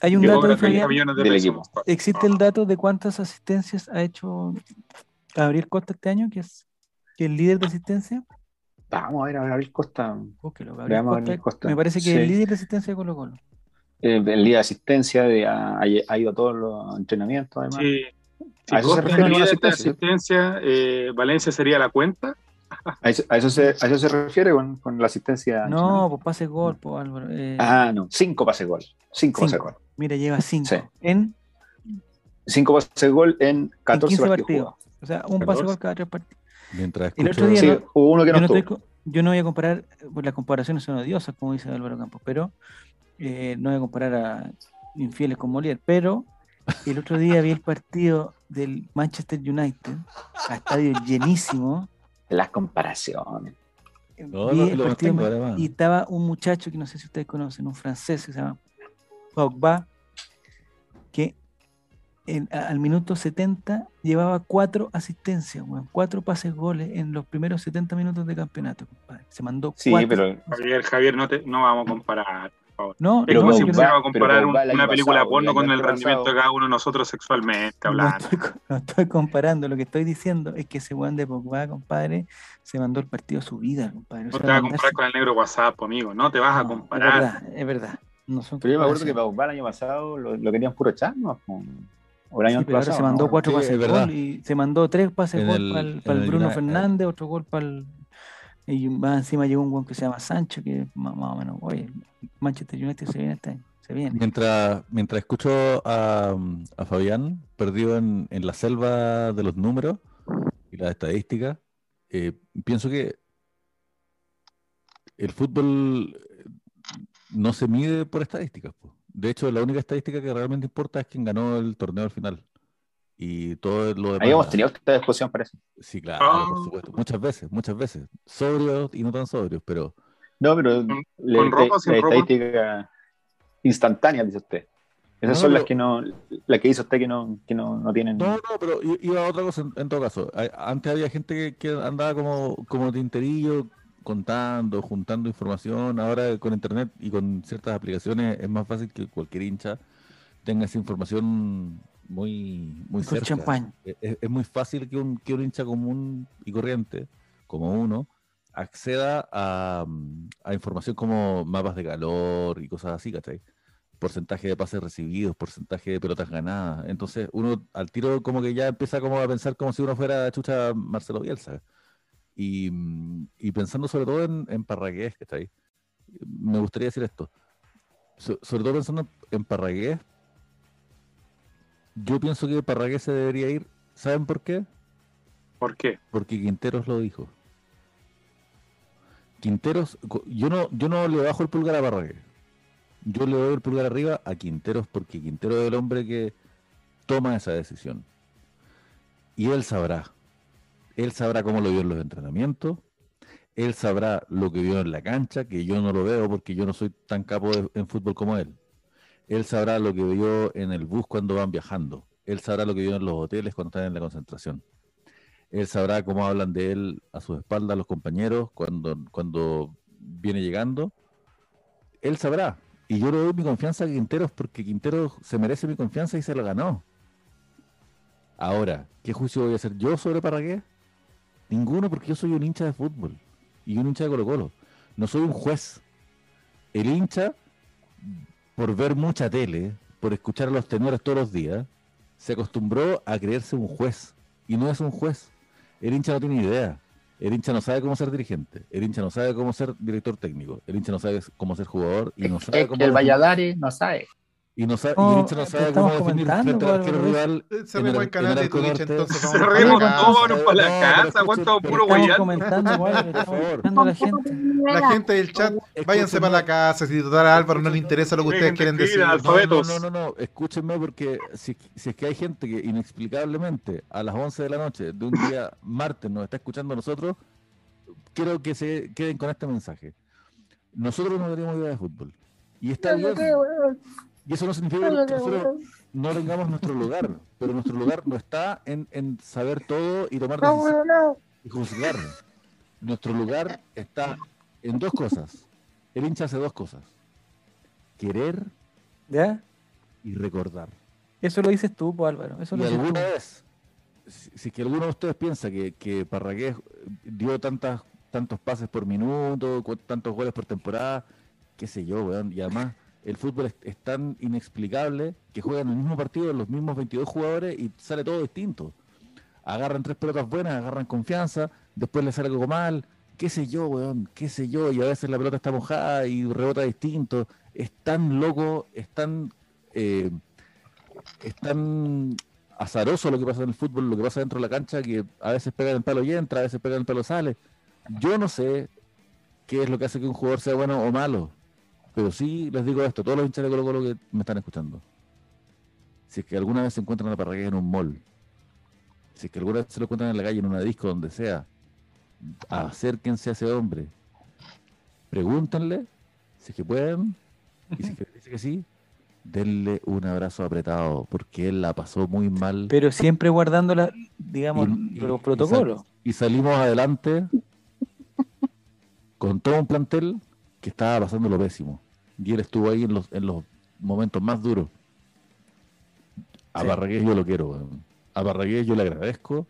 [SPEAKER 3] Hay un
[SPEAKER 4] Llegó
[SPEAKER 3] dato de
[SPEAKER 5] Cobra 30
[SPEAKER 3] Fabián.
[SPEAKER 5] millones de
[SPEAKER 4] del
[SPEAKER 5] pesos.
[SPEAKER 4] equipo.
[SPEAKER 3] existe el dato de cuántas asistencias ha hecho Gabriel Costa este año, que es que el líder de asistencia.
[SPEAKER 4] Vamos a ver, a ver, Gabriel Costa.
[SPEAKER 3] Búsquelo, Gabriel
[SPEAKER 4] Veamos a
[SPEAKER 3] Costa,
[SPEAKER 4] Gabriel Costa.
[SPEAKER 3] Me parece que
[SPEAKER 4] Sí.
[SPEAKER 3] el líder de asistencia de Colo Colo.
[SPEAKER 4] eh, el día de asistencia, de, ha, ha ido a todos los entrenamientos, además.
[SPEAKER 5] Sí. Si
[SPEAKER 4] A eso se
[SPEAKER 5] Costa
[SPEAKER 4] refiere
[SPEAKER 5] tenía
[SPEAKER 4] con la
[SPEAKER 5] esta
[SPEAKER 4] asistencia.
[SPEAKER 5] asistencia, eh, Valencia sería la cuenta.
[SPEAKER 4] A, eso, a eso se, a eso se refiere con, con la asistencia. de
[SPEAKER 3] No, pues pase gol, pues Álvaro. Eh,
[SPEAKER 4] entrenamiento. Ah, no. Cinco pases gol. Cinco, pases
[SPEAKER 3] Cinco.
[SPEAKER 4] gol.
[SPEAKER 3] Mira, lleva cinco.
[SPEAKER 4] Sí.
[SPEAKER 3] En,
[SPEAKER 4] Cinco pases gol en 14
[SPEAKER 3] 15
[SPEAKER 4] partidos.
[SPEAKER 3] partidos.
[SPEAKER 4] jugados.
[SPEAKER 3] o sea, un pase
[SPEAKER 1] Perdón.
[SPEAKER 3] gol cada tres partidos.
[SPEAKER 1] Mientras
[SPEAKER 3] El
[SPEAKER 1] escucho,
[SPEAKER 3] otro día,
[SPEAKER 4] Sí,
[SPEAKER 3] no-
[SPEAKER 4] hubo uno que
[SPEAKER 3] Yo
[SPEAKER 4] no
[SPEAKER 3] no,
[SPEAKER 4] estuvo.
[SPEAKER 3] estoy co- yo no voy a comparar, pues las comparaciones son odiosas, como dice Álvaro Campos, pero eh, no voy a comparar a infieles con Molière, pero el otro día vi el partido del Manchester United a estadio llenísimo.
[SPEAKER 4] Las comparaciones.
[SPEAKER 1] No,
[SPEAKER 3] vi
[SPEAKER 1] no,
[SPEAKER 3] el
[SPEAKER 1] lo
[SPEAKER 3] partido
[SPEAKER 1] tengo, además.
[SPEAKER 3] y estaba un muchacho que no sé si ustedes conocen, un francés que se llama Pogba, que en- a- al minuto 70 llevaba cuatro asistencias, weón, cuatro pases goles en los primeros 70 minutos de campeonato, compadre. Se mandó
[SPEAKER 4] Sí,
[SPEAKER 3] cuatro
[SPEAKER 4] pero,
[SPEAKER 5] Javier, Javier, no, te, no vamos a comparar.
[SPEAKER 3] No,
[SPEAKER 5] Es
[SPEAKER 4] Pero
[SPEAKER 5] como
[SPEAKER 3] no,
[SPEAKER 5] si
[SPEAKER 3] yo no-
[SPEAKER 4] Pogba-
[SPEAKER 5] empezáramos a comparar
[SPEAKER 4] pero Pogba el
[SPEAKER 5] una
[SPEAKER 4] año
[SPEAKER 5] película
[SPEAKER 4] pasado,
[SPEAKER 5] porno
[SPEAKER 4] el
[SPEAKER 5] con el
[SPEAKER 4] año
[SPEAKER 5] rendimiento de
[SPEAKER 4] pasado.
[SPEAKER 5] cada uno de nosotros sexualmente
[SPEAKER 3] no
[SPEAKER 5] hablando.
[SPEAKER 3] estoy, co- no estoy comparando. Lo que estoy diciendo es que ese weón de Pogba, compadre, se mandó el partido a su vida, compadre. O
[SPEAKER 5] No
[SPEAKER 3] sea,
[SPEAKER 5] te vas a
[SPEAKER 3] mandarse-
[SPEAKER 5] comparar con el negro WhatsApp, amigo. No te vas a
[SPEAKER 3] No,
[SPEAKER 5] comparar.
[SPEAKER 3] Es verdad, es verdad. No son
[SPEAKER 4] pero yo me acuerdo que
[SPEAKER 3] comparaciones.
[SPEAKER 4] para el año pasado lo, lo querían puro echar, ¿no? Como- O el año
[SPEAKER 3] Sí, pero ahora
[SPEAKER 4] pasado,
[SPEAKER 3] se mandó
[SPEAKER 4] ¿no?
[SPEAKER 3] cuatro
[SPEAKER 1] Sí,
[SPEAKER 3] pases
[SPEAKER 1] es
[SPEAKER 3] de
[SPEAKER 1] verdad.
[SPEAKER 3] gol y se mandó tres pases de
[SPEAKER 1] En
[SPEAKER 3] gol
[SPEAKER 1] el-
[SPEAKER 3] para el,
[SPEAKER 1] en el
[SPEAKER 3] Bruno
[SPEAKER 1] United-
[SPEAKER 3] Fernández, otro gol para el. Y más encima llegó un guan que se llama Sancho, que es más, más o menos, oye, Manchester United se viene este año, se viene.
[SPEAKER 1] Mientras, mientras escucho a, a Fabián perdido en, en la selva de los números y las estadísticas, eh, pienso que el fútbol eh, no se mide por estadísticas. po. De hecho, la única estadística que realmente importa es quien ganó el torneo al final. Y todo lo demás.
[SPEAKER 4] Ahí hemos tenido esta discusión, parece.
[SPEAKER 1] Sí, claro, por
[SPEAKER 5] Ah.
[SPEAKER 1] supuesto. Muchas veces, muchas veces. Sobrios y no tan sobrios, pero
[SPEAKER 4] No, pero le-
[SPEAKER 5] con ropa,
[SPEAKER 4] la
[SPEAKER 5] sin ropa?
[SPEAKER 4] estadística instantánea, dice usted. Esas
[SPEAKER 1] No,
[SPEAKER 4] son las
[SPEAKER 1] pero-
[SPEAKER 4] que no, las que dice usted que no, que no, no tienen.
[SPEAKER 1] No, no, pero i- iba a otra cosa en, en todo caso. A- Antes había gente que, que andaba como, como tinterillo, contando, juntando información. Ahora con internet y con ciertas aplicaciones es más fácil que cualquier hincha tenga esa información muy, muy
[SPEAKER 3] Con
[SPEAKER 1] cerca.
[SPEAKER 3] champán.
[SPEAKER 1] E- e- Es, muy fácil que un, que un hincha común y corriente, como uno, acceda a, mm, a información como mapas de calor y cosas así, ¿cachai? porcentaje de pases recibidos, porcentaje de pelotas ganadas. Entonces, uno al tiro como que ya empieza como a pensar como si uno fuera chucha Marcelo Bielsa. Y, mm, y pensando sobre todo en, en Parragués, que está ahí. Me gustaría decir esto. So- sobre todo pensando en Parragués, yo pienso que Parragués se debería ir. ¿Saben por qué?
[SPEAKER 5] ¿Por qué?
[SPEAKER 1] Porque Quinteros lo dijo. Quinteros, co- yo no, yo no le bajo el pulgar a Parragués. Yo le doy el pulgar arriba a Quinteros porque Quinteros es el hombre que toma esa decisión. Y él sabrá. Él sabrá cómo lo vio en los entrenamientos. Él sabrá lo que vio en la cancha, que yo no lo veo porque yo no soy tan capo de- en fútbol como él. Él sabrá lo que vio en el bus cuando van viajando. Él sabrá lo que vio en los hoteles cuando están en la concentración él sabrá cómo hablan de él a sus espaldas los compañeros cuando, cuando viene llegando. Él sabrá. Y yo le doy mi confianza a Quinteros porque Quinteros se merece mi confianza y se la ganó. Ahora, ¿qué juicio voy a hacer yo sobre Paraguay? Ninguno, porque yo soy un hincha de fútbol y un hincha de Colo Colo. No soy un juez. El hincha, por ver mucha tele, por escuchar a los tenores todos los días, se acostumbró a creerse un juez y no es un juez. El hincha no tiene idea. El hincha no sabe cómo ser dirigente. El hincha no sabe cómo ser director técnico. El hincha no sabe cómo ser jugador. Y no sabe cómo
[SPEAKER 7] el Valladares no sabe.
[SPEAKER 1] y no sabe, y
[SPEAKER 3] No,
[SPEAKER 1] el hincha no
[SPEAKER 3] eh,
[SPEAKER 1] sabe
[SPEAKER 3] estamos
[SPEAKER 1] cómo definir
[SPEAKER 3] comentando,
[SPEAKER 1] frente al
[SPEAKER 3] Pablo,
[SPEAKER 1] arquero
[SPEAKER 3] pero
[SPEAKER 1] rival.
[SPEAKER 2] Eh,
[SPEAKER 1] en
[SPEAKER 2] Cerremos
[SPEAKER 1] el-
[SPEAKER 2] el canal
[SPEAKER 1] en el
[SPEAKER 2] de Twitch
[SPEAKER 1] Arconorte.
[SPEAKER 2] entonces. vamos para
[SPEAKER 5] Cerremos
[SPEAKER 2] la
[SPEAKER 5] todo,
[SPEAKER 2] casa.
[SPEAKER 5] vámonos para
[SPEAKER 1] No,
[SPEAKER 5] la
[SPEAKER 1] pero
[SPEAKER 5] casa,
[SPEAKER 1] escuchen,
[SPEAKER 5] cuánto
[SPEAKER 1] pero
[SPEAKER 5] puro
[SPEAKER 1] estamos
[SPEAKER 3] Estamos
[SPEAKER 5] guayán. <laughs>
[SPEAKER 3] comentando, igual,
[SPEAKER 1] Por
[SPEAKER 3] estamos
[SPEAKER 1] favor.
[SPEAKER 3] comentando a la gente.
[SPEAKER 2] La gente del chat, váyanse para la casa. Si total a Álvaro no le interesa lo que ustedes
[SPEAKER 5] Dejen de
[SPEAKER 2] quieren decir.
[SPEAKER 5] escribir al-
[SPEAKER 1] No, no,
[SPEAKER 5] alfabetos.
[SPEAKER 1] no, no, no, escúchenme porque si, si es que hay gente que inexplicablemente a las 11 de la noche de un
[SPEAKER 2] <laughs>
[SPEAKER 1] día martes nos está escuchando a nosotros, quiero que se queden con este mensaje. Nosotros no tenemos idea de fútbol. Y está bien. Y eso no significa que nosotros no tengamos nuestro lugar, pero nuestro lugar no está en, en saber todo y tomar decisiones y juzgar. Nuestro lugar está en dos cosas. El hincha hace dos cosas. Querer
[SPEAKER 3] ¿Ya?
[SPEAKER 1] y recordar.
[SPEAKER 3] Eso lo dices tú, pues, Álvaro. Eso
[SPEAKER 1] Y
[SPEAKER 3] lo dices tú.
[SPEAKER 1] alguna vez, si, si es que alguno de ustedes piensa que, que Parragués dio tantas, tantos pases por minuto, cu- tantos goles por temporada, qué sé yo, weón, y además el fútbol es, es tan inexplicable que juegan el mismo partido los mismos 22 jugadores y sale todo distinto. Agarran tres pelotas buenas, agarran confianza, después les sale algo mal, qué sé yo, weón, qué sé yo, y a veces la pelota está mojada y rebota distinto. Es tan loco, es tan... eh, es tan azaroso lo que pasa en el fútbol, lo que pasa dentro de la cancha, que a veces pegan el palo y entra, a veces pegan el palo y sale. Yo no sé qué es lo que hace que un jugador sea bueno o malo, pero sí les digo esto, todos los hinchas de Colo Colo que me están escuchando. Si es que alguna vez se encuentran a Parragués en un mall, si es que alguna vez se lo encuentran en la calle, en una disco, donde sea, acérquense a ese hombre, pregúntenle, si es que pueden, y si es que dice que sí, denle un abrazo apretado, porque él la pasó muy mal
[SPEAKER 3] Pero siempre guardando, la, digamos,
[SPEAKER 1] Y- y-
[SPEAKER 3] los
[SPEAKER 1] y
[SPEAKER 3] protocolos.
[SPEAKER 1] y salimos adelante con todo un plantel que estaba pasando lo pésimo. Y él estuvo ahí en los, en los momentos más duros. A
[SPEAKER 3] Sí.
[SPEAKER 1] Barragués yo lo quiero, weón. A Barragués yo le agradezco.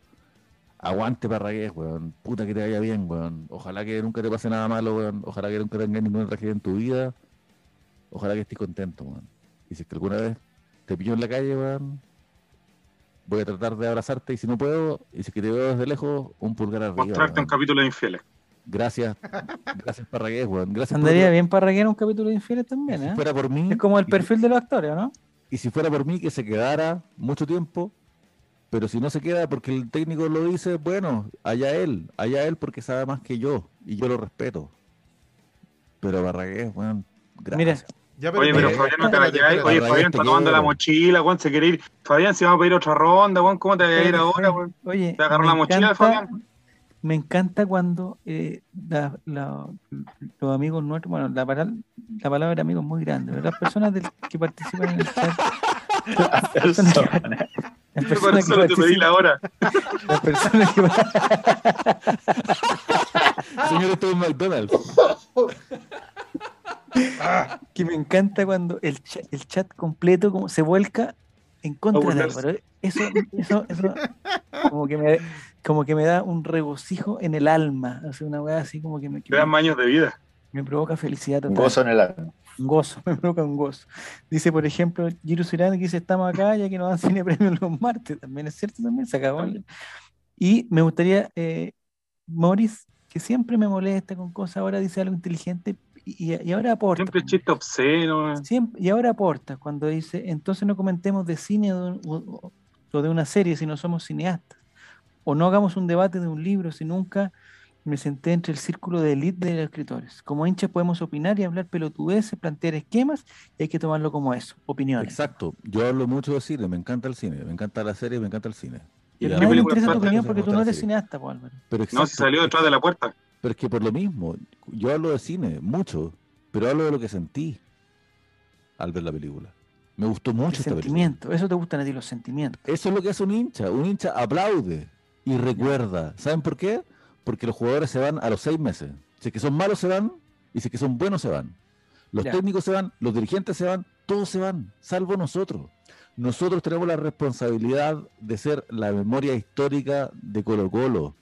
[SPEAKER 1] Aguante Barragués, weón. Puta que te vaya bien, weón. Ojalá que nunca te pase nada malo, weón. Ojalá que nunca tengas ninguna tragedia en tu vida. Ojalá que estés contento, weón. Y si es que alguna vez te pillo en la calle, weón, voy a tratar de abrazarte y si no puedo, y si es que te veo desde lejos, un pulgar arriba.
[SPEAKER 5] Mostrarte un
[SPEAKER 1] weón.
[SPEAKER 5] capítulo de infieles.
[SPEAKER 1] Gracias, gracias Parragués, weón. Gracias por-
[SPEAKER 3] Andaría bien para en un capítulo de infieles
[SPEAKER 1] Y
[SPEAKER 3] también,
[SPEAKER 1] si
[SPEAKER 3] ¿eh?
[SPEAKER 1] fuera por mí,
[SPEAKER 3] Es como el
[SPEAKER 1] y-
[SPEAKER 3] perfil de los actores, ¿o ¿no?
[SPEAKER 1] y si fuera por mí que se quedara mucho tiempo, pero si no se queda porque el técnico lo dice, bueno, allá él, allá él porque sabe más que yo y yo lo respeto. Pero Barragués, weón, gracias.
[SPEAKER 2] Ya,
[SPEAKER 5] Oye, pero
[SPEAKER 1] eh,
[SPEAKER 5] Fabián no te
[SPEAKER 2] espérate,
[SPEAKER 5] la lleváis.
[SPEAKER 2] espérate.
[SPEAKER 5] Oye,
[SPEAKER 1] Fabián,
[SPEAKER 5] Fabián
[SPEAKER 1] te
[SPEAKER 5] está tomando la
[SPEAKER 1] quiero.
[SPEAKER 5] mochila, Juan, se quiere ir. Fabián, si vamos a pedir otra ronda, Juan, ¿cómo te vas a ir ahora, Juan?
[SPEAKER 3] Oye,
[SPEAKER 5] Te agarró
[SPEAKER 3] me
[SPEAKER 5] la mochila de
[SPEAKER 3] encanta-
[SPEAKER 5] Fabián.
[SPEAKER 3] Me encanta cuando eh, la- la- los amigos nuestros, bueno, la, pala- la palabra amigo es muy grande, pero las personas del- que participan en el chat, las personas que, par- las
[SPEAKER 5] Yo por
[SPEAKER 3] personas que
[SPEAKER 5] eso te pedí
[SPEAKER 3] participan,
[SPEAKER 5] la hora.
[SPEAKER 3] las personas que par-
[SPEAKER 1] Señor, estoy en McDonald's.
[SPEAKER 3] que me encanta cuando el, cha- el chat completo como se vuelca en contra de
[SPEAKER 5] burlarse.
[SPEAKER 3] Álvaro. Eso, eso, eso como, que me, como que me da un regocijo en el alma. Hace una weá así como que me, que
[SPEAKER 5] Te dan
[SPEAKER 3] me,
[SPEAKER 5] más años de vida.
[SPEAKER 3] me provoca felicidad
[SPEAKER 4] Un
[SPEAKER 3] total.
[SPEAKER 4] gozo en el alma.
[SPEAKER 3] Un gozo, <laughs> me provoca un gozo. Dice, por ejemplo, Giru Cirán que dice, estamos acá ya que nos dan cine premio los martes. También es cierto, también se acabó. el- Y me gustaría, eh, Morris, que siempre me molesta con cosas, ahora dice algo inteligente y, y- y ahora aporta.
[SPEAKER 5] Siempre chiste obsceno. eh.
[SPEAKER 3] Siempre- em, y ahora aporta cuando dice, entonces no comentemos de cine o de, un- o- o de una serie si no somos cineastas. O no hagamos un debate de un libro si nunca me senté entre el círculo de elite de los escritores. Como hinchas podemos opinar y hablar pelotudeces, plantear esquemas y hay que tomarlo como eso, opiniones.
[SPEAKER 1] Exacto, yo hablo mucho de cine, me encanta el cine, me encanta la serie, me encanta el cine. Y
[SPEAKER 3] Pero
[SPEAKER 1] la-
[SPEAKER 3] a nadie le
[SPEAKER 5] película
[SPEAKER 3] interesa tu
[SPEAKER 5] trata?
[SPEAKER 3] opinión porque tú no
[SPEAKER 1] Me gusta la
[SPEAKER 3] eres
[SPEAKER 1] serie.
[SPEAKER 3] cineasta, po, Álvaro.
[SPEAKER 1] Pero
[SPEAKER 5] No, si
[SPEAKER 1] exacto,
[SPEAKER 5] salió detrás de la puerta.
[SPEAKER 1] Pero es que por lo mismo, yo hablo de cine, mucho, pero hablo de lo que sentí al ver la película. Me gustó
[SPEAKER 3] El
[SPEAKER 1] mucho esta película.
[SPEAKER 3] sentimiento, eso te gustan a ti, los sentimientos.
[SPEAKER 1] Eso es lo que hace un hincha. Un hincha aplaude y recuerda. ¿Saben por qué? Porque los jugadores se van a los seis meses. Si es que son malos se van y si es que son buenos se van. Los
[SPEAKER 3] Ya.
[SPEAKER 1] técnicos se van, los dirigentes se van, todos se van, salvo nosotros. Nosotros tenemos la responsabilidad de ser la memoria histórica de Colo Colo.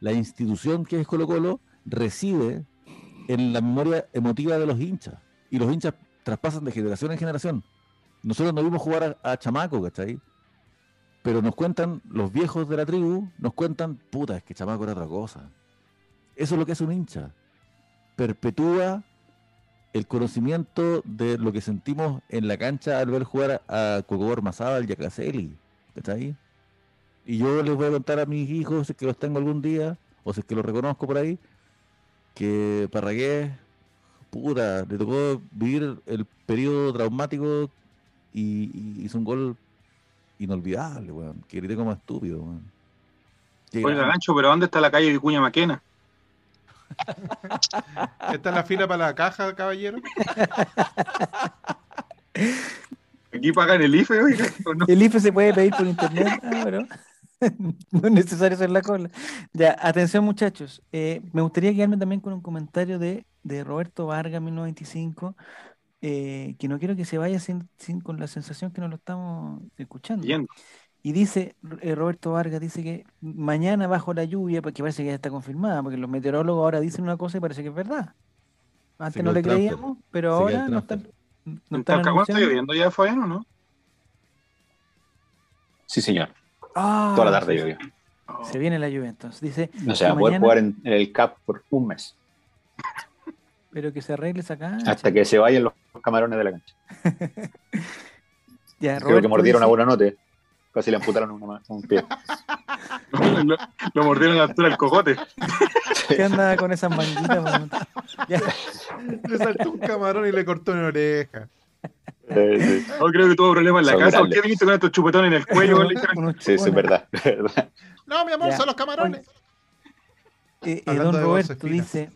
[SPEAKER 1] La institución que es Colo Colo reside en la memoria emotiva de los hinchas. Y los hinchas traspasan de generación en generación. Nosotros no vimos jugar a, a Chamaco, ¿cachai? Pero nos cuentan, los viejos de la tribu, nos cuentan, puta, es que Chamaco era otra cosa. Eso es lo que hace un hincha. Perpetúa el conocimiento de lo que sentimos en la cancha al ver jugar a Cocobor Mazábal y a Caselli, ¿cachai? Y yo les voy a contar a mis hijos, si es que los tengo algún día, o si es que los reconozco por ahí, que Parragués, puta, le tocó vivir el periodo traumático y, y hizo un gol inolvidable, weón. Que grité como estúpido, weón. Qué
[SPEAKER 5] Oiga,
[SPEAKER 1] grande.
[SPEAKER 5] Gancho, pero ¿dónde está la calle Vicuña Maquena?
[SPEAKER 2] ¿Está en la fila para la caja, caballero?
[SPEAKER 5] Aquí pagan el IFE,
[SPEAKER 3] <laughs>
[SPEAKER 5] oiga. ¿o no?
[SPEAKER 3] El IFE se puede pedir por internet, Álvaro. <laughs> No es necesario hacer la cola. Ya, atención muchachos. Eh, me gustaría quedarme también con un comentario de, de Roberto Vargas, 1995, eh, que no quiero que se vaya sin, sin- con la sensación que no lo estamos escuchando.
[SPEAKER 5] Yendo.
[SPEAKER 3] Y dice, eh, Roberto Vargas dice que mañana bajo la lluvia, porque parece que ya está confirmada, porque los meteorólogos ahora dicen una cosa y parece que es verdad. Antes
[SPEAKER 1] Se quedó
[SPEAKER 3] no le
[SPEAKER 1] el transfer.
[SPEAKER 3] creíamos, pero
[SPEAKER 1] Se quedó el
[SPEAKER 3] ahora no están,
[SPEAKER 1] transfer.
[SPEAKER 3] no
[SPEAKER 5] ¿En
[SPEAKER 3] están
[SPEAKER 5] Talcahuano está
[SPEAKER 3] anunciando.
[SPEAKER 5] lloviendo ya, Fabián, o no? <laughs>
[SPEAKER 4] Sí, señor.
[SPEAKER 3] Ah,
[SPEAKER 4] Toda la tarde llovió.
[SPEAKER 5] No.
[SPEAKER 3] Se viene la lluvia entonces. Dice,
[SPEAKER 4] No se va a poder
[SPEAKER 3] mañana-
[SPEAKER 4] jugar en en el CAP por un mes.
[SPEAKER 3] Pero que se arregle esa cancha.
[SPEAKER 4] Hasta que se vayan los camarones de la cancha.
[SPEAKER 3] Ya,
[SPEAKER 4] Creo que
[SPEAKER 3] Roberto
[SPEAKER 4] mordieron a
[SPEAKER 3] dice-
[SPEAKER 4] Buenanote. Casi le amputaron una, ma- un pie.
[SPEAKER 5] lo, lo mordieron a la altura del cocote.
[SPEAKER 3] ¿Qué andaba con esas manguitas? man?
[SPEAKER 5] <laughs>
[SPEAKER 3] Ya,
[SPEAKER 2] Le saltó un camarón y le cortó una oreja.
[SPEAKER 4] Eh, sí,
[SPEAKER 5] No Oh, creo que tuvo problemas en la
[SPEAKER 4] Son
[SPEAKER 5] casa. ¿Por
[SPEAKER 4] grandes.
[SPEAKER 5] qué viniste con estos chupetones en el cuello? Le dijeron,
[SPEAKER 3] con unos
[SPEAKER 4] sí, sí, es
[SPEAKER 3] chupones.
[SPEAKER 4] verdad. <laughs> es verdad.
[SPEAKER 2] No, mi amor,
[SPEAKER 3] Ya.
[SPEAKER 2] son los camarones.
[SPEAKER 3] Eh, eh,
[SPEAKER 2] Hablando
[SPEAKER 3] don
[SPEAKER 2] de
[SPEAKER 3] Roberto
[SPEAKER 2] Josefina.
[SPEAKER 3] dice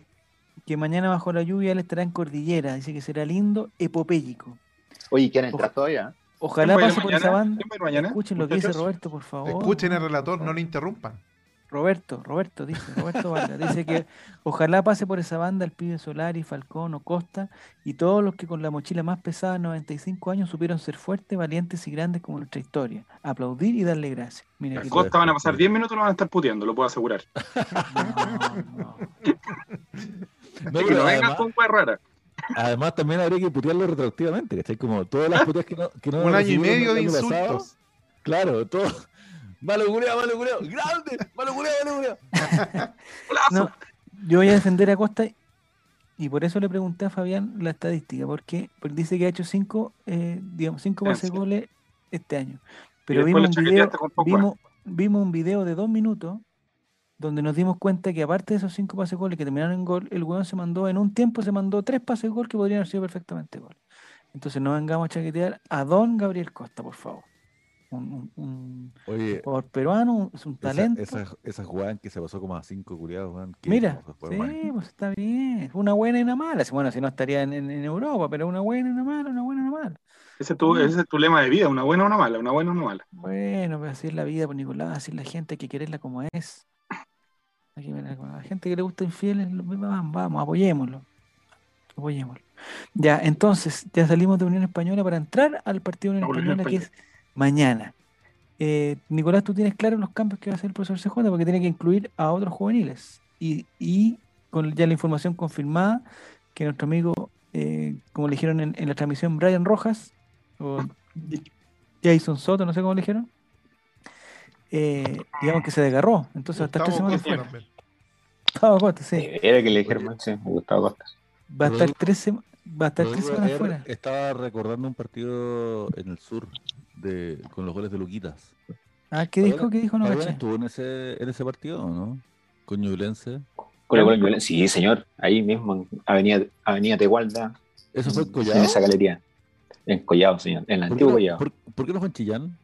[SPEAKER 3] que mañana bajo la lluvia él estará en Cordillera. Dice que será lindo, epopéyico.
[SPEAKER 4] Oye, ¿quieren entrar todavía?
[SPEAKER 3] Ojalá
[SPEAKER 5] ¿quién va a ir
[SPEAKER 3] pase por
[SPEAKER 5] mañana?
[SPEAKER 3] esa banda.
[SPEAKER 5] ¿Quién va a ir mañana?
[SPEAKER 3] Escuchen lo que dice
[SPEAKER 5] Muchachos,
[SPEAKER 3] Roberto, por
[SPEAKER 1] Oh.
[SPEAKER 3] favor.
[SPEAKER 2] Escuchen al relator, no le interrumpan.
[SPEAKER 3] Roberto, Roberto, dice, Roberto Vargas, dice que ojalá pase por esa banda el pibe Solari, Falcón o Costa y todos los que con la mochila más pesada, 95 años, supieron ser fuertes, valientes y grandes como nuestra historia. Aplaudir y darle gracias. Mira,
[SPEAKER 5] Al
[SPEAKER 3] que-
[SPEAKER 5] Costa van a pasar 10 minutos y lo van a estar puteando, lo puedo asegurar.
[SPEAKER 3] No, no.
[SPEAKER 1] No,
[SPEAKER 5] Así
[SPEAKER 1] pero
[SPEAKER 5] que no vengas
[SPEAKER 1] además-
[SPEAKER 5] con weas raras.
[SPEAKER 1] Además, también habría que putearlo retroactivamente, ¿cachai? Como todas las puteas que no. Que no
[SPEAKER 2] Ah, Un año y
[SPEAKER 1] recibieron
[SPEAKER 2] medio de
[SPEAKER 1] el año pasado,
[SPEAKER 2] insultos.
[SPEAKER 1] claro, todo, Malo culeado, malo culeado. Grande, malo culeado, malo culeado.
[SPEAKER 3] No, yo voy a defender a Costa y por eso le pregunté a Fabián la estadística, porque, porque dice que ha heó cinco, eh, digamos, cinco pases
[SPEAKER 5] Ah, Sí.
[SPEAKER 3] goles este año.
[SPEAKER 5] Y
[SPEAKER 3] Pero
[SPEAKER 5] después
[SPEAKER 3] vimos
[SPEAKER 5] lo
[SPEAKER 3] un, video,
[SPEAKER 5] chaqueteaste con ¿eh? Pogba.
[SPEAKER 3] vimos, vimos un video de dos minutos donde nos dimos cuenta que aparte de esos cinco pases goles que terminaron en gol, el weón se mandó en un tiempo, se mandó tres pases gol que podrían haber sido perfectamente gol. Entonces no vengamos a chaquetear a don Gabriel Costa, por favor. Un, un- un
[SPEAKER 1] Oye,
[SPEAKER 3] jugador peruano, un- es un
[SPEAKER 1] esa,
[SPEAKER 3] talento.
[SPEAKER 1] esa, esa jugada en que se pasó como a cinco culeados, weón. que
[SPEAKER 3] Mira,
[SPEAKER 1] como fue,
[SPEAKER 3] sí,
[SPEAKER 1] weón.
[SPEAKER 3] pues está bien. Una buena y una mala. Si- Bueno, si no estaría en, en- en Europa, pero una buena y una mala, una buena y una mala.
[SPEAKER 5] Ese es, tu, ese es tu lema de vida, una buena o una mala, una buena o una mala.
[SPEAKER 3] Bueno, pues así es la vida, por Nicolás, así es la gente, hay que quererla como es. Hay que quererla como- a la gente que le gusta infieles, lo- vamos, vamos, apoyémoslo. Apoyémoslo. Ya, entonces, ya salimos de Unión Española para entrar al partido de Unión
[SPEAKER 5] A Unión
[SPEAKER 3] Española, que es mañana. Eh, Nicolás, tú tienes claro los cambios que va a hacer el profesor CJ porque tiene que incluir a otros juveniles. Y, y con ya la información confirmada que nuestro amigo, eh, como le dijeron en, en la transmisión, Brian Rojas, o Jason Soto, no sé cómo le dijeron, eh, digamos que se desgarró. Entonces, hasta tres
[SPEAKER 2] Gustavo
[SPEAKER 3] semanas
[SPEAKER 2] Costa
[SPEAKER 3] fuera.
[SPEAKER 2] también.
[SPEAKER 3] Gustavo Costa, sí.
[SPEAKER 4] Eh, Era que le dijeron, man, sí, Gustavo Costas.
[SPEAKER 3] Va a
[SPEAKER 1] Rodrigo-
[SPEAKER 3] estar tres, sema- va a estar tres
[SPEAKER 1] Rodrigo
[SPEAKER 3] semanas
[SPEAKER 1] ayer
[SPEAKER 3] fuera.
[SPEAKER 1] Estaba recordando un partido en el sur de, con los goles de Luquitas.
[SPEAKER 3] Ah, ¿qué
[SPEAKER 1] Fabián-
[SPEAKER 3] dijo? ¿Qué dijo? No
[SPEAKER 1] Fabián
[SPEAKER 3] caché.
[SPEAKER 1] estuvo en ese, en ese partido, o ¿no? Con Ñublense.
[SPEAKER 4] Colo Colo en Violencia. Sí, señor, ahí mismo, en Avenida, Avenida Tegualda,
[SPEAKER 1] ¿Eso fue en Collado?
[SPEAKER 4] en esa galería. En Collado, señor, en
[SPEAKER 1] ¿Por
[SPEAKER 4] el
[SPEAKER 1] qué,
[SPEAKER 4] antiguo
[SPEAKER 1] no,
[SPEAKER 4] Collado.
[SPEAKER 1] por, por qué no fue en Chillán?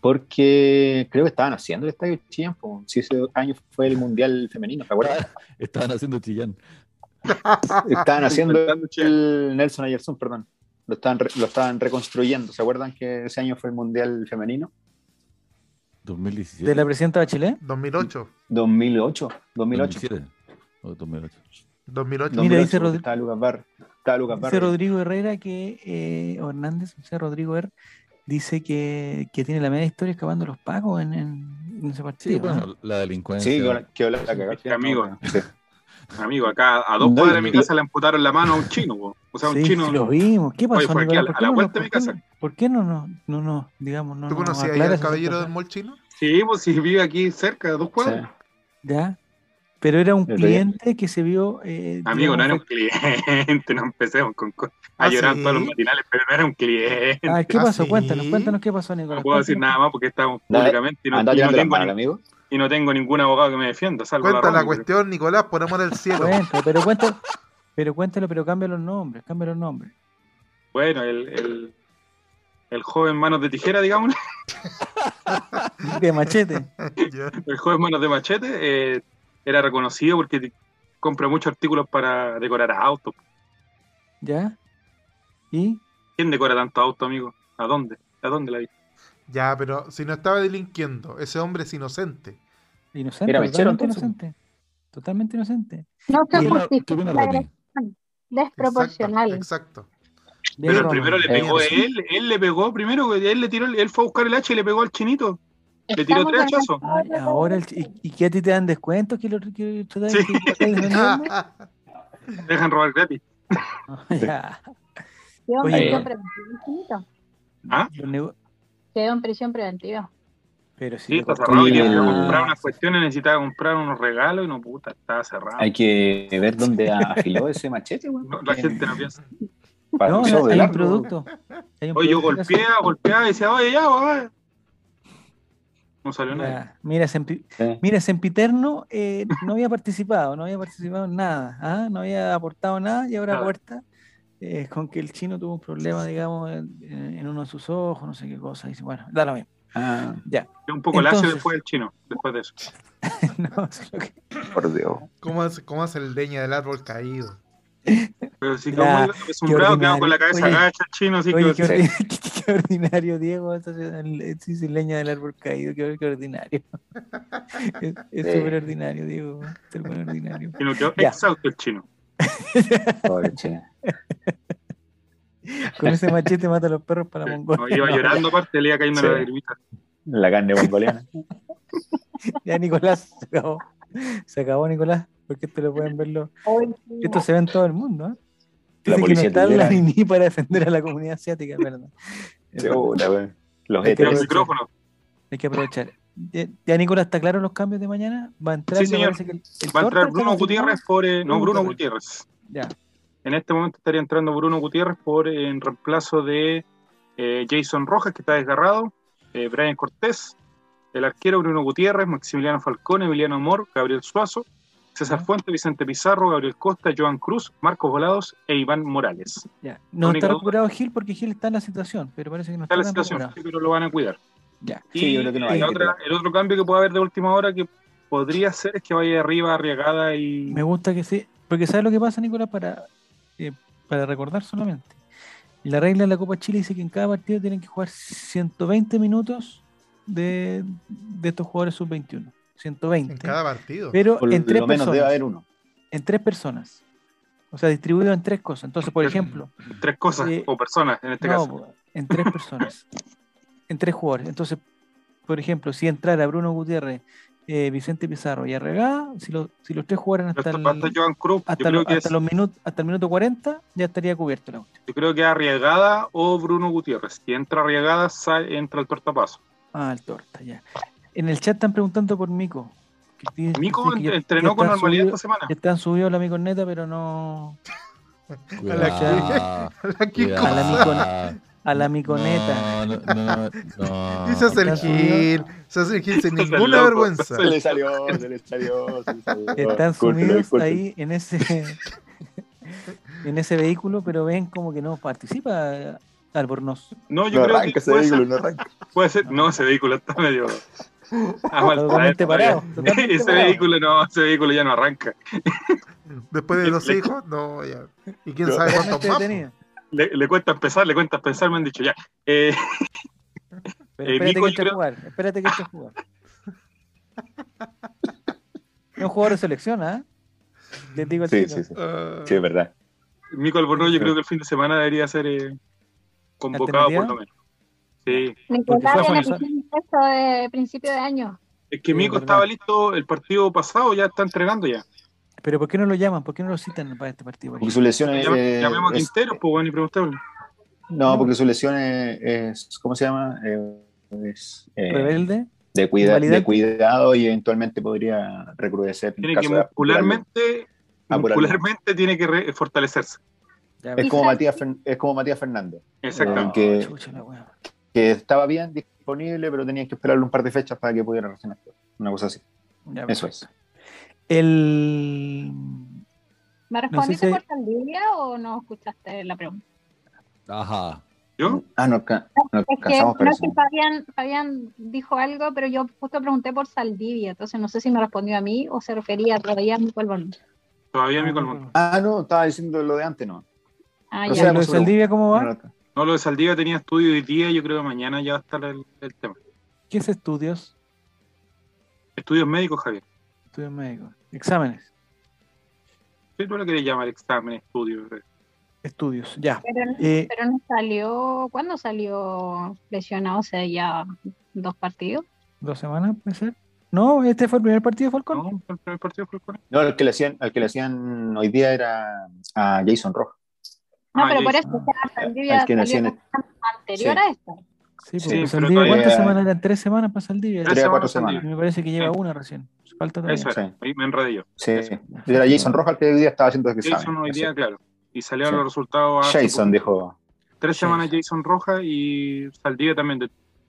[SPEAKER 4] Porque creo que estaban haciendo el estadio Chillán, po. si ese año fue el Mundial Femenino, ¿te
[SPEAKER 1] <laughs>
[SPEAKER 4] acuerdas?
[SPEAKER 1] Estaban haciendo Chillán.
[SPEAKER 4] Estaban haciendo
[SPEAKER 5] Inventando Chillán.
[SPEAKER 4] el Nelson Ayerson, perdón. Lo estaban, re- lo estaban reconstruyendo, ¿se acuerdan que ese año fue el Mundial Femenino?
[SPEAKER 1] 2017.
[SPEAKER 3] ¿De la presidenta Bachelet?
[SPEAKER 2] 2008.
[SPEAKER 4] 2008, 2008.
[SPEAKER 1] 2007. O 2008.
[SPEAKER 2] 2008.
[SPEAKER 3] Mira, dice
[SPEAKER 4] 2008, porque
[SPEAKER 3] Rodri-
[SPEAKER 4] estaba Lucas Barr. Estaba Lucas
[SPEAKER 3] Dice
[SPEAKER 4] Barr.
[SPEAKER 3] Rodrigo Herrera que, eh, o Hernández, o sea, Rodrigo Herr, dice que, que tiene la media historia escapando los pagos en, en- en ese
[SPEAKER 1] Sí,
[SPEAKER 3] partido.
[SPEAKER 1] bueno,
[SPEAKER 3] ¿no?
[SPEAKER 1] la delincuencia.
[SPEAKER 4] Sí, que hola- que hola, la
[SPEAKER 5] Es que, amigo.
[SPEAKER 4] Sí.
[SPEAKER 5] Amigo, acá a dos
[SPEAKER 4] No,
[SPEAKER 5] cuadras de mi
[SPEAKER 4] yo-
[SPEAKER 5] casa le amputaron la mano a un chino, po. o sea, un
[SPEAKER 3] Sí,
[SPEAKER 5] chino.
[SPEAKER 3] sí, lo vimos. ¿Qué pasó,
[SPEAKER 5] fue aquí
[SPEAKER 3] Nicolás?
[SPEAKER 5] a la-
[SPEAKER 3] ¿Por
[SPEAKER 5] a
[SPEAKER 3] qué
[SPEAKER 5] la
[SPEAKER 3] no nos-
[SPEAKER 5] vuelta de mi
[SPEAKER 3] por qué
[SPEAKER 5] casa.
[SPEAKER 3] no- ¿Por qué no nos, no, nos, digamos, no
[SPEAKER 2] ¿Tú
[SPEAKER 3] nos
[SPEAKER 2] conocías ahí
[SPEAKER 3] aclaras
[SPEAKER 2] al
[SPEAKER 3] esa
[SPEAKER 2] caballero del
[SPEAKER 3] situación?
[SPEAKER 2] mall chino?
[SPEAKER 5] Sí, pues si vive aquí cerca, a dos cuadras.
[SPEAKER 4] Sí.
[SPEAKER 3] Ya, pero era un
[SPEAKER 4] El rey-
[SPEAKER 3] cliente que se vio... eh, digamos,
[SPEAKER 5] Amigo, no era un cliente, <laughs> no empecemos con, co- a
[SPEAKER 2] Ah,
[SPEAKER 5] llorar
[SPEAKER 2] sí.
[SPEAKER 5] todos los matinales, pero no era un cliente.
[SPEAKER 3] Ah, ¿qué
[SPEAKER 2] Ah,
[SPEAKER 3] pasó?
[SPEAKER 2] sí.
[SPEAKER 3] Cuéntanos, cuéntanos qué pasó, Nicolás.
[SPEAKER 5] No puedo decir
[SPEAKER 3] cuéntanos.
[SPEAKER 5] nada más porque estamos
[SPEAKER 4] Dale,
[SPEAKER 5] públicamente y no,
[SPEAKER 4] Andá
[SPEAKER 5] y no
[SPEAKER 4] tirando las
[SPEAKER 5] tengo,
[SPEAKER 4] manos,
[SPEAKER 5] ni-
[SPEAKER 4] amigo.
[SPEAKER 5] y no tengo ningún abogado que me defienda, salvo
[SPEAKER 2] Cuenta
[SPEAKER 5] la
[SPEAKER 2] la
[SPEAKER 5] Romy, pero-
[SPEAKER 2] cuestión, Nicolás, por amor al cielo.
[SPEAKER 3] Cuéntalo, pero cuéntalo, pero cuéntalo, pero cambia los nombres, cambia los nombres.
[SPEAKER 5] Bueno, el, el, el joven manos de tijera, digamos,
[SPEAKER 3] De machete.
[SPEAKER 2] Ya.
[SPEAKER 5] el joven manos de machete, eh, era reconocido porque t- compra muchos artículos para decorar autos.
[SPEAKER 3] ¿Ya? ¿Y?
[SPEAKER 5] ¿Quién decora tanto auto, amigo? ¿A dónde? ¿A dónde la vi?
[SPEAKER 2] Ya, pero si no estaba delinquiendo, ese hombre es inocente.
[SPEAKER 3] Inocente,
[SPEAKER 4] Era mechero,
[SPEAKER 3] totalmente
[SPEAKER 4] entonces.
[SPEAKER 3] inocente. Totalmente inocente.
[SPEAKER 6] No
[SPEAKER 1] ¿Qué
[SPEAKER 6] se
[SPEAKER 1] opina- qué
[SPEAKER 6] justifica
[SPEAKER 1] opina
[SPEAKER 6] la
[SPEAKER 1] Rodri?
[SPEAKER 6] agresión desproporcional.
[SPEAKER 2] Exacto.
[SPEAKER 3] Bien,
[SPEAKER 5] Pero el
[SPEAKER 3] Roman,
[SPEAKER 5] primero le
[SPEAKER 4] Eh,
[SPEAKER 5] pegó
[SPEAKER 4] sí.
[SPEAKER 5] él, él le pegó primero, él le tiró, el- él fue a buscar el hacha y le pegó al chinito. Le tiró
[SPEAKER 6] Estamos
[SPEAKER 5] tres
[SPEAKER 6] hablando-
[SPEAKER 5] hachazos.
[SPEAKER 3] Ay, ahora, el ch- y, y que a ti te dan descuentos? ¿Que lo que tratáis-
[SPEAKER 5] Sí.
[SPEAKER 3] que tratáis de
[SPEAKER 2] <laughs>
[SPEAKER 3] venderme?
[SPEAKER 5] Dejan robar gratis.
[SPEAKER 3] <laughs> Ya.
[SPEAKER 6] Quedó en
[SPEAKER 3] Oye,
[SPEAKER 6] prisión
[SPEAKER 4] eh.
[SPEAKER 6] preventiva, chiquito.
[SPEAKER 5] ¿Ah?
[SPEAKER 3] Los nego-
[SPEAKER 6] Quedó en prisión preventiva.
[SPEAKER 3] Pero si
[SPEAKER 5] Sí, pues,
[SPEAKER 3] le
[SPEAKER 5] está
[SPEAKER 3] cortó pues,
[SPEAKER 5] cerrado.
[SPEAKER 3] el-
[SPEAKER 5] Y
[SPEAKER 4] tenía
[SPEAKER 5] quería
[SPEAKER 4] que
[SPEAKER 5] comprar unas cuestiones, necesitaba comprar unos regalos y no, puta, estaba cerrado.
[SPEAKER 4] Hay que ver dónde afiló ese machete, güey.
[SPEAKER 5] No, la gente no piensa.
[SPEAKER 4] <laughs> Para
[SPEAKER 3] No,
[SPEAKER 4] el
[SPEAKER 3] hay
[SPEAKER 4] show de
[SPEAKER 3] un
[SPEAKER 4] largo.
[SPEAKER 3] producto. Hay un
[SPEAKER 5] Oye, yo
[SPEAKER 3] producto que hace-
[SPEAKER 5] golpeaba, golpeaba y decía, oye, ya, va. No salió nada.
[SPEAKER 3] Ya, Mira, sempi-
[SPEAKER 4] Sí.
[SPEAKER 3] Mira, Sempiterno eh, no había participado, no había participado en nada, ¿ah? no había aportado nada y ahora
[SPEAKER 5] Nada.
[SPEAKER 3] aporta eh, con que el chino tuvo un problema, digamos, en, en uno de sus ojos, no sé qué cosa. Dice, bueno, da lo mismo. <laughs>
[SPEAKER 4] Ah,
[SPEAKER 5] Quedó un poco lacio
[SPEAKER 3] Entonces-
[SPEAKER 5] después del chino, después de eso.
[SPEAKER 3] No, eso es lo que-
[SPEAKER 4] por Dios.
[SPEAKER 2] ¿Cómo hace, ¿Cómo hace el leña del árbol caído?
[SPEAKER 5] Pero sí
[SPEAKER 3] Ya,
[SPEAKER 5] quedó muy asombrado, quedó con la
[SPEAKER 3] ordinario.
[SPEAKER 5] cabeza
[SPEAKER 3] Oye,
[SPEAKER 5] agacha el chino, así
[SPEAKER 3] Oye,
[SPEAKER 5] que
[SPEAKER 3] qué, ordi- <laughs> qué ordinario, Diego. eso es el- eh, sí, sí, leña del árbol caído, qué, qué ordinario. <laughs> Es es
[SPEAKER 4] Sí.
[SPEAKER 3] súper ordinario, Diego. Súper ordinario.
[SPEAKER 5] el chino quedó
[SPEAKER 3] Ya.
[SPEAKER 5] exhausto el chino.
[SPEAKER 4] Pobre che.
[SPEAKER 3] Con ese machete mata a los perros para Mongolia. <laughs>
[SPEAKER 5] No, iba
[SPEAKER 3] No,
[SPEAKER 5] llorando aparte, le iba cayendo
[SPEAKER 4] Sí.
[SPEAKER 5] la lagrimita.
[SPEAKER 4] La carne <laughs> mongoliana.
[SPEAKER 3] Ya, Nicolás, se acabó. Se acabó, Nicolás, porque esto lo pueden verlo. Esto se ve en todo el mundo. ¿eh? Dice que
[SPEAKER 4] La
[SPEAKER 3] no
[SPEAKER 4] policía
[SPEAKER 3] está la
[SPEAKER 4] tijera.
[SPEAKER 3] ni para defender a la comunidad asiática, es ¿verdad? Es verdad.
[SPEAKER 4] oh. Segura, güey. Los
[SPEAKER 3] Este
[SPEAKER 5] Tiró
[SPEAKER 4] héteros.
[SPEAKER 5] el
[SPEAKER 3] Pero-
[SPEAKER 5] micrófono.
[SPEAKER 3] Hay que aprovechar. Eh, Ya, Nicolás, ¿está claro los cambios de mañana? Va a entrar,
[SPEAKER 5] Sí,
[SPEAKER 3] me
[SPEAKER 5] señor.
[SPEAKER 3] parece que el- el
[SPEAKER 5] Va a entrar
[SPEAKER 3] Torta,
[SPEAKER 5] Bruno
[SPEAKER 3] ¿está confirmado?
[SPEAKER 5] Gutiérrez por. eh,
[SPEAKER 3] Bruno
[SPEAKER 5] no, Bruno Gutiérrez.
[SPEAKER 3] Gutiérrez. Ya.
[SPEAKER 5] En este momento estaría entrando Bruno Gutiérrez por eh, en reemplazo de eh, Jason Rojas, que está desgarrado, eh, Brian Cortés, el arquero Bruno Gutiérrez, Maximiliano Falcón, Emiliano Amor, Gabriel Suazo, César Fuente, Vicente Pizarro, Gabriel Costa, Joan Cruz, Marcos Volados e Iván Morales.
[SPEAKER 3] Ya. No
[SPEAKER 5] Única
[SPEAKER 3] está
[SPEAKER 5] duda.
[SPEAKER 3] recuperado Gil porque Gil está en la situación, pero parece que no está,
[SPEAKER 5] Está la
[SPEAKER 3] tan
[SPEAKER 5] situación,
[SPEAKER 3] recuperado.
[SPEAKER 5] sí, pero lo van a cuidar.
[SPEAKER 3] Ya.
[SPEAKER 5] Y
[SPEAKER 4] Sí, yo creo que no hay
[SPEAKER 5] la
[SPEAKER 4] que
[SPEAKER 5] otra- el otro cambio que puede haber de última hora que podría ser es que vaya arriba Arriagada y
[SPEAKER 3] Me gusta que sí. Porque ¿sabes lo que pasa, Nicolás? Para, eh, para recordar solamente. La regla de la Copa Chile dice que en cada partido tienen que jugar 120 minutos de, de estos jugadores sub-21. 120.
[SPEAKER 2] En cada partido.
[SPEAKER 3] Pero
[SPEAKER 4] Por
[SPEAKER 3] en tres
[SPEAKER 4] lo menos
[SPEAKER 3] personas.
[SPEAKER 4] debe haber uno.
[SPEAKER 3] En tres personas. O sea, distribuido en tres cosas. Entonces, por ejemplo,
[SPEAKER 5] tres cosas
[SPEAKER 3] Eh,
[SPEAKER 5] o personas en este
[SPEAKER 3] no,
[SPEAKER 5] caso.
[SPEAKER 3] po, en tres personas. en tres jugadores. Entonces, por ejemplo, si entrara Bruno Gutiérrez, eh, Vicente Pizarro y Arregada, si, lo- si los tres jugaran hasta,
[SPEAKER 5] Hasta,
[SPEAKER 3] el,
[SPEAKER 5] hasta Joan Cruz, yo
[SPEAKER 3] hasta,
[SPEAKER 5] creo
[SPEAKER 3] lo-
[SPEAKER 5] que
[SPEAKER 3] hasta
[SPEAKER 5] es-
[SPEAKER 3] los minutos, hasta el minuto 40, ya estaría cubierto la cuestión.
[SPEAKER 5] Yo creo que Arriagada o Bruno Gutiérrez. Si entra Arriagada, sale, entra el tortapaso.
[SPEAKER 3] Ah, el torta, ya. En el chat están preguntando por Mico. que dice- dice
[SPEAKER 5] Mico
[SPEAKER 3] que
[SPEAKER 5] ent-
[SPEAKER 3] ya- ya
[SPEAKER 5] entrenó con pues,
[SPEAKER 3] está
[SPEAKER 5] normalidad
[SPEAKER 3] subido-
[SPEAKER 5] esta semana.
[SPEAKER 3] Ya están subidos a la Micorneta, pero no.
[SPEAKER 1] Cuidado, <laughs>
[SPEAKER 2] Aquí
[SPEAKER 1] cuidado.
[SPEAKER 3] A la
[SPEAKER 2] cosa.
[SPEAKER 3] Micone- A la Miconeta.
[SPEAKER 1] No, no,
[SPEAKER 2] <laughs>
[SPEAKER 1] no, no.
[SPEAKER 2] Y se hace el
[SPEAKER 3] Está
[SPEAKER 2] gil. Se hace el gil sin
[SPEAKER 5] Está
[SPEAKER 2] ninguna
[SPEAKER 5] loco.
[SPEAKER 2] vergüenza.
[SPEAKER 4] Se <laughs> le <laughs> salió, se le salió. se le salió.
[SPEAKER 3] Están
[SPEAKER 4] Discúlpelo,
[SPEAKER 3] sumidos
[SPEAKER 4] discúlpelo.
[SPEAKER 3] ahí en ese <laughs> en ese vehículo, pero ven como que no participa Albornoz.
[SPEAKER 5] No, yo
[SPEAKER 4] No
[SPEAKER 5] creo
[SPEAKER 4] arranca
[SPEAKER 5] que
[SPEAKER 4] ese
[SPEAKER 5] puede ser,
[SPEAKER 4] vehículo, no arranca.
[SPEAKER 5] puede ser- No, ese vehículo está
[SPEAKER 3] <laughs>
[SPEAKER 5] medio. Ah, mal,
[SPEAKER 3] Totalmente
[SPEAKER 5] todavía. <laughs>
[SPEAKER 3] parado. totalmente
[SPEAKER 5] Ese
[SPEAKER 3] parado.
[SPEAKER 5] vehículo no, ese vehículo ya no arranca.
[SPEAKER 2] Después de los
[SPEAKER 5] Le-
[SPEAKER 2] hijos, no, ya. ¿Y quién
[SPEAKER 4] No,
[SPEAKER 2] sabe cuántos
[SPEAKER 3] Totalmente
[SPEAKER 2] más?
[SPEAKER 3] Este detenido.
[SPEAKER 5] Le, le cuesta pensar, le cuesta pensar, me han dicho ya. Eh,
[SPEAKER 3] Pero
[SPEAKER 5] Eh,
[SPEAKER 3] espérate
[SPEAKER 5] Nico,
[SPEAKER 3] que
[SPEAKER 5] yo
[SPEAKER 3] entre a
[SPEAKER 5] creo-
[SPEAKER 3] jugar. Espérate que entre a jugar. <laughs> Es un jugador de selección, ¿ah? Les digo el
[SPEAKER 4] Sí,
[SPEAKER 3] tiro.
[SPEAKER 4] sí, sí.
[SPEAKER 2] Ah,
[SPEAKER 4] Sí, es verdad.
[SPEAKER 5] Mico Albornoz, yo creo que el fin de semana debería ser eh, convocado por lo menos. Sí.
[SPEAKER 6] Nicolás
[SPEAKER 5] fue
[SPEAKER 6] en la
[SPEAKER 5] Fuenzal.
[SPEAKER 6] piscina esto de principio de año.
[SPEAKER 5] Es que
[SPEAKER 3] Sí,
[SPEAKER 5] Mico
[SPEAKER 3] es verdad.
[SPEAKER 5] estaba listo el partido pasado, ya está entrenando ya.
[SPEAKER 3] Pero ¿por qué no lo llaman? ¿Por qué no lo citan para este partido? por
[SPEAKER 4] Porque
[SPEAKER 3] ejemplo?
[SPEAKER 4] su lesión es,
[SPEAKER 5] Llam- Llamemos a
[SPEAKER 4] es-
[SPEAKER 5] Quintero, pues bueno, y preguntémosle.
[SPEAKER 4] No, porque su lesión es, es- ¿cómo se llama? Eh, es, eh,
[SPEAKER 3] Rebelde.
[SPEAKER 4] de, cuida-
[SPEAKER 3] Invalidante.
[SPEAKER 4] de cuidado y eventualmente podría recrudecer. en
[SPEAKER 5] Tiene que
[SPEAKER 4] caso de
[SPEAKER 5] muscularmente,
[SPEAKER 4] apurarlo.
[SPEAKER 5] muscularlo. tiene que re- eh, fortalecerse.
[SPEAKER 3] Ya, pues.
[SPEAKER 4] Es
[SPEAKER 6] Y
[SPEAKER 4] como,
[SPEAKER 6] sabe-
[SPEAKER 4] Matías Fern- es como Matías Fernández,
[SPEAKER 5] Exactamente.
[SPEAKER 4] que-
[SPEAKER 3] chucha la wea.
[SPEAKER 4] que estaba bien disponible, pero tenían que esperarle un par de fechas para que pudiera recién actuar. Una cosa así.
[SPEAKER 3] Ya,
[SPEAKER 4] Eso
[SPEAKER 3] perfecto.
[SPEAKER 4] es.
[SPEAKER 3] El
[SPEAKER 6] ¿Me
[SPEAKER 3] sé
[SPEAKER 6] respondiste
[SPEAKER 3] si-
[SPEAKER 6] por Saldivia o no escuchaste la pregunta?
[SPEAKER 1] Ajá.
[SPEAKER 5] ¿Yo?
[SPEAKER 4] Ah, no, alca- no
[SPEAKER 6] Es que,
[SPEAKER 4] alcanzamos para
[SPEAKER 6] no, es
[SPEAKER 4] eso.
[SPEAKER 6] que Fabián, Fabián dijo algo, pero yo justo pregunté por Saldivia, entonces no sé si me respondió a mí o se refería todavía a mi Balbón.
[SPEAKER 5] Todavía Mico Albornoz.
[SPEAKER 4] Ah, no, estaba diciendo lo de antes, ¿no?
[SPEAKER 6] Ah,
[SPEAKER 4] No
[SPEAKER 6] ya.
[SPEAKER 3] Ya, lo de
[SPEAKER 4] pues,
[SPEAKER 3] Saldivia, ¿cómo va?
[SPEAKER 4] No, no.
[SPEAKER 5] No, lo de Saldivia tenía estudio hoy día, yo creo que mañana ya va a estar el, el tema.
[SPEAKER 3] ¿Qué es estudios?
[SPEAKER 5] Estudios médicos, Javier.
[SPEAKER 3] Estudios médicos. Exámenes.
[SPEAKER 5] Sí, tú lo querés llamar examen, estudio. eh.
[SPEAKER 3] Estudios, ya.
[SPEAKER 6] Pero, no-
[SPEAKER 3] Eh,
[SPEAKER 6] pero no salió, ¿cuándo salió lesionado? O sea, ya dos partidos.
[SPEAKER 3] ¿Dos semanas puede ser? No, este fue el primer partido de Falcón.
[SPEAKER 5] No, el primer partido fue con él.
[SPEAKER 4] No, al que, le hacían, al que le hacían hoy día era a Jason Rojas.
[SPEAKER 6] No,
[SPEAKER 5] Ah,
[SPEAKER 6] pero
[SPEAKER 5] ya
[SPEAKER 6] por
[SPEAKER 5] hizo.
[SPEAKER 6] eso, o sea, Saldivia
[SPEAKER 4] Al que
[SPEAKER 6] salió
[SPEAKER 4] nació en-
[SPEAKER 6] anterior
[SPEAKER 4] sí.
[SPEAKER 6] a esta.
[SPEAKER 3] Sí,
[SPEAKER 4] Sí,
[SPEAKER 3] porque
[SPEAKER 5] pero
[SPEAKER 3] Saldivia,
[SPEAKER 5] todavía-
[SPEAKER 3] ¿cuántas semanas eran? Tres semanas para Saldivia.
[SPEAKER 5] Tres
[SPEAKER 4] Tres o cuatro
[SPEAKER 5] semanas,
[SPEAKER 4] semanas.
[SPEAKER 3] Y me parece que lleva
[SPEAKER 5] Sí.
[SPEAKER 3] una recién. Falta todavía.
[SPEAKER 5] Eso era,
[SPEAKER 4] Sí.
[SPEAKER 5] ahí me enredé yo.
[SPEAKER 4] Sí, era Jason Rojas el que hoy día estaba haciendo el examen.
[SPEAKER 5] Jason hoy día, claro. Y salieron
[SPEAKER 4] Sí.
[SPEAKER 5] los resultados hace
[SPEAKER 4] Jason
[SPEAKER 5] poco.
[SPEAKER 4] dijo.
[SPEAKER 5] tres
[SPEAKER 3] Jason.
[SPEAKER 5] semanas Jason Rojas y Saldivia también. De-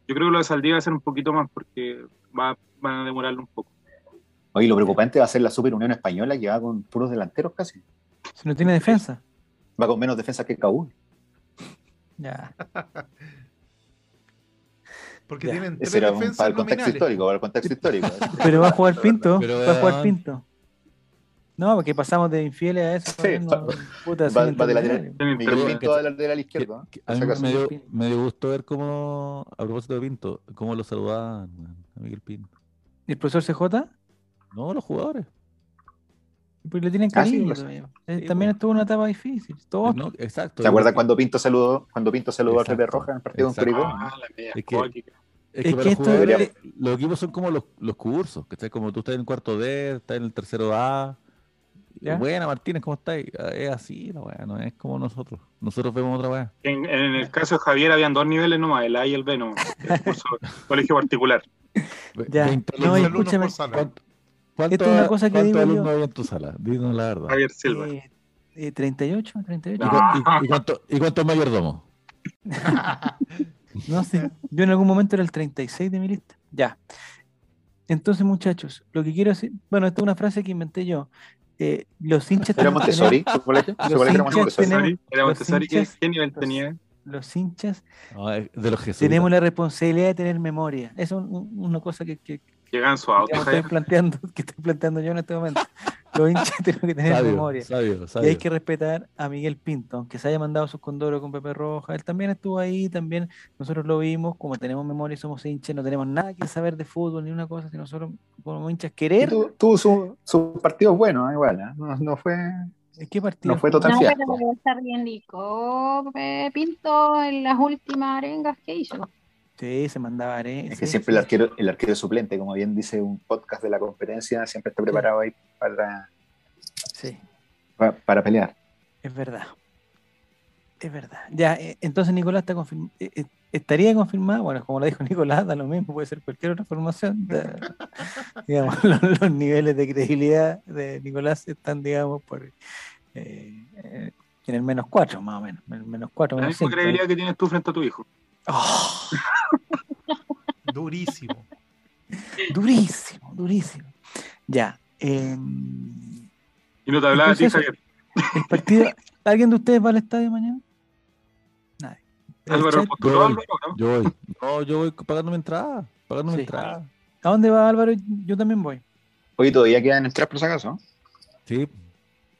[SPEAKER 5] Yo creo que lo de Saldivia va a ser un poquito más porque va, van a demorarlo un poco.
[SPEAKER 4] Oye, lo preocupante va a ser la Super Unión Española que va con puros delanteros casi.
[SPEAKER 3] Si no tiene defensa.
[SPEAKER 4] Va con menos defensa que Kabul.
[SPEAKER 3] Ya.
[SPEAKER 4] <laughs>
[SPEAKER 2] Porque
[SPEAKER 3] Ya.
[SPEAKER 2] tienen tres
[SPEAKER 4] Ese era un-
[SPEAKER 2] defensas
[SPEAKER 4] para el contexto
[SPEAKER 2] nominales.
[SPEAKER 4] histórico, para el contexto histórico.
[SPEAKER 3] Pero va a jugar Pinto.
[SPEAKER 1] <laughs> Pero,
[SPEAKER 3] va a jugar
[SPEAKER 1] weón.
[SPEAKER 3] Pinto. No, porque pasamos de infieles a eso.
[SPEAKER 4] Sí,
[SPEAKER 3] no,
[SPEAKER 4] va-
[SPEAKER 3] puta,
[SPEAKER 4] va-
[SPEAKER 3] sin
[SPEAKER 4] va de
[SPEAKER 3] entender.
[SPEAKER 4] lateral.
[SPEAKER 5] Se me
[SPEAKER 4] Miguel
[SPEAKER 5] perdió.
[SPEAKER 4] Pinto de la, de la izquierda. ¿no?
[SPEAKER 1] A
[SPEAKER 4] Por si
[SPEAKER 1] mí
[SPEAKER 4] acaso.
[SPEAKER 1] me dio, me dio gusto ver cómo, a propósito de Pinto, cómo lo saludaban weón, a Miguel Pinto.
[SPEAKER 3] ¿Y el profesor CJ?
[SPEAKER 1] No, los jugadores.
[SPEAKER 3] Pues le tienen
[SPEAKER 4] Ah, sí,
[SPEAKER 3] cariño
[SPEAKER 4] pues.
[SPEAKER 3] todavía. Eh,
[SPEAKER 1] Sí,
[SPEAKER 3] También
[SPEAKER 1] pues.
[SPEAKER 3] estuvo en una etapa difícil. Todos.
[SPEAKER 1] No, exacto.
[SPEAKER 4] Oh. ¿Se acuerdan
[SPEAKER 1] Es que-
[SPEAKER 4] cuando Pinto saludó, cuando Pinto saludó
[SPEAKER 1] Exacto,
[SPEAKER 4] a Pepe Roja en el partido
[SPEAKER 1] exacto.
[SPEAKER 4] con Curicó?
[SPEAKER 5] Ah, la media
[SPEAKER 1] Es que-
[SPEAKER 5] cuáquica.
[SPEAKER 1] Es que,
[SPEAKER 3] Es
[SPEAKER 1] para
[SPEAKER 3] que
[SPEAKER 1] los,
[SPEAKER 3] esto
[SPEAKER 1] jugadores,
[SPEAKER 4] debería-
[SPEAKER 1] los equipos son como los, los cursos, ¿cachai? Como tú estás en el cuarto D, estás en el tercero A.
[SPEAKER 3] ¿Ya?
[SPEAKER 1] Buena, Martínez, ¿cómo estás? Ah, Es así la weá, no es como nosotros. Nosotros vemos otra weá.
[SPEAKER 4] <laughs>
[SPEAKER 5] En, en el caso de Javier habían dos niveles nomás, el A y el B nomás. El curso- colegio particular.
[SPEAKER 1] Ve-
[SPEAKER 3] Ya,
[SPEAKER 1] veinte
[SPEAKER 3] No,
[SPEAKER 2] Los
[SPEAKER 1] alumnos.
[SPEAKER 2] alumnos
[SPEAKER 3] escúchame.
[SPEAKER 2] por sala.
[SPEAKER 1] ¿Cuánto- ¿Cuántos
[SPEAKER 3] Esto es una cosa que
[SPEAKER 1] cuántos
[SPEAKER 3] digo yo.
[SPEAKER 1] alumnos había en tu sala? Dinos la verdad.
[SPEAKER 5] Javier Silva.
[SPEAKER 3] Eh, eh, 38, 38.
[SPEAKER 1] ¿Y, cu-
[SPEAKER 4] Ah.
[SPEAKER 1] y- y cuánto- y cuántos mayordomos?
[SPEAKER 3] No sé, yo en algún momento era el 36 de mi lista. Ya. Entonces, muchachos, lo que quiero decir, bueno, esta es una frase que inventé yo. Eh, los hinchas
[SPEAKER 4] ¿Era
[SPEAKER 3] tenemos que tener-
[SPEAKER 4] Montessori? ¿Tu colegio? ¿Tu
[SPEAKER 3] Los
[SPEAKER 4] colegio era
[SPEAKER 3] hinchas
[SPEAKER 4] Montessori?
[SPEAKER 3] tenemos-
[SPEAKER 5] Era
[SPEAKER 3] los
[SPEAKER 5] Montessori, ¿qué,
[SPEAKER 3] hinchas-
[SPEAKER 5] qué nivel
[SPEAKER 3] los-
[SPEAKER 5] tenía?
[SPEAKER 3] los hinchas
[SPEAKER 1] No, es de los jesuitas.
[SPEAKER 3] tenemos la responsabilidad de tener memoria. Es un- un- una cosa que, que- que
[SPEAKER 5] Llegaban su auto,
[SPEAKER 3] digamos,
[SPEAKER 5] Javier.
[SPEAKER 3] estoy planteando, <laughs> que estoy planteando yo en este momento. Los hinchas <laughs> tenemos que tener
[SPEAKER 1] sabio,
[SPEAKER 3] memoria.
[SPEAKER 1] Sabio,
[SPEAKER 3] Y
[SPEAKER 1] sabio.
[SPEAKER 3] hay que respetar a Miguel Pinto, aunque se haya mandado sus condoros con Pepe Roja. Él también estuvo ahí, también nosotros lo vimos, como tenemos memoria y somos hinchas, no tenemos nada que saber de fútbol ni una cosa, sino nosotros como hinchas
[SPEAKER 4] Y
[SPEAKER 3] querer.
[SPEAKER 4] Tuvo tuvo su- sus partidos buenos, ¿eh? igual. ¿eh? No, no fue.
[SPEAKER 3] ¿En qué partido?
[SPEAKER 4] fue
[SPEAKER 3] jugó?
[SPEAKER 4] total
[SPEAKER 6] No,
[SPEAKER 4] fiasco.
[SPEAKER 6] pero se reivindicó eh, Pinto en las últimas arengas que hizo.
[SPEAKER 3] Sí, se mandaba are-
[SPEAKER 4] Es
[SPEAKER 3] sí,
[SPEAKER 4] que siempre
[SPEAKER 3] sí,
[SPEAKER 4] el
[SPEAKER 3] sí.
[SPEAKER 4] arquero, el arquero suplente, como bien dice un podcast de la competencia, siempre está preparado ahí para,
[SPEAKER 3] Sí,
[SPEAKER 4] pa- para pelear.
[SPEAKER 3] es verdad. Es verdad. Ya, eh, entonces Nicolás está confirm- eh, eh, estaría confirmado, bueno, como lo dijo <laughs> Nicolás, da lo mismo, puede ser cualquier otra formación. da- <laughs> digamos, <laughs> los, los niveles de credibilidad de Nicolás están, digamos, por eh, eh, en el menos cuatro, más o menos. en el menos cuatro,
[SPEAKER 5] La
[SPEAKER 3] menos
[SPEAKER 5] misma
[SPEAKER 3] cinco.
[SPEAKER 5] credibilidad que tienes tú frente a tu hijo.
[SPEAKER 3] ¡Oh!
[SPEAKER 2] Durísimo.
[SPEAKER 3] durísimo, durísimo. Ya. eh,
[SPEAKER 5] Y no te hablaba a ti,
[SPEAKER 3] Entonces,
[SPEAKER 5] Javier.
[SPEAKER 3] el partido. ¿Alguien de ustedes va al estadio mañana? Nadie. El
[SPEAKER 5] Álvaro,
[SPEAKER 3] chat-
[SPEAKER 5] postuló
[SPEAKER 1] Yo-
[SPEAKER 5] Álvaro, ¿no?
[SPEAKER 1] Yo voy. No, yo voy pagando mi entrada. Pagando mi
[SPEAKER 3] Sí.
[SPEAKER 1] entrada.
[SPEAKER 3] ¿A dónde va Álvaro? Yo también voy.
[SPEAKER 4] Hoy todavía quedan entradas por si acaso.
[SPEAKER 1] Sí.
[SPEAKER 5] Cinco de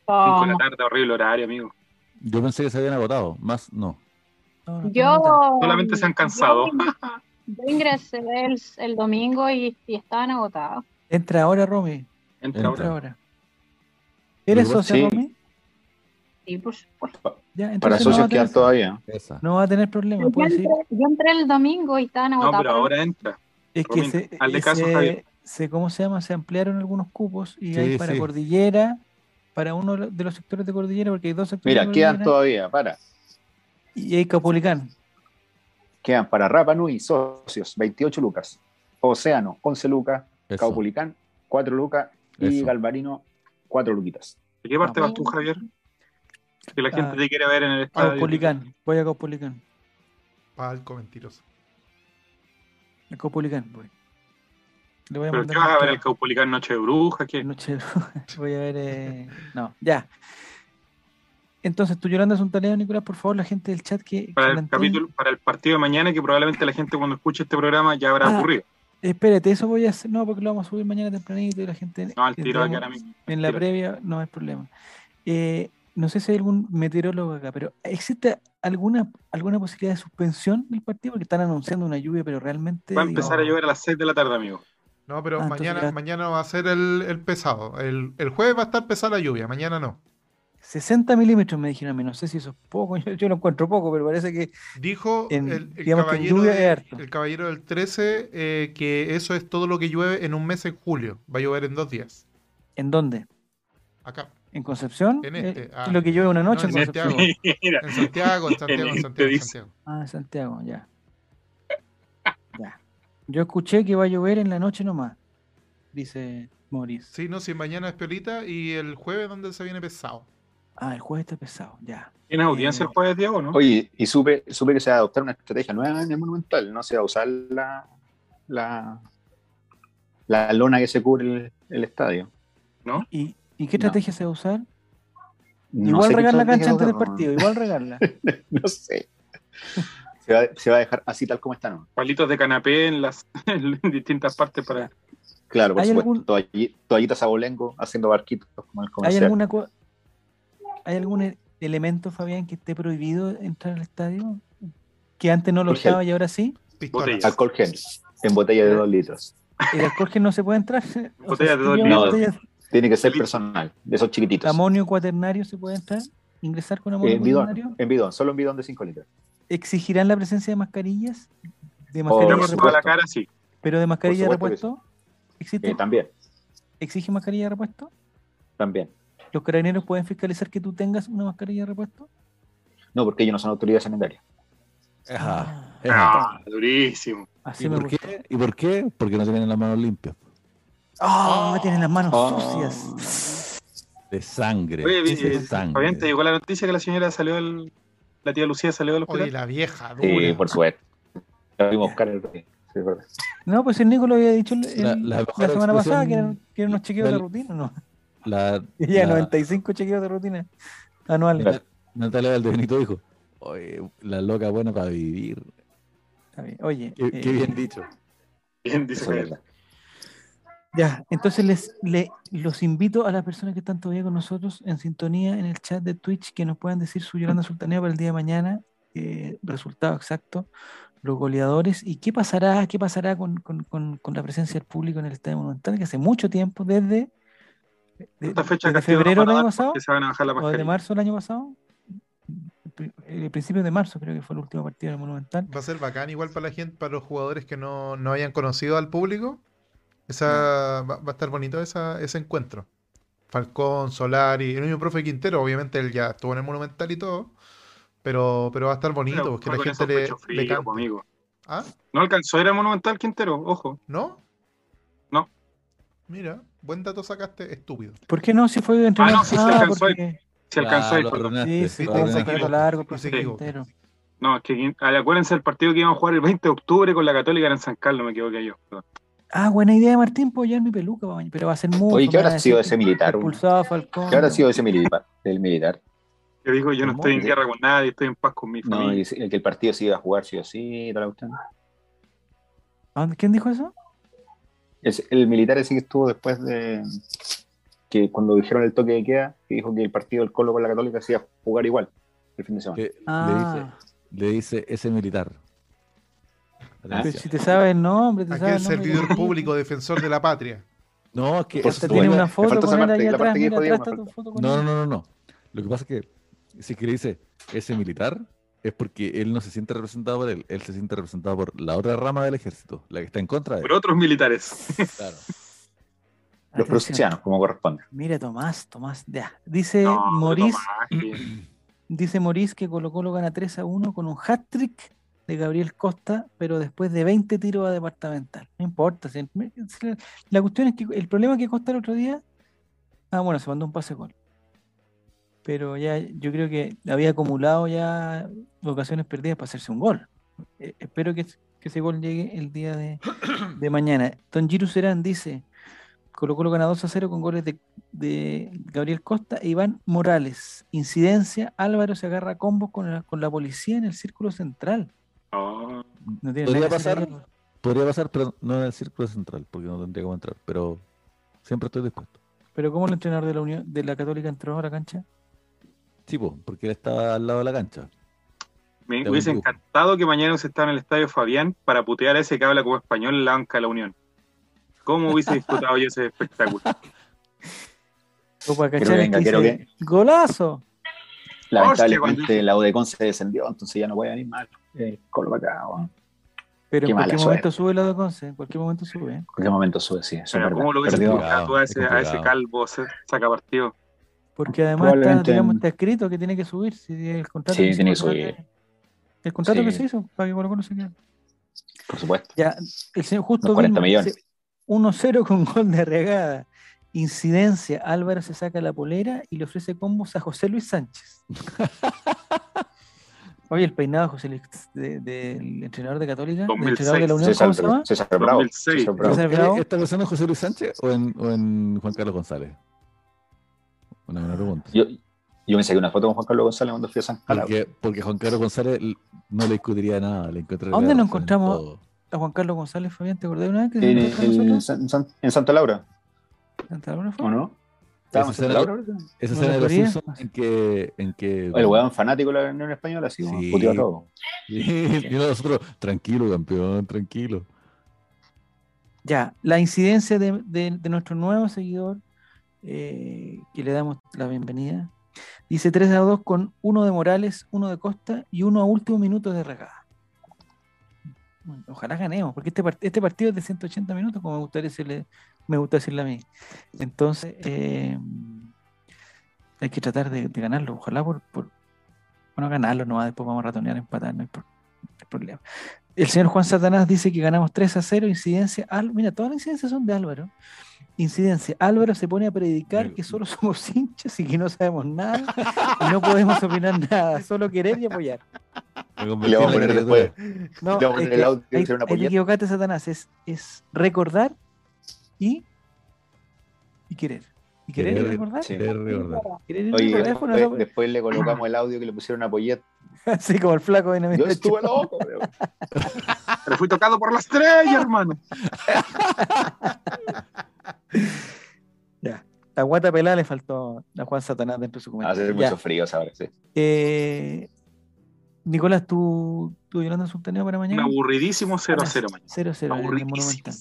[SPEAKER 5] la
[SPEAKER 6] Vamos.
[SPEAKER 5] tarde, horrible horario, amigo.
[SPEAKER 1] Yo pensé que se habían agotado. Más no.
[SPEAKER 3] No, no,
[SPEAKER 6] Yo.
[SPEAKER 3] no, no.
[SPEAKER 5] Solamente se han cansado.
[SPEAKER 6] Yo, yo ingresé el, el domingo y, y estaban agotados.
[SPEAKER 3] Entra ahora, Romy. Entra
[SPEAKER 5] Entra ahora.
[SPEAKER 3] ahora. ¿Eres
[SPEAKER 1] Sí.
[SPEAKER 3] socio, Romy?
[SPEAKER 6] Sí, por supuesto.
[SPEAKER 3] Ya,
[SPEAKER 4] Para
[SPEAKER 3] entonces no va,
[SPEAKER 4] socios
[SPEAKER 3] a tener,
[SPEAKER 4] quedan todavía.
[SPEAKER 1] Esa.
[SPEAKER 3] no va a tener problema.
[SPEAKER 6] Yo
[SPEAKER 3] puedes ir.
[SPEAKER 6] entré, yo entré el domingo y estaban
[SPEAKER 5] No,
[SPEAKER 6] agotados.
[SPEAKER 5] pero ahora entra.
[SPEAKER 3] Es que
[SPEAKER 5] Romina,
[SPEAKER 3] se,
[SPEAKER 5] hazle
[SPEAKER 3] eh,
[SPEAKER 5] caso,
[SPEAKER 3] se-
[SPEAKER 5] Javier.
[SPEAKER 3] se- ¿cómo se llama? Se ampliaron algunos cupos y hay
[SPEAKER 1] Sí,
[SPEAKER 3] para
[SPEAKER 1] sí.
[SPEAKER 3] Cordillera, para uno de los sectores de Cordillera, porque hay dos sectores
[SPEAKER 4] Mira,
[SPEAKER 3] de
[SPEAKER 4] quedan
[SPEAKER 3] Cordillera,
[SPEAKER 4] todavía, para.
[SPEAKER 3] y hay Capulicán.
[SPEAKER 4] Quedan para Rapa Nui, socios, 28 lucas. Océano, 11 lucas.
[SPEAKER 1] Eso.
[SPEAKER 4] Caupulicán, 4 lucas. Y
[SPEAKER 1] Eso.
[SPEAKER 4] Galvarino, 4 luquitas.
[SPEAKER 5] ¿De qué parte
[SPEAKER 3] Vamos.
[SPEAKER 5] vas tú, Javier? Que la gente
[SPEAKER 3] Ah,
[SPEAKER 5] te quiere ver en el estadio.
[SPEAKER 3] Caupolicán, voy a Caupolicán.
[SPEAKER 2] Palco mentiroso.
[SPEAKER 3] A Caupolicán, voy. Le voy a
[SPEAKER 5] ¿Pero
[SPEAKER 3] mandar
[SPEAKER 5] qué vas
[SPEAKER 3] un
[SPEAKER 5] a ver? ¿El
[SPEAKER 3] mensaje.
[SPEAKER 5] Caupolicán Noche de Bruja? ¿Qué?
[SPEAKER 3] Noche de
[SPEAKER 5] <laughs>
[SPEAKER 3] brujas, <laughs> voy a ver. eh, No, ya. Entonces, tú Yolanda es un talento, Nicolás, por favor, la gente del chat que. que
[SPEAKER 5] Para el,
[SPEAKER 3] planteen-
[SPEAKER 5] capítulo, para el partido de mañana, que probablemente la gente cuando escuche este programa ya habrá
[SPEAKER 3] Ah.
[SPEAKER 5] ocurrido.
[SPEAKER 3] Espérate, eso voy a hacer. No, porque lo vamos a subir mañana tempranito y la gente.
[SPEAKER 5] No, al
[SPEAKER 3] eh,
[SPEAKER 5] tiro aquí
[SPEAKER 3] digamos,
[SPEAKER 5] ahora mismo.
[SPEAKER 3] En la
[SPEAKER 5] Tiro.
[SPEAKER 3] previa no hay problema. Eh, no sé si hay algún meteorólogo acá, pero ¿existe alguna, alguna posibilidad de suspensión del partido? Porque están anunciando una lluvia, pero realmente.
[SPEAKER 5] Va a empezar a
[SPEAKER 3] digamos,
[SPEAKER 5] llover a las 6 de la tarde, amigo.
[SPEAKER 2] No, pero
[SPEAKER 3] Ah, entonces
[SPEAKER 2] mañana,
[SPEAKER 3] ya-
[SPEAKER 2] mañana va a ser el, el pesado. El, el jueves va a estar pesada la lluvia, mañana no.
[SPEAKER 3] 60 milímetros me dijeron a mí, no sé si eso es poco, <laughs> yo, yo lo encuentro poco, pero parece que.
[SPEAKER 2] Dijo
[SPEAKER 3] En-
[SPEAKER 2] el, el
[SPEAKER 3] digamos que en
[SPEAKER 2] caballero
[SPEAKER 3] lluvia
[SPEAKER 2] de-
[SPEAKER 3] es harto.
[SPEAKER 2] el caballero del 13 eh, que eso es todo lo que llueve en un mes en julio. Va a llover en dos días.
[SPEAKER 3] ¿En dónde?
[SPEAKER 2] Acá,
[SPEAKER 3] ¿En Concepción?
[SPEAKER 2] En
[SPEAKER 3] Eh,
[SPEAKER 2] este,
[SPEAKER 3] es
[SPEAKER 2] ah,
[SPEAKER 3] lo que llueve una
[SPEAKER 2] no,
[SPEAKER 3] noche
[SPEAKER 2] en
[SPEAKER 3] en Concepción.
[SPEAKER 2] Santiago.
[SPEAKER 5] <laughs> Mira,
[SPEAKER 2] en
[SPEAKER 5] <laughs>
[SPEAKER 2] Santiago, en Santiago, en
[SPEAKER 5] este
[SPEAKER 2] Santiago, en
[SPEAKER 5] dice.
[SPEAKER 2] Santiago.
[SPEAKER 3] Ah, en Santiago, ya. ya. Yo escuché que va a llover en la noche nomás, dice Maurice.
[SPEAKER 2] Sí, no, si mañana es piolita y el jueves donde se viene pesado.
[SPEAKER 3] Ah, el jueves está pesado, ya.
[SPEAKER 5] ¿Tienes audiencia el jueves, Diego, no?
[SPEAKER 4] Oye, y supe, supe que se va a adoptar una estrategia nueva en el Monumental, no se va a usar la, la, la lona que se cubre el, el estadio.
[SPEAKER 5] ¿No?
[SPEAKER 3] ¿Y, y qué
[SPEAKER 4] No.
[SPEAKER 3] estrategia se va a usar?
[SPEAKER 4] No
[SPEAKER 3] igual
[SPEAKER 4] sé qué
[SPEAKER 3] regar la
[SPEAKER 4] estrategia
[SPEAKER 3] cancha antes
[SPEAKER 4] va a
[SPEAKER 3] del
[SPEAKER 4] usar,
[SPEAKER 3] partido, igual regarla.
[SPEAKER 4] <laughs> No, No sé. Se va, se va a dejar así tal como está, ¿no?
[SPEAKER 5] Palitos de canapé en las <laughs> en distintas partes para.
[SPEAKER 4] Claro, por
[SPEAKER 3] ¿Hay
[SPEAKER 4] supuesto.
[SPEAKER 3] algún-
[SPEAKER 4] toalli- toallitas abolengo haciendo barquitos como el
[SPEAKER 3] ¿Hay
[SPEAKER 4] comercial.
[SPEAKER 3] alguna co- ¿Hay algún e- elemento, Fabián, que esté prohibido entrar al estadio? Que antes no lo
[SPEAKER 4] Por gel.
[SPEAKER 3] estaba y ahora sí.
[SPEAKER 2] Pistola.
[SPEAKER 5] Botella.
[SPEAKER 4] Alcohol gel en botella
[SPEAKER 3] ¿Eh?
[SPEAKER 4] de dos litros.
[SPEAKER 3] El alcohol que no se puede entrar. O sea,
[SPEAKER 5] Botellas de
[SPEAKER 3] si
[SPEAKER 5] dos
[SPEAKER 3] lleva
[SPEAKER 4] litros.
[SPEAKER 3] botellas de
[SPEAKER 4] Tiene que ser personal, de esos chiquititos.
[SPEAKER 3] amonio cuaternario se puede entrar. Ingresar con amonio
[SPEAKER 4] eh, En
[SPEAKER 3] cuaternario.
[SPEAKER 4] bidón, en bidón, solo en bidón de 5 litros.
[SPEAKER 3] ¿Exigirán la presencia de mascarillas? De mascarilla de
[SPEAKER 4] Por
[SPEAKER 5] Si no me
[SPEAKER 4] supuesto.
[SPEAKER 5] pongo
[SPEAKER 3] repuesto.
[SPEAKER 5] la cara, sí.
[SPEAKER 3] Pero de mascarilla de
[SPEAKER 4] supuesto que sí.
[SPEAKER 3] repuesto. ¿Existe?
[SPEAKER 4] Eh, también,
[SPEAKER 3] ¿Exige mascarilla de repuesto?
[SPEAKER 4] también.
[SPEAKER 3] ¿Los carabineros pueden fiscalizar que tú tengas una mascarilla de repuesto?
[SPEAKER 4] No, porque ellos no son autoridades sanitarias.
[SPEAKER 1] Ajá. Es
[SPEAKER 5] Ah, durísimo.
[SPEAKER 1] ¿Y
[SPEAKER 3] Así Ah, me
[SPEAKER 1] por,
[SPEAKER 3] gusta.
[SPEAKER 1] qué? ¿Y por qué? Porque no tienen las manos limpias.
[SPEAKER 3] ¡Oh! Tienen las manos
[SPEAKER 4] Oh.
[SPEAKER 3] sucias.
[SPEAKER 1] De sangre.
[SPEAKER 5] Oye,
[SPEAKER 1] de
[SPEAKER 5] eh,
[SPEAKER 1] sangre.
[SPEAKER 5] Fabián, te llegó la noticia que la señora salió del. La tía Lucía salió del
[SPEAKER 2] Oye,
[SPEAKER 5] hospital.
[SPEAKER 2] la vieja
[SPEAKER 3] eh,
[SPEAKER 2] dura.
[SPEAKER 4] Sí, Eh, por supuesto. La vimos buscar el rey. Sí, es verdad.
[SPEAKER 3] No, pues el Nico lo había dicho el- el-
[SPEAKER 1] La-
[SPEAKER 3] la,
[SPEAKER 1] la mejor
[SPEAKER 3] semana pasada,
[SPEAKER 1] expresión
[SPEAKER 3] que eran, que eran unos chequeos de
[SPEAKER 1] del-
[SPEAKER 3] rutina, ¿no? <laughs>
[SPEAKER 1] La,
[SPEAKER 3] Ella,
[SPEAKER 1] la-
[SPEAKER 3] 95 chequeos de rutina anuales.
[SPEAKER 4] Claro.
[SPEAKER 1] Natalia Valdebenito dijo: Oye, la loca buena para vivir.
[SPEAKER 3] Está bien. Oye,
[SPEAKER 1] Qué,
[SPEAKER 3] eh,
[SPEAKER 1] qué bien dicho.
[SPEAKER 5] Bien,
[SPEAKER 4] Eso
[SPEAKER 5] dice
[SPEAKER 4] es
[SPEAKER 5] Fabián.
[SPEAKER 4] verdad.
[SPEAKER 3] Ya, entonces les, le- los invito a las personas que están todavía con nosotros en sintonía en el chat de Twitch que nos puedan decir su Yolanda Sultaneo para el día de mañana, eh, resultado exacto, los goleadores y qué pasará, qué pasará con, con- con- con la presencia del público en el Estadio Monumental, que hace mucho tiempo, desde, de-
[SPEAKER 5] Esta fecha
[SPEAKER 3] desde
[SPEAKER 5] castigo no
[SPEAKER 3] febrero
[SPEAKER 5] van a
[SPEAKER 3] del año
[SPEAKER 5] dar
[SPEAKER 3] pasado
[SPEAKER 5] porque se van a bajar la
[SPEAKER 3] o de
[SPEAKER 5] mascarilla.
[SPEAKER 3] marzo del año pasado, el pri- el principio de marzo creo que fue el último partido del Monumental.
[SPEAKER 2] Va a ser bacán igual para la gente, para los jugadores que no, no hayan conocido al público. Esa, va, va a estar bonito esa, ese encuentro. Falcón, Solari, el mismo profe Quintero, obviamente él ya estuvo en el Monumental y todo. Pero, pero va a estar bonito,
[SPEAKER 5] Pero
[SPEAKER 2] porque
[SPEAKER 5] fue
[SPEAKER 2] pues, la
[SPEAKER 5] con
[SPEAKER 2] gente le,
[SPEAKER 5] esos pechos
[SPEAKER 2] le
[SPEAKER 5] fríos,
[SPEAKER 2] canta.
[SPEAKER 5] amigo.
[SPEAKER 2] ¿Ah?
[SPEAKER 5] No alcanzó, era monumental Quintero, ojo.
[SPEAKER 2] ¿No?
[SPEAKER 5] No.
[SPEAKER 2] Mira, buen dato sacaste, estúpido.
[SPEAKER 3] ¿Por qué no? Si fue entre
[SPEAKER 5] Ah, no,
[SPEAKER 3] marzo-
[SPEAKER 5] sí se alcanzó el-
[SPEAKER 3] porque-
[SPEAKER 5] Se alcanzó
[SPEAKER 1] Ah,
[SPEAKER 5] ahí,
[SPEAKER 1] lo
[SPEAKER 5] perdón.
[SPEAKER 1] arruinaste,
[SPEAKER 3] Sí, sí,
[SPEAKER 1] lo
[SPEAKER 2] tuvo
[SPEAKER 3] tuvo un
[SPEAKER 1] arruinaste.
[SPEAKER 2] ordenaste.
[SPEAKER 3] contrato largo, el
[SPEAKER 2] Y se
[SPEAKER 3] profe
[SPEAKER 2] equivocó.
[SPEAKER 3] Quintero.
[SPEAKER 5] No, es que Quin- ah, acuérdense del partido que íbamos a jugar el 20 de octubre con la Católica en San Carlos, me equivoqué yo. perdón.
[SPEAKER 3] Ah, buena idea, Martín, pues ya en mi peluca, va, pero va a ser mucho.
[SPEAKER 4] Oye, ¿qué habrá
[SPEAKER 3] más,
[SPEAKER 4] sido
[SPEAKER 3] así
[SPEAKER 4] ese militar? weón?
[SPEAKER 3] Expulsado a Falcón.
[SPEAKER 4] ¿Qué habrá sido ese militar? El militar.
[SPEAKER 5] Yo digo, yo no
[SPEAKER 1] ¿Cómo?
[SPEAKER 5] estoy en guerra con nadie, estoy en paz con mi
[SPEAKER 4] No,
[SPEAKER 5] familia.
[SPEAKER 4] y si- el que el partido se iba a jugar sí o sí, y toda la cuestión.
[SPEAKER 3] ¿A dónde- ¿Quién dijo eso?
[SPEAKER 4] Es- el militar ese que estuvo después de que cuando dijeron el toque de queda, que dijo que el partido del Colo con la Católica se iba a jugar igual el fin de semana.
[SPEAKER 1] Le, le, dice,
[SPEAKER 3] Ah,
[SPEAKER 1] le dice ese militar.
[SPEAKER 3] pero
[SPEAKER 1] Atención.
[SPEAKER 3] si te sabes el nombre, te
[SPEAKER 2] Aquel
[SPEAKER 3] sabes el nombre.
[SPEAKER 2] servidor
[SPEAKER 3] <laughs>
[SPEAKER 2] público, defensor de la patria.
[SPEAKER 1] No, es que
[SPEAKER 4] Por
[SPEAKER 1] eso
[SPEAKER 3] Hasta
[SPEAKER 4] supuesto.
[SPEAKER 1] fue-
[SPEAKER 3] tiene una
[SPEAKER 4] Me
[SPEAKER 3] foto
[SPEAKER 4] falta esa
[SPEAKER 3] con él
[SPEAKER 4] parte,
[SPEAKER 3] ahí
[SPEAKER 4] la
[SPEAKER 3] atrás,
[SPEAKER 4] parte que
[SPEAKER 3] mira
[SPEAKER 4] pues. jodía
[SPEAKER 3] atrás
[SPEAKER 4] me
[SPEAKER 3] está tu foto con
[SPEAKER 1] No, no,
[SPEAKER 3] él.
[SPEAKER 1] no, no, no. Lo que pasa es que si es que le dice ese militar es porque él no se siente representado por él, él se siente representado por la otra rama del ejército, la que está en contra de
[SPEAKER 5] Por
[SPEAKER 1] él.
[SPEAKER 5] otros militares.
[SPEAKER 1] Claro.
[SPEAKER 4] Los
[SPEAKER 3] Atención.
[SPEAKER 4] prusianos, como corresponde.
[SPEAKER 3] Mira, Tomás, Tomás, ya. Dice
[SPEAKER 5] No, pero
[SPEAKER 3] Morís,
[SPEAKER 5] Tomás, que-
[SPEAKER 3] dice Morís que Colo Colo gana 3 a 1 con un hat-trick de Gabriel Costa, pero después de 20 tiros a departamental. No importa. si- si la- la cuestión es que el problema que Costa el otro día. Ah, bueno, se mandó un pase gol. Pero ya yo creo que había acumulado ya ocasiones perdidas para hacerse un gol. Eh, espero que, que ese gol llegue el día de, de mañana. Don Giru Serán dice: Colo Colo gana 2 a 0 con goles de, de Gabriel Costa e Iván Morales. Incidencia: Álvaro se agarra a combos con la, con la policía en el círculo central.
[SPEAKER 5] no,
[SPEAKER 3] No tiene
[SPEAKER 1] ¿Podría
[SPEAKER 3] nada que hacer
[SPEAKER 1] pasar?
[SPEAKER 3] ahí.
[SPEAKER 1] Podría pasar, pero no en el círculo central, porque no tendría cómo entrar, pero siempre estoy dispuesto.
[SPEAKER 3] Pero ¿cómo el entrenador de la Unión de la Católica entró a la cancha?
[SPEAKER 1] Sí, po, porque él estaba al lado de la cancha.
[SPEAKER 5] me
[SPEAKER 1] Te
[SPEAKER 5] hubiese
[SPEAKER 1] digo.
[SPEAKER 5] encantado que mañana se estaba en el estadio Fabián para putear a ese que habla como español en la banca de la Unión. ¿Cómo hubiese disfrutado yo ese espectáculo?
[SPEAKER 3] O para cachar
[SPEAKER 4] Quiero que
[SPEAKER 3] el
[SPEAKER 4] venga,
[SPEAKER 3] que
[SPEAKER 4] quiero
[SPEAKER 3] dice, ¡Golazo!
[SPEAKER 4] Lamentablemente la UDECON se descendió, entonces ya no puede venir mal. El Eh, Colo para acá, weón.
[SPEAKER 3] Pero
[SPEAKER 4] Qué
[SPEAKER 3] en cualquier
[SPEAKER 4] mala
[SPEAKER 3] momento sube la de Conce, en cualquier momento sube. ¿eh?
[SPEAKER 4] En cualquier momento sube, sí, eso es
[SPEAKER 5] Pero
[SPEAKER 4] verdad.
[SPEAKER 5] ¿Cómo lo hubiese
[SPEAKER 4] Perdió.
[SPEAKER 5] puteado tú a
[SPEAKER 1] Es
[SPEAKER 5] ese, a ese
[SPEAKER 1] complicado.
[SPEAKER 5] calvo, se saca partido?
[SPEAKER 3] Porque además está,
[SPEAKER 4] Probablemente
[SPEAKER 3] digamos,
[SPEAKER 4] en-
[SPEAKER 3] está escrito que tiene que subir. Si el contrato
[SPEAKER 4] Sí,
[SPEAKER 3] se
[SPEAKER 4] tiene que
[SPEAKER 3] hizo con
[SPEAKER 4] subir.
[SPEAKER 3] Grande- El contrato que
[SPEAKER 4] Sí.
[SPEAKER 3] se hizo para que Colo Colo se quede.
[SPEAKER 4] por supuesto.
[SPEAKER 3] Ya, el señor justo
[SPEAKER 4] Los 40
[SPEAKER 3] vimos,
[SPEAKER 4] millones.
[SPEAKER 3] se- 1-0 con gol de regada. Incidencia, Álvaro se saca la polera y le ofrece combos a José Luis Sánchez. Oye, el peinado de José Luis de- del entrenador de Católica, del entrenador de la
[SPEAKER 5] 2006,
[SPEAKER 3] Unión,
[SPEAKER 4] César,
[SPEAKER 3] ¿cómo se llama?
[SPEAKER 4] César Bravo.
[SPEAKER 5] 2006.
[SPEAKER 4] César Bravo.
[SPEAKER 3] César
[SPEAKER 1] ¿Eh,
[SPEAKER 3] Bravo.
[SPEAKER 1] ¿Está pensando en José Luis Sánchez o en, o en Juan Carlos González? Una buena pregunta.
[SPEAKER 4] Yo, yo me saqué una foto con Juan Carlos González cuando fui a San Carlos.
[SPEAKER 1] Porque, porque Juan Carlos González l- no le discutiría nada. Le encontraría
[SPEAKER 3] ¿A
[SPEAKER 1] la
[SPEAKER 3] dónde lo
[SPEAKER 1] razón en
[SPEAKER 3] encontramos?
[SPEAKER 1] todo.
[SPEAKER 3] A Juan Carlos González, Fabián, ¿te acordás de una vez que se
[SPEAKER 4] En,
[SPEAKER 3] encontró con
[SPEAKER 4] en
[SPEAKER 3] nosotros?
[SPEAKER 4] San- San- en Santa Laura,
[SPEAKER 3] ¿Santa Laura fue?
[SPEAKER 4] ¿o no? Estábamos en
[SPEAKER 1] Esa
[SPEAKER 4] Santa
[SPEAKER 1] escena-
[SPEAKER 4] Laura. ¿verdad?
[SPEAKER 1] Esa
[SPEAKER 3] ¿No
[SPEAKER 1] escena de los
[SPEAKER 3] refería?
[SPEAKER 1] Simpsons en que. En que
[SPEAKER 4] El weón fanático de la Unión Española, sí, weón,
[SPEAKER 1] Sí.
[SPEAKER 4] puteó a todo.
[SPEAKER 1] <laughs> y, y nosotros, tranquilo, campeón, tranquilo.
[SPEAKER 3] Ya, la incidencia de, de- de nuestro nuevo seguidor, eh, que le damos la bienvenida, dice 3 a 2 con uno de Morales, uno de Costa y uno a último minuto de regada. Bueno, Ojalá ganemos, porque este, part- este partido es de 180 minutos, como me gustaría decirle, me gusta decirle a mí. Entonces, eh, hay que tratar de, de ganarlo, ojalá por, por- Bueno, ganarlo nomás, después vamos a ratonear, empatar, no importa. el problema. El señor Juan Satanás dice que ganamos 3 a 0, incidencia. Al, mira, todas las incidencias son de Álvaro. Incidencia. Álvaro se pone a predicar que solo somos <laughs> hinchas y que no sabemos nada y no podemos opinar nada, solo querer y apoyar.
[SPEAKER 1] Me
[SPEAKER 4] Y
[SPEAKER 1] convertí
[SPEAKER 4] le
[SPEAKER 1] en
[SPEAKER 4] vamos a
[SPEAKER 1] la
[SPEAKER 4] poner
[SPEAKER 1] criatura.
[SPEAKER 4] después.
[SPEAKER 3] No,
[SPEAKER 4] Te voy a poner
[SPEAKER 3] es
[SPEAKER 4] el
[SPEAKER 3] que
[SPEAKER 4] audio y
[SPEAKER 3] ahí-
[SPEAKER 4] hacer una
[SPEAKER 3] ahí te
[SPEAKER 4] pollera.
[SPEAKER 3] equivocaste, Satanás. Es, es recordar y, y querer. Y querer, y
[SPEAKER 1] Querer,
[SPEAKER 3] recordar.
[SPEAKER 4] sí.
[SPEAKER 1] Querer recordar.
[SPEAKER 3] Querer y
[SPEAKER 4] Oye,
[SPEAKER 3] recordar fue una
[SPEAKER 4] después, después le colocamos el audio que le pusieron
[SPEAKER 3] <laughs>
[SPEAKER 4] a Poyet.
[SPEAKER 3] sopa- Así pues. como el flaco de
[SPEAKER 4] Yo
[SPEAKER 3] 98.
[SPEAKER 4] estuve loco,
[SPEAKER 3] <laughs>
[SPEAKER 4] pero-
[SPEAKER 5] Pero fui tocado por la estrella, hermano.
[SPEAKER 3] La guata pelada le faltó a Juan Satanás dentro de su
[SPEAKER 4] Va
[SPEAKER 3] comentario.
[SPEAKER 4] a hacer
[SPEAKER 3] Ya.
[SPEAKER 4] Ah, mucho frío esa hora, sí.
[SPEAKER 3] Eh, Nicolás, ¿tú, tú Yolanda Sultaneo para
[SPEAKER 5] Un
[SPEAKER 3] mañana?
[SPEAKER 5] aburridísimo 0 a 0 mañana.
[SPEAKER 3] 0 0 en el
[SPEAKER 5] Aburridísimo.
[SPEAKER 3] Monumental.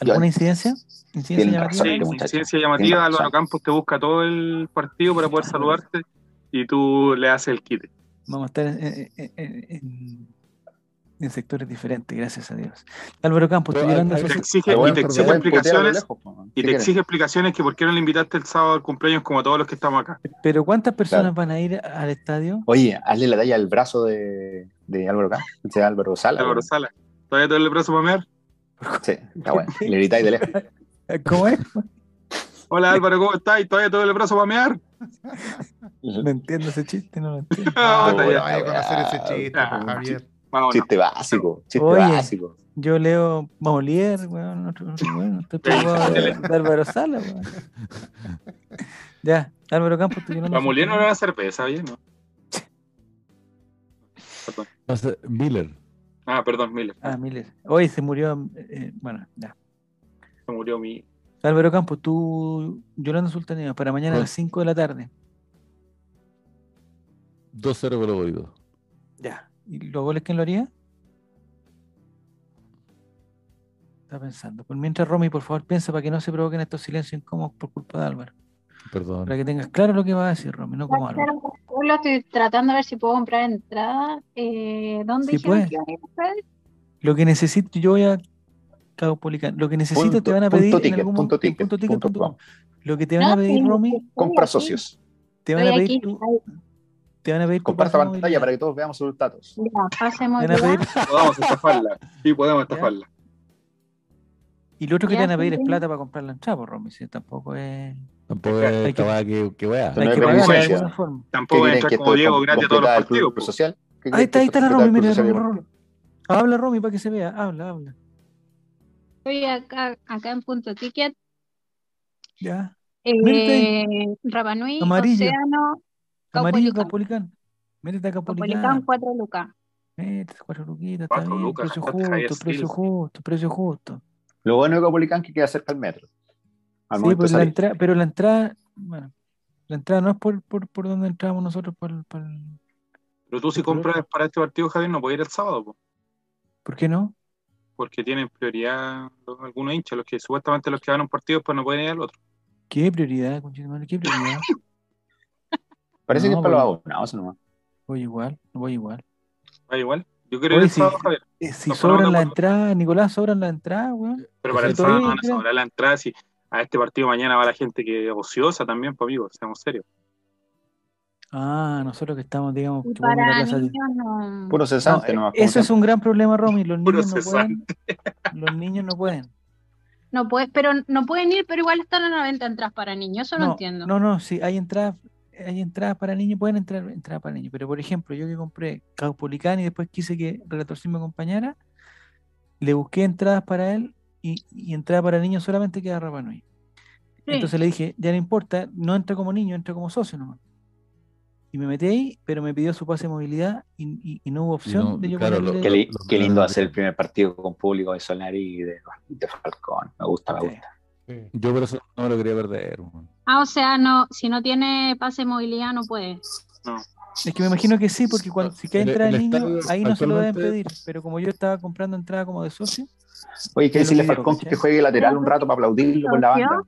[SPEAKER 3] ¿Alguna incidencia? ¿Incidencia
[SPEAKER 4] Tienen
[SPEAKER 3] llamativa?
[SPEAKER 4] razón,
[SPEAKER 5] Sí,
[SPEAKER 4] muchacho.
[SPEAKER 5] ciencia llamativa,
[SPEAKER 4] Tiene
[SPEAKER 5] Álvaro
[SPEAKER 4] razón.
[SPEAKER 5] Campos te busca todo el partido para poder saludarte y tú le haces el quite.
[SPEAKER 3] Vamos a estar en, en- en- en- en sectores diferentes, gracias a Dios. Álvaro Campos, tú
[SPEAKER 1] Pero,
[SPEAKER 3] Yolanda
[SPEAKER 1] a- a-
[SPEAKER 5] Te
[SPEAKER 3] Sultaneo.
[SPEAKER 5] exige,
[SPEAKER 4] Se
[SPEAKER 5] y
[SPEAKER 4] pueden-
[SPEAKER 5] te
[SPEAKER 4] se
[SPEAKER 5] exige
[SPEAKER 4] pueden putear a lo
[SPEAKER 5] explicaciones.
[SPEAKER 4] lejos, po.
[SPEAKER 5] Y
[SPEAKER 4] ¿Qué
[SPEAKER 5] te
[SPEAKER 4] quieren?
[SPEAKER 5] exige explicaciones que por qué no le invitaste el sábado al cumpleaños como a todos los que estamos acá.
[SPEAKER 3] Pero ¿cuántas personas
[SPEAKER 4] Claro.
[SPEAKER 3] van a ir al estadio?
[SPEAKER 4] Oye, hazle la talla al brazo de, de Álvaro K, de Álvaro Sala.
[SPEAKER 5] Álvaro Sala. ¿Todavía te duele el brazo para mear?
[SPEAKER 4] Sí, está bueno. Le gritáis de
[SPEAKER 5] <laughs>
[SPEAKER 4] lejos.
[SPEAKER 3] Eh, ¿Cómo es?
[SPEAKER 5] Hola Álvaro, ¿cómo estás? ¿Todavía te duele el brazo para mear?
[SPEAKER 3] No entiendo ese chiste, no lo entiendo.
[SPEAKER 5] <laughs> Ah,
[SPEAKER 2] No,
[SPEAKER 5] está
[SPEAKER 2] no
[SPEAKER 5] bien.
[SPEAKER 2] vaya a conocer ese chiste, po,
[SPEAKER 5] Ah,
[SPEAKER 2] Javier.
[SPEAKER 5] Vámonos.
[SPEAKER 4] Chiste básico, chiste
[SPEAKER 3] Oye.
[SPEAKER 4] básico.
[SPEAKER 3] Yo leo Maolier, weón, otro- otro weón, estoy preocupado de, de Álvaro Sala, weón. Ya, Álvaro Campos, tú Yolanda
[SPEAKER 5] Vamos, no
[SPEAKER 3] Sultaneo.
[SPEAKER 5] era una cerveza, ¿bien? ¿no?
[SPEAKER 1] Va a ser Miller.
[SPEAKER 5] Ah, perdón, Miller.
[SPEAKER 3] Ah, Miller. Hoy se murió, eh, bueno, ya.
[SPEAKER 5] Se murió mi.
[SPEAKER 3] Álvaro Campos, tú, Yolanda Sultaneo, para mañana a
[SPEAKER 1] Bueno.
[SPEAKER 3] las 5 de la tarde.
[SPEAKER 1] 2-0 Colo Colo.
[SPEAKER 3] Ya. ¿Y los goles quién lo haría? Está pensando. Por mientras, Romy, por favor, piensa para que no se provoquen estos silencios incómodos por culpa de Álvaro. Para
[SPEAKER 1] Perdón.
[SPEAKER 3] que tengas claro lo que va a decir, Romy, no como Álvaro.
[SPEAKER 6] Solo estoy tratando de ver si puedo comprar entrada. Eh, ¿Dónde
[SPEAKER 3] Sí,
[SPEAKER 6] dijeron
[SPEAKER 3] pues.
[SPEAKER 6] que iba a comprar?
[SPEAKER 3] Lo que necesito, yo voy a Cabo Policán. Lo que necesito te
[SPEAKER 4] Punto-
[SPEAKER 3] van a
[SPEAKER 4] punto
[SPEAKER 3] pedir. en
[SPEAKER 4] ticket,
[SPEAKER 3] algún
[SPEAKER 4] punto
[SPEAKER 3] momento-
[SPEAKER 4] ticket, punto
[SPEAKER 3] punto
[SPEAKER 4] com.
[SPEAKER 3] com. Oh, Lo que te van a
[SPEAKER 6] No,
[SPEAKER 3] pedir,
[SPEAKER 6] sí,
[SPEAKER 3] Romy,
[SPEAKER 6] estoy
[SPEAKER 4] Compra
[SPEAKER 6] aquí,
[SPEAKER 4] socios.
[SPEAKER 3] te van a
[SPEAKER 6] Estoy
[SPEAKER 3] pedir
[SPEAKER 6] aquí.
[SPEAKER 3] tu,
[SPEAKER 6] Ay,
[SPEAKER 3] te van a pedir tu
[SPEAKER 4] Comparta
[SPEAKER 3] pase de
[SPEAKER 4] pantalla
[SPEAKER 3] movilidad.
[SPEAKER 4] para que todos veamos sus datos.
[SPEAKER 6] ya, pasemos
[SPEAKER 3] Te van a
[SPEAKER 6] ya.
[SPEAKER 3] pedir-
[SPEAKER 5] Podemos estafarla. Sí, podemos estafarla.
[SPEAKER 3] Y lo otro que
[SPEAKER 6] Ya,
[SPEAKER 3] te van a
[SPEAKER 6] sí,
[SPEAKER 3] pedir es
[SPEAKER 6] sí.
[SPEAKER 3] plata para comprar la entrada, pues, Romy, si tampoco es.
[SPEAKER 1] Tampoco
[SPEAKER 5] Hay
[SPEAKER 1] es
[SPEAKER 3] que-
[SPEAKER 1] esta weá que, que weá.
[SPEAKER 4] no
[SPEAKER 3] hay
[SPEAKER 4] hay
[SPEAKER 3] que pagar de
[SPEAKER 5] preferencia.
[SPEAKER 3] alguna forma.
[SPEAKER 4] ¿Qué
[SPEAKER 5] Tampoco voy a
[SPEAKER 4] quieren
[SPEAKER 5] entrar
[SPEAKER 4] que
[SPEAKER 5] como
[SPEAKER 4] esto
[SPEAKER 5] Diego
[SPEAKER 4] com-
[SPEAKER 5] gratis a todos los
[SPEAKER 4] completa el club pues,
[SPEAKER 5] partidos. po.
[SPEAKER 4] social? ¿Qué
[SPEAKER 3] Ahí
[SPEAKER 4] quieren
[SPEAKER 3] está,
[SPEAKER 4] que
[SPEAKER 3] ahí está la
[SPEAKER 4] completa el
[SPEAKER 3] Romy,
[SPEAKER 4] club
[SPEAKER 3] mira,
[SPEAKER 4] social?
[SPEAKER 3] Romy, Romy. Habla, Romy, para que se vea. Habla, habla.
[SPEAKER 6] Estoy acá, acá en punto ticket.
[SPEAKER 3] Ya.
[SPEAKER 6] Eh,
[SPEAKER 3] Mirte.
[SPEAKER 6] Rapanui,
[SPEAKER 3] Amarillo.
[SPEAKER 6] Océano,
[SPEAKER 3] Amarillo,
[SPEAKER 6] Caupolicán.
[SPEAKER 3] Capolicán. Métete a
[SPEAKER 6] Copolicán,
[SPEAKER 3] Capolicán.
[SPEAKER 6] 4 lucas.
[SPEAKER 3] Métete, cuatro luquitas, está
[SPEAKER 5] Cuatro
[SPEAKER 3] bien.
[SPEAKER 5] lucas,
[SPEAKER 3] precio
[SPEAKER 5] Jacote Javier
[SPEAKER 3] justo, precio
[SPEAKER 5] Silva.
[SPEAKER 3] justo, precio justo.
[SPEAKER 4] Lo bueno de Copolicán es que queda cerca del metro. Al
[SPEAKER 3] Sí,
[SPEAKER 4] momento
[SPEAKER 3] pero
[SPEAKER 4] de
[SPEAKER 3] la,
[SPEAKER 4] salir.
[SPEAKER 3] entrada, pero la entrada, bueno, la entrada no es por, por, por donde entramos nosotros, por, por-
[SPEAKER 5] Pero tú si compras para este partido, Javier, no puedes ir el sábado, po,
[SPEAKER 3] ¿por qué no?
[SPEAKER 5] porque tienen prioridad los- algunos hinchas, los que supuestamente los que van a un partido pues no pueden ir al otro.
[SPEAKER 3] ¿Qué prioridad, conchetumare? ¿Qué prioridad?
[SPEAKER 4] Parece que
[SPEAKER 3] No, pues.
[SPEAKER 4] es para los
[SPEAKER 3] bueno.
[SPEAKER 4] abonados nomás.
[SPEAKER 3] Voy igual, voy igual.
[SPEAKER 5] Da Ah, igual. Yo quiero ir
[SPEAKER 3] Oye,
[SPEAKER 5] el
[SPEAKER 3] sí.
[SPEAKER 5] sábado, Javier.
[SPEAKER 3] Eh, si
[SPEAKER 5] No, pero no
[SPEAKER 3] sobran
[SPEAKER 5] te
[SPEAKER 3] la
[SPEAKER 5] acuerdo.
[SPEAKER 3] entrada, Nicolás, sobran la entrada, weón.
[SPEAKER 5] Pero para el
[SPEAKER 3] Perfecto.
[SPEAKER 5] sábado van a
[SPEAKER 3] Mira.
[SPEAKER 5] sobrar la entrada. Si a este partido mañana va la gente que ociosa también, pues amigos, seamos serios.
[SPEAKER 3] Ah, nosotros que estamos, digamos,
[SPEAKER 6] Y
[SPEAKER 3] chupando la
[SPEAKER 6] para
[SPEAKER 3] plaza.
[SPEAKER 6] niños no.
[SPEAKER 4] Puro cesante
[SPEAKER 3] No,
[SPEAKER 4] nomás. como
[SPEAKER 3] eso es
[SPEAKER 4] siempre.
[SPEAKER 3] un gran problema, Romy. Los
[SPEAKER 5] Puro
[SPEAKER 3] niños no pueden. Los niños no pueden.
[SPEAKER 6] No puedes, pero no pueden ir, pero igual están a la venta entradas para niños, eso no, entiendo.
[SPEAKER 3] No, no, sí, hay entradas, hay entradas para niños, pueden entrar entradas para niños. Pero por ejemplo, yo que compré Caupolicán y después quise que Relator Sim me acompañara, le busqué entradas para él y, y entrada para niños solamente queda Rapa Nui.
[SPEAKER 6] Sí.
[SPEAKER 3] Entonces le dije, ya no importa, no entra como niño, entra como socio nomás. Y me metí ahí, pero me pidió su pase de movilidad y, y- y no hubo opción
[SPEAKER 1] no,
[SPEAKER 3] de yo
[SPEAKER 1] claro,
[SPEAKER 3] ponerle-
[SPEAKER 4] Qué, li-
[SPEAKER 1] Los- los
[SPEAKER 4] qué lindo
[SPEAKER 1] menores
[SPEAKER 4] hacer el
[SPEAKER 1] de-
[SPEAKER 4] primer partido con público de Solari y de, de Falcón. Me gusta, me
[SPEAKER 3] Sí.
[SPEAKER 4] gusta.
[SPEAKER 2] Sí.
[SPEAKER 1] Yo por eso no me lo quería perder. weón.
[SPEAKER 6] Ah, o sea, no, si no tiene pase de movilidad no puede.
[SPEAKER 3] Es que me imagino que sí, porque cuando, si
[SPEAKER 1] Ah,
[SPEAKER 3] cae
[SPEAKER 1] El-
[SPEAKER 3] entrada
[SPEAKER 1] el
[SPEAKER 3] de niño,
[SPEAKER 1] estadio
[SPEAKER 3] ahí no se lo deben
[SPEAKER 1] actualmente-
[SPEAKER 3] pedir. Pero como yo estaba comprando entrada como de socio,
[SPEAKER 4] Oye, ¿qué
[SPEAKER 3] Es lo
[SPEAKER 4] decirle
[SPEAKER 3] que digo,
[SPEAKER 4] a Falcón
[SPEAKER 3] ¿cachai?
[SPEAKER 4] que juegue lateral un rato para aplaudirlo con la banda?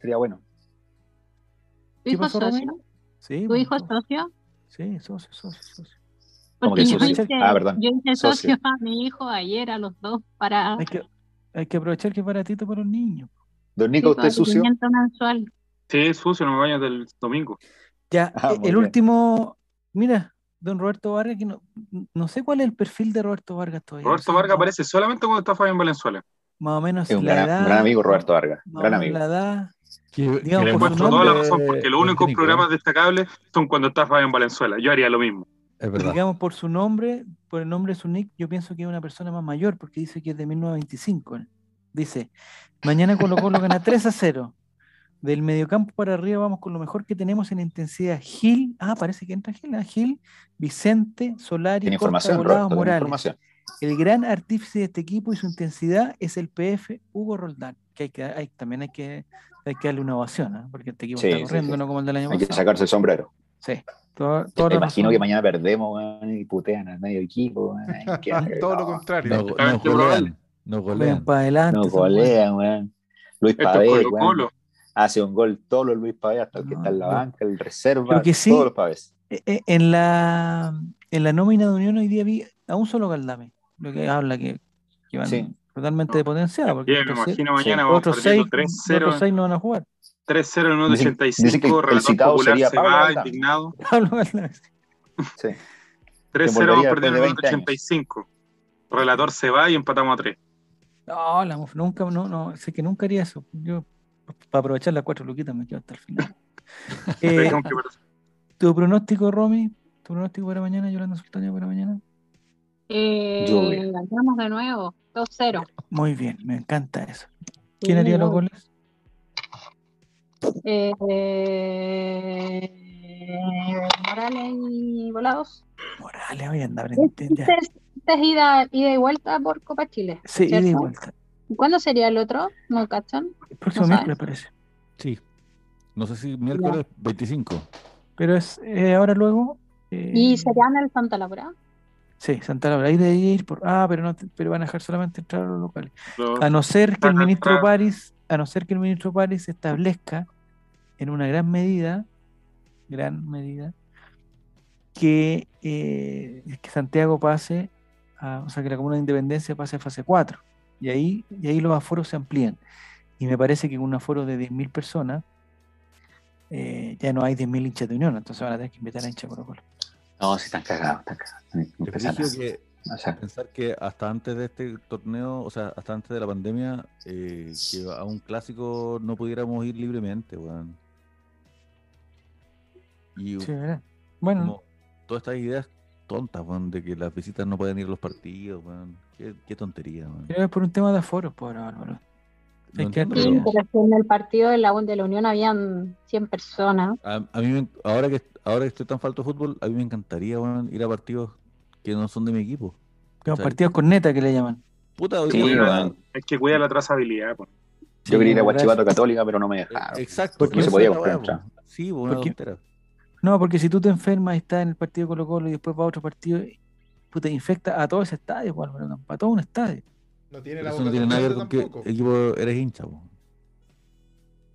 [SPEAKER 4] Sería bueno.
[SPEAKER 6] ¿Tu
[SPEAKER 3] ¿Qué
[SPEAKER 6] hijo es
[SPEAKER 3] pasó, Romeo?
[SPEAKER 6] socio?
[SPEAKER 3] sí.
[SPEAKER 6] ¿Tu
[SPEAKER 3] pues,
[SPEAKER 6] hijo es
[SPEAKER 3] todo.
[SPEAKER 6] socio?
[SPEAKER 3] Sí, socio, socio, socio.
[SPEAKER 4] ¿Cómo
[SPEAKER 6] Porque
[SPEAKER 4] que
[SPEAKER 6] yo
[SPEAKER 4] socio?
[SPEAKER 6] hice,
[SPEAKER 4] Ah, perdón,
[SPEAKER 6] yo hice socio.
[SPEAKER 4] socio.
[SPEAKER 6] a mi hijo ayer a los dos para
[SPEAKER 3] Hay que, hay que aprovechar que es baratito para los niños.
[SPEAKER 4] Don Nico, usted es sucio.
[SPEAKER 6] pagamiento mensual.
[SPEAKER 5] Sí, es sucio, no me baño del domingo.
[SPEAKER 3] Ya,
[SPEAKER 4] Ah,
[SPEAKER 3] eh,
[SPEAKER 4] muy
[SPEAKER 3] el
[SPEAKER 4] bien.
[SPEAKER 3] último, mira, de un Roberto Vargas que no, no sé cuál es el perfil de Roberto Vargas todavía.
[SPEAKER 5] Roberto
[SPEAKER 3] O sea,
[SPEAKER 5] Vargas
[SPEAKER 3] no-
[SPEAKER 5] aparece solamente cuando está Fabián Valenzuela.
[SPEAKER 3] Más o menos
[SPEAKER 4] Es un
[SPEAKER 3] la
[SPEAKER 4] gran,
[SPEAKER 3] edad.
[SPEAKER 4] un gran amigo Roberto Vargas.
[SPEAKER 3] más o
[SPEAKER 4] gran
[SPEAKER 3] menos
[SPEAKER 4] amigo.
[SPEAKER 3] La edad.
[SPEAKER 1] Que,
[SPEAKER 3] Digamos,
[SPEAKER 5] Le
[SPEAKER 3] por eh, su
[SPEAKER 5] encuentro toda la
[SPEAKER 3] nombre, ¿eh?
[SPEAKER 5] razón porque los únicos programas destacables son cuando está Fabián Valenzuela. Yo haría lo mismo.
[SPEAKER 3] ¿eh?
[SPEAKER 1] Es verdad.
[SPEAKER 3] Digamos, por su nombre, por el nombre de su nick, yo pienso que es una persona más mayor, porque dice que es de 1925. él. Dice, mañana Colo Colo
[SPEAKER 4] <laughs>
[SPEAKER 3] gana 3 a 0. Del mediocampo para arriba vamos con lo mejor que tenemos en intensidad. Gil, ah, parece que entra Gil, ah, Gil, Vicente, Solari,
[SPEAKER 4] Tiene
[SPEAKER 3] Costa,
[SPEAKER 4] información,
[SPEAKER 3] Volados,
[SPEAKER 4] Roberto. Tiene
[SPEAKER 3] Morales.
[SPEAKER 4] información.
[SPEAKER 3] El gran artífice de este equipo y su intensidad es el PF Hugo Roldán, que, hay que hay- también hay que, hay que darle una ovación, ¿ah? porque este equipo
[SPEAKER 4] Sí,
[SPEAKER 3] está
[SPEAKER 4] sí,
[SPEAKER 3] corriendo,
[SPEAKER 4] sí.
[SPEAKER 3] no como el del año
[SPEAKER 4] Hay que
[SPEAKER 3] pasado.
[SPEAKER 4] sacarse el sombrero.
[SPEAKER 3] Sí, todo,
[SPEAKER 4] Me imagino que mañana perdemos weón, y putean al medio equipo. weón. Ay,
[SPEAKER 3] <laughs>
[SPEAKER 4] qué asco,
[SPEAKER 2] Ah, Todo
[SPEAKER 4] no.
[SPEAKER 2] lo contrario.
[SPEAKER 1] Nos,
[SPEAKER 5] Exactamente,
[SPEAKER 1] nos golean.
[SPEAKER 5] probable.
[SPEAKER 1] Nos
[SPEAKER 3] Vayan
[SPEAKER 1] golean.
[SPEAKER 3] para adelante.
[SPEAKER 4] No
[SPEAKER 3] son buenos.
[SPEAKER 4] golean, weón. Luis
[SPEAKER 5] Esto
[SPEAKER 4] Pavé,
[SPEAKER 5] es Colo
[SPEAKER 4] weón,
[SPEAKER 5] Colo.
[SPEAKER 4] hace un gol todo lo Luis Pavé hasta el que
[SPEAKER 3] No,
[SPEAKER 4] está en la
[SPEAKER 3] lo-
[SPEAKER 4] banca, el reserva,
[SPEAKER 3] lo Ah, que sí-
[SPEAKER 4] todos los Pavés.
[SPEAKER 3] Eh, eh, En la, en la nómina de Unión hoy día vi a un solo Galdame, lo que habla que, que van
[SPEAKER 4] Sí.
[SPEAKER 3] totalmente
[SPEAKER 5] No.
[SPEAKER 3] depotenciados. Porque
[SPEAKER 5] Bien, me
[SPEAKER 3] otros seis-
[SPEAKER 5] imagino mañana vamos
[SPEAKER 3] otros seis,
[SPEAKER 5] perdiendo
[SPEAKER 3] otros
[SPEAKER 5] 3-0
[SPEAKER 3] seis no van a jugar. <laughs>
[SPEAKER 5] 3-0 en el minuto
[SPEAKER 4] Dicen- dicen que
[SPEAKER 5] 85.
[SPEAKER 4] el
[SPEAKER 5] Relator
[SPEAKER 4] citado
[SPEAKER 5] popular
[SPEAKER 4] sería
[SPEAKER 5] se
[SPEAKER 4] Pablo
[SPEAKER 5] va
[SPEAKER 4] Aldama.
[SPEAKER 5] indignado.
[SPEAKER 3] Pablo Galdame.
[SPEAKER 4] Sí.
[SPEAKER 5] 3-0 vamos
[SPEAKER 4] volvería
[SPEAKER 5] perdiendo en el
[SPEAKER 4] después
[SPEAKER 5] minuto
[SPEAKER 4] de 20
[SPEAKER 5] 85. Relator se va y empatamos a 3.
[SPEAKER 3] Eh, No, la muf- nunca, no, no, sé que nunca haría eso. Yo, para aprovechar las cuatro luquitas, me quedo hasta el
[SPEAKER 5] <laughs>
[SPEAKER 3] final. Eh, ¿Tu pronóstico, Romy? ¿Tu pronóstico para mañana, Yolanda Sultaña, para mañana?
[SPEAKER 6] Eh,
[SPEAKER 4] Lluvia.
[SPEAKER 6] ganamos de nuevo, 2-0.
[SPEAKER 3] Muy bien, me encanta eso. ¿Quién
[SPEAKER 6] Sí,
[SPEAKER 3] haría los
[SPEAKER 6] obvio.
[SPEAKER 3] goles?
[SPEAKER 6] Eh, eh, Morales y Volados.
[SPEAKER 3] Morales, voy a andar
[SPEAKER 6] Este
[SPEAKER 3] ya.
[SPEAKER 6] es, esta es ida, ida y vuelta por Copa Chile.
[SPEAKER 3] Sí, ida y
[SPEAKER 6] ¿cierto?
[SPEAKER 3] vuelta.
[SPEAKER 6] ¿Y ¿Cuándo sería el otro? ¿No cachan?
[SPEAKER 3] El próximo
[SPEAKER 6] No
[SPEAKER 3] miércoles parece.
[SPEAKER 1] Sí. No sé si miércoles 25.
[SPEAKER 3] Pero es eh, ahora luego. eh,
[SPEAKER 6] ¿Y serían el Santa Laura?
[SPEAKER 3] Sí, Santa Laura. Ahí de ir por. Ah, pero no, te- pero van a dejar solamente entrar a los locales. A ah, no ser que el
[SPEAKER 5] Van a
[SPEAKER 3] ministro
[SPEAKER 5] entrar.
[SPEAKER 3] París, a no ser que el ministro París establezca en una gran medida, gran medida, que, eh, que Santiago pase, a- o sea, que la comuna de Independencia pase a fase 4. Y ahí, y ahí los aforos se amplían. Y me parece que con un aforo de 10.000 personas, eh, ya no hay 10.000 hinchas de unión, entonces van a tener que invitar a hinchas de Colo Colo.
[SPEAKER 4] No, sí, están cagados, están cagados. Están empezando
[SPEAKER 1] Es brígido que-
[SPEAKER 4] a- o sea,
[SPEAKER 1] Pensar que hasta antes de este torneo, o sea, hasta antes de la pandemia, eh, que a un clásico no pudiéramos ir libremente, weón. Y
[SPEAKER 3] Sí, ¿verdad? Bueno,
[SPEAKER 1] como todas estas ideas tontas, weón, de que las visitas no pueden ir a los partidos, weón. Qué, qué tontería, weón.
[SPEAKER 3] creo que es por un tema de aforos, pobre Álvaro.
[SPEAKER 1] No
[SPEAKER 3] es que
[SPEAKER 1] entiendo,
[SPEAKER 3] Sí,
[SPEAKER 6] Sí,
[SPEAKER 1] pero-
[SPEAKER 6] pero es que en el partido de la, de la Unión habían 100 personas.
[SPEAKER 1] A, a mí, me- ahora que ahora que estoy tan falto de fútbol, a mí me encantaría weón, ir a partidos que no son de mi equipo.
[SPEAKER 3] Que Los
[SPEAKER 1] ¿cachai?
[SPEAKER 3] partidos con neta que le llaman.
[SPEAKER 1] Puta, eh, hoy
[SPEAKER 4] Sí,
[SPEAKER 1] día-
[SPEAKER 4] weón.
[SPEAKER 5] Es que cuida la trazabilidad. po.
[SPEAKER 3] Eh. Sí,
[SPEAKER 4] Yo quería ir a
[SPEAKER 3] la verdad
[SPEAKER 4] Guachipato Católica, pero no me dejaron.
[SPEAKER 1] Exacto,
[SPEAKER 3] Porque
[SPEAKER 1] esa
[SPEAKER 3] se
[SPEAKER 4] podía
[SPEAKER 1] es la
[SPEAKER 4] comprar
[SPEAKER 1] weá,
[SPEAKER 4] entrada.
[SPEAKER 1] po. Sí, po, una
[SPEAKER 3] Porque-
[SPEAKER 1] tontera.
[SPEAKER 3] No, porque si tú te enfermas y estás en el partido de Colo Colo y después vas a otro partido, puta, infecta a todo ese estadio, pues, Álvaro Campo, a todo un estadio.
[SPEAKER 2] No tiene
[SPEAKER 1] Pero
[SPEAKER 2] la
[SPEAKER 1] eso no
[SPEAKER 2] boca
[SPEAKER 1] tiene nada que ver con
[SPEAKER 2] grande tampoco.
[SPEAKER 1] qué equipo eres hincha, po.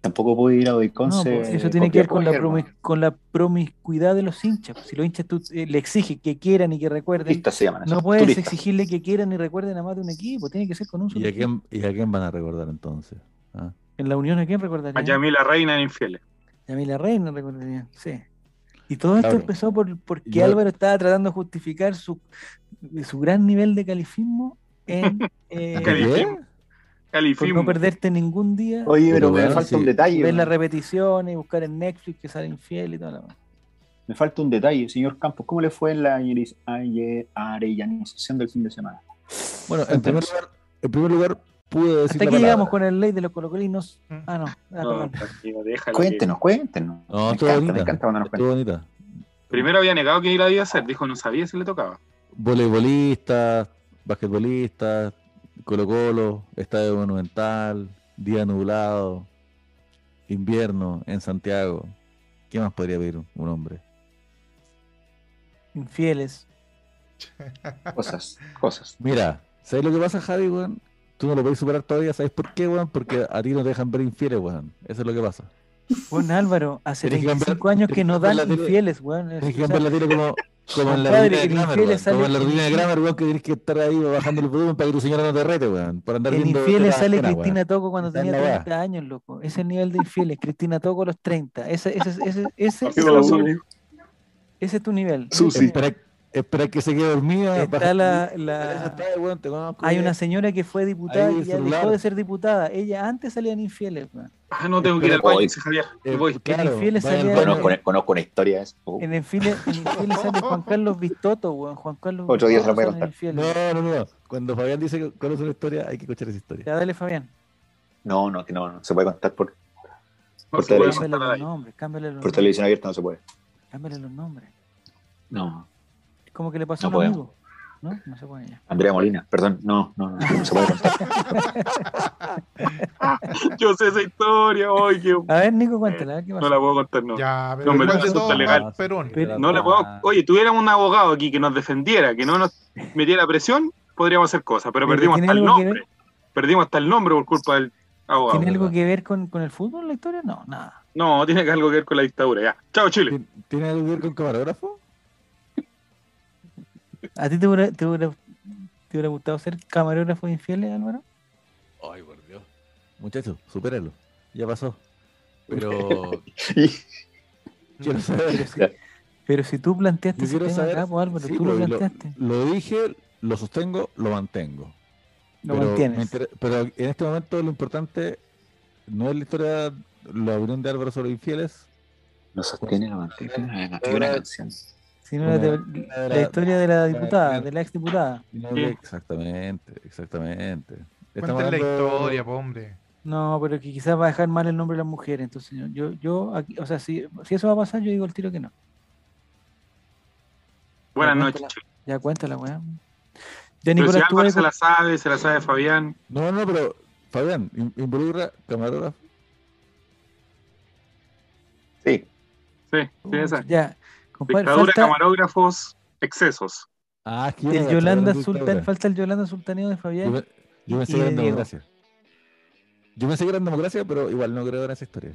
[SPEAKER 4] Tampoco pude ir a Oiconce.
[SPEAKER 3] no, pues, eso tiene que ver con la, promis- con la promiscuidad de los hinchas. pues, si los hinchas tú eh, le exiges que quieran y que recuerden,
[SPEAKER 4] Turistas se llaman.
[SPEAKER 3] no
[SPEAKER 4] eso,
[SPEAKER 3] puedes
[SPEAKER 4] turistas.
[SPEAKER 3] exigirle que quieran y recuerden a más de un equipo, tiene que ser con un solo
[SPEAKER 1] ¿Y a
[SPEAKER 3] equipo.
[SPEAKER 1] quién, y a quién van a recordar entonces? ¿Ah?
[SPEAKER 3] En la Unión a quién
[SPEAKER 5] A
[SPEAKER 3] recordarían?
[SPEAKER 5] Yamila Reina en Infieles.
[SPEAKER 3] Yamila Reina recordarían, sí. Y todo esto
[SPEAKER 1] Claro.
[SPEAKER 3] empezó por, porque
[SPEAKER 1] Yo-
[SPEAKER 3] Álvaro estaba tratando de justificar su, de su gran nivel de califismo en... eh,
[SPEAKER 5] Califismo.
[SPEAKER 3] por
[SPEAKER 5] Califismo.
[SPEAKER 3] no perderte ningún día,
[SPEAKER 4] Oye,
[SPEAKER 1] Pero
[SPEAKER 4] pero me
[SPEAKER 1] bueno,
[SPEAKER 4] falta
[SPEAKER 1] sí.
[SPEAKER 4] un detalle.
[SPEAKER 3] ver las
[SPEAKER 4] weón.
[SPEAKER 3] repeticiones y buscar en Netflix que sale infiel y todo lo
[SPEAKER 4] Me falta un detalle, señor Campos. ¿Cómo le fue en la ayeris- ayer- arellanización del fin de semana?
[SPEAKER 1] Bueno, en primer, lugar, en primer lugar, pude decir
[SPEAKER 3] Hasta
[SPEAKER 1] la
[SPEAKER 3] aquí llegamos
[SPEAKER 1] palabra.
[SPEAKER 3] con el ley de los colocolinos.
[SPEAKER 2] Mm.
[SPEAKER 3] Ah, no. ah,
[SPEAKER 5] No,
[SPEAKER 3] perdón.
[SPEAKER 5] tranquilo, déjala que-
[SPEAKER 4] Cuéntenos, cuéntenos.
[SPEAKER 1] No,
[SPEAKER 4] me
[SPEAKER 1] estuvo
[SPEAKER 4] encanta,
[SPEAKER 1] bonita.
[SPEAKER 4] me encanta cuando nos
[SPEAKER 1] Estuvo
[SPEAKER 4] cuentan.
[SPEAKER 1] bonita.
[SPEAKER 5] Primero había negado que la iba a hacer. Dijo, no sabía si le tocaba.
[SPEAKER 1] Voleibolistas, basquetbolistas, Colo Colo, Estadio Monumental, día nublado, invierno en Santiago. ¿Qué más podría pedir un- un hombre?
[SPEAKER 3] Infieles.
[SPEAKER 4] Cosas, cosas.
[SPEAKER 1] Mira, ¿sabes lo que pasa, Javi, weón? Tú no lo puedes superar todavía, ¿sabes por qué, weón? Porque a ti no te dejan ver infieles, weón. Eso es lo que pasa.
[SPEAKER 3] Bueno, Álvaro, hace
[SPEAKER 1] Tenés que cambiar-
[SPEAKER 3] 25 años que
[SPEAKER 1] tenés
[SPEAKER 3] no
[SPEAKER 1] que cambiar
[SPEAKER 3] dan
[SPEAKER 1] la tele.
[SPEAKER 3] infieles, weón. Es-
[SPEAKER 1] Tienes que
[SPEAKER 3] o sea,
[SPEAKER 1] cambiar la tele como, como en la
[SPEAKER 3] Compadre,
[SPEAKER 1] rutina de
[SPEAKER 3] el
[SPEAKER 1] Kramer,
[SPEAKER 3] infiel
[SPEAKER 1] weón.
[SPEAKER 3] sale-
[SPEAKER 1] Como en la rutina de Kramer, weón, que tienes que estar ahí bajando el volumen para que tu señora no te rete, weón. Para andar
[SPEAKER 3] en
[SPEAKER 1] viendo
[SPEAKER 3] infieles
[SPEAKER 1] tetas
[SPEAKER 3] sale
[SPEAKER 1] ajenas, weón.
[SPEAKER 3] Cristina Toco cuando
[SPEAKER 1] Esa es
[SPEAKER 3] tenía
[SPEAKER 1] la weá.
[SPEAKER 3] 30 años, loco. Ese es el nivel de infieles. Cristina Toco a los 30. Ese, ese, ese, ese,
[SPEAKER 5] Se lo
[SPEAKER 3] ese,
[SPEAKER 5] subió.
[SPEAKER 3] Ese es tu nivel.
[SPEAKER 1] Susi. Espera, espera que se quede dormida.
[SPEAKER 3] Está
[SPEAKER 1] baja-
[SPEAKER 3] la-
[SPEAKER 1] Para
[SPEAKER 3] la-
[SPEAKER 1] eso está, weón, te conozco,
[SPEAKER 3] Hay una
[SPEAKER 1] weón.
[SPEAKER 3] señora que fue diputada
[SPEAKER 1] Ahí,
[SPEAKER 3] y ya
[SPEAKER 1] celular.
[SPEAKER 3] dejó de ser diputada. Ella antes salían infieles. weón.
[SPEAKER 5] Ah, no tengo que ir al
[SPEAKER 4] Voy.
[SPEAKER 5] baño, dice Javier. Me
[SPEAKER 1] Eh,
[SPEAKER 5] voy. <laughs>
[SPEAKER 1] claro,
[SPEAKER 3] infieles
[SPEAKER 1] vayan
[SPEAKER 3] salían-
[SPEAKER 1] al baño.
[SPEAKER 4] Conozco, conozco una historia de eso. Uh,
[SPEAKER 3] En infieles, en infieles sale Juan Carlos Vistoto, weón. Juan Carlos
[SPEAKER 4] Otro día se lo voy a
[SPEAKER 3] sale en Infieles.
[SPEAKER 1] No, no, no. Cuando Fabián dice que conoce la historia, hay que escuchar esa historia.
[SPEAKER 3] Ya dale, Fabián.
[SPEAKER 4] No, no, que no, no se puede contar por,
[SPEAKER 5] No
[SPEAKER 4] Por
[SPEAKER 5] se puede
[SPEAKER 3] Cámbiale
[SPEAKER 4] televisión.
[SPEAKER 5] matar a
[SPEAKER 3] los
[SPEAKER 5] nadie.
[SPEAKER 3] nombres, cámbiale los
[SPEAKER 4] por
[SPEAKER 3] nombres.
[SPEAKER 4] televisión abierta, no se puede.
[SPEAKER 3] Cámbiale los nombres.
[SPEAKER 4] No,
[SPEAKER 3] Es como que le pasó
[SPEAKER 4] No
[SPEAKER 3] a un
[SPEAKER 4] podemos.
[SPEAKER 3] amigo. ¿No? No se puede ya.
[SPEAKER 4] Andrea Molina, perdón, no, no, no, no se puede contar. <laughs>
[SPEAKER 5] Yo sé esa historia, hoy que no
[SPEAKER 3] A ver, Nico, cuéntala. a
[SPEAKER 4] Eh,
[SPEAKER 3] ver ¿Qué pasó?
[SPEAKER 5] la puedo contar, no.
[SPEAKER 2] Ya, pero
[SPEAKER 5] No, me
[SPEAKER 2] igual
[SPEAKER 5] parece
[SPEAKER 2] de todo,
[SPEAKER 5] legal.
[SPEAKER 2] mal, Perón.
[SPEAKER 3] Pero-
[SPEAKER 5] No le podemos-
[SPEAKER 3] Ah.
[SPEAKER 5] Oye, tuviéramos un abogado aquí que nos defendiera, que no nos metiera presión, podríamos hacer cosas, pero
[SPEAKER 3] Pero
[SPEAKER 5] perdimos
[SPEAKER 3] tiene
[SPEAKER 5] hasta el
[SPEAKER 3] algo que
[SPEAKER 5] nombre. Perdimos hasta el nombre por culpa del abogado.
[SPEAKER 3] ¿Tiene algo
[SPEAKER 1] verdad.
[SPEAKER 3] que ver con, con el fútbol la historia? No, nada.
[SPEAKER 5] No, tiene que algo que ver con la dictadura, ya. Chao, Chile.
[SPEAKER 1] ¿Tien- ¿Tiene algo que ver con camarógrafo?
[SPEAKER 3] ¿A ti te hubiera, te hubiera, te hubiera gustado ser camarógrafo de infieles, Álvaro?
[SPEAKER 1] Ay, por Dios. Muchachos, supéralo. Ya pasó. Pero
[SPEAKER 3] <laughs>
[SPEAKER 1] quiero saber.
[SPEAKER 3] Pero si tú planteaste
[SPEAKER 1] Yo
[SPEAKER 3] ese
[SPEAKER 1] quiero
[SPEAKER 3] tema
[SPEAKER 1] saber-
[SPEAKER 3] acá, pues, Álvaro,
[SPEAKER 1] sí,
[SPEAKER 3] tú lo
[SPEAKER 1] pues, lo-
[SPEAKER 3] planteaste.
[SPEAKER 1] Lo dije, lo sostengo, lo mantengo.
[SPEAKER 3] Lo,
[SPEAKER 1] pero, me
[SPEAKER 3] mantienes.
[SPEAKER 1] inter- pero en este momento lo importante no es la historia, la opinión de Álvaro sobre infieles.
[SPEAKER 4] No sostiene, lo mantiene. no, Hay una canción.
[SPEAKER 3] Si no, la,
[SPEAKER 1] Una-
[SPEAKER 3] teo-
[SPEAKER 1] una de
[SPEAKER 3] la
[SPEAKER 1] la-
[SPEAKER 3] historia de la
[SPEAKER 1] de la-
[SPEAKER 3] diputada, de la exdiputada.
[SPEAKER 1] y no-
[SPEAKER 5] Sí.
[SPEAKER 1] Exactamente, exactamente. Estamos
[SPEAKER 2] Cuenten la
[SPEAKER 1] hablando-
[SPEAKER 2] historia, po, hombre.
[SPEAKER 3] No, pero que quizás va a dejar mal el nombre de las mujeres. Entonces, yo, yo, yo aquí, o sea, si, si eso va a pasar, yo digo el tiro que no.
[SPEAKER 5] Buenas
[SPEAKER 3] Cuéntala.
[SPEAKER 5] noches, Chile.
[SPEAKER 3] Ya cuéntala, weón. Ya,
[SPEAKER 5] Pero si
[SPEAKER 3] Nicolás, tú
[SPEAKER 5] Álvaro
[SPEAKER 3] ahí
[SPEAKER 5] se
[SPEAKER 3] con-
[SPEAKER 5] la sabe, se la sabe Fabián.
[SPEAKER 1] No, no, pero Fabián, in- involucra camarógrafo.
[SPEAKER 4] Sí,
[SPEAKER 5] Sí, sí, esa.
[SPEAKER 3] Ya, compadre,
[SPEAKER 5] Dictadura,
[SPEAKER 3] falta
[SPEAKER 5] camarógrafos, excesos.
[SPEAKER 1] Ah, es que yo no
[SPEAKER 3] el
[SPEAKER 1] cachaba la
[SPEAKER 3] Yolanda Sultan,
[SPEAKER 1] dictadura.
[SPEAKER 3] falta el Yolanda Sultaneo de
[SPEAKER 1] Yo,
[SPEAKER 3] Fabián.
[SPEAKER 1] me- yo pensé
[SPEAKER 3] y
[SPEAKER 1] que era
[SPEAKER 3] de
[SPEAKER 1] en
[SPEAKER 3] Diego.
[SPEAKER 1] democracia. Yo pensé que era en democracia, pero igual no creo en esa historia.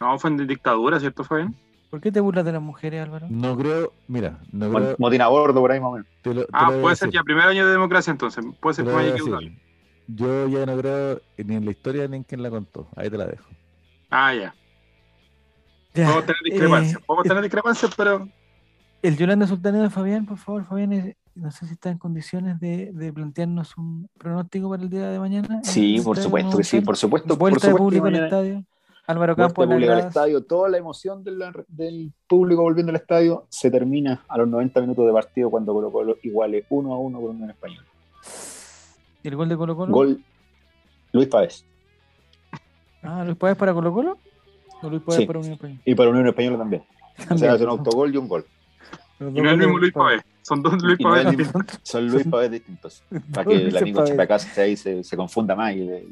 [SPEAKER 5] No, fue en dictadura, ¿cierto, Fabián?
[SPEAKER 3] ¿Por qué te burlas de las mujeres, Álvaro?
[SPEAKER 1] No creo, mira, no
[SPEAKER 4] Mon-
[SPEAKER 1] creo.
[SPEAKER 4] motín a bordo por ahí más o menos.
[SPEAKER 1] te lo- te
[SPEAKER 5] Ah,
[SPEAKER 1] lo voy a
[SPEAKER 5] puede ser
[SPEAKER 1] decir,
[SPEAKER 5] ya primer año de democracia, entonces.
[SPEAKER 1] te
[SPEAKER 5] Puede ser
[SPEAKER 1] lo
[SPEAKER 5] que me
[SPEAKER 1] voy a
[SPEAKER 5] haya equivocado.
[SPEAKER 1] decir. Yo ya no creo ni en la historia ni en quien la contó. Ahí te la dejo.
[SPEAKER 5] Ah, ya.
[SPEAKER 3] Ya,
[SPEAKER 5] Podemos tener
[SPEAKER 3] <laughs>
[SPEAKER 5] discrepancias.
[SPEAKER 3] eh,
[SPEAKER 5] Podemos tener discrepancias, pero
[SPEAKER 3] El Yolanda Sultaneo de Fabián, por favor, Fabián, eh, no sé si está en condiciones de, de plantearnos un pronóstico para el día de mañana. en
[SPEAKER 4] Sí,
[SPEAKER 3] el
[SPEAKER 4] por
[SPEAKER 3] estadio
[SPEAKER 4] supuesto que sí,
[SPEAKER 3] Monumental.
[SPEAKER 4] por supuesto. por
[SPEAKER 3] Vuelta de
[SPEAKER 4] supuesto que
[SPEAKER 3] público al
[SPEAKER 4] mañana-
[SPEAKER 3] estadio. Álvaro
[SPEAKER 4] vuelta
[SPEAKER 3] Campo,
[SPEAKER 4] de
[SPEAKER 3] en las
[SPEAKER 4] público al
[SPEAKER 3] gradas.
[SPEAKER 4] estadio, toda la emoción de la- del público volviendo al estadio se termina a los 90 minutos de partido cuando Colo Colo iguale 1 a 1 con Unión Española.
[SPEAKER 3] ¿Y el gol de Colo Colo?
[SPEAKER 4] Gol Luis Pavés.
[SPEAKER 3] Ah, ¿Luis Páez para Colo Colo? ¿O Luis Páez
[SPEAKER 4] Sí.
[SPEAKER 3] para Unión Española?
[SPEAKER 4] Y para Unión Española también. O sea, hace
[SPEAKER 3] También.
[SPEAKER 4] un autogol y un gol.
[SPEAKER 3] Los dos
[SPEAKER 5] y no es el
[SPEAKER 3] goles
[SPEAKER 5] mismo
[SPEAKER 3] de
[SPEAKER 5] Luis Pavés. Son dos Luis
[SPEAKER 4] Y no es
[SPEAKER 5] Pavés.
[SPEAKER 4] el mismo-
[SPEAKER 5] distintos.
[SPEAKER 3] <laughs>
[SPEAKER 4] Son Luis Pavés distintos. Para que el
[SPEAKER 3] Luis
[SPEAKER 4] amigo
[SPEAKER 3] Pavés.
[SPEAKER 4] Chipacase ahí se, se confunda más y le- y le-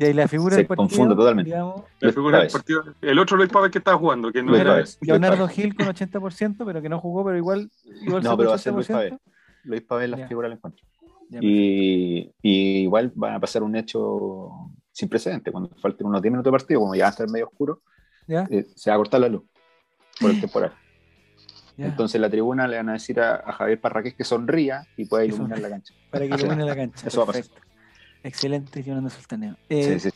[SPEAKER 3] Y ahí la figura
[SPEAKER 4] Se
[SPEAKER 3] del partido,
[SPEAKER 4] confunde totalmente.
[SPEAKER 3] digamos,
[SPEAKER 5] La
[SPEAKER 4] Luis
[SPEAKER 5] figura del
[SPEAKER 4] Pavés.
[SPEAKER 5] partido. El otro Luis Pavés que estaba jugando, que no
[SPEAKER 4] Luis
[SPEAKER 5] era.
[SPEAKER 4] Pavés. Luis
[SPEAKER 3] Leonardo
[SPEAKER 4] Pavés.
[SPEAKER 3] Gil con 80%, pero que no jugó, pero
[SPEAKER 4] <laughs>
[SPEAKER 3] igual. igual
[SPEAKER 4] No,
[SPEAKER 3] sacó
[SPEAKER 4] pero va a ser Luis
[SPEAKER 3] 80%.
[SPEAKER 4] Luis Pavés la
[SPEAKER 3] Ya.
[SPEAKER 4] figura del encuentro.
[SPEAKER 3] Ya,
[SPEAKER 4] Y, y igual van a pasar un hecho sin precedente. Cuando falten unos 10 minutos de partido, como ya va a estar medio oscuro,
[SPEAKER 3] ya,
[SPEAKER 4] eh, se va a cortar la luz por el temporal.
[SPEAKER 3] <laughs> ya,
[SPEAKER 4] Entonces la tribuna le van a decir a, a Javier Parraqués que sonría y pueda
[SPEAKER 3] Que
[SPEAKER 4] iluminar
[SPEAKER 3] sonría.
[SPEAKER 4] la cancha.
[SPEAKER 3] <laughs> para que ilumine la cancha.
[SPEAKER 4] Eso va a pasar.
[SPEAKER 3] Perfecto. Excelente, Leonardo Sultaneo.
[SPEAKER 4] Sí,
[SPEAKER 3] Eh,
[SPEAKER 4] sí.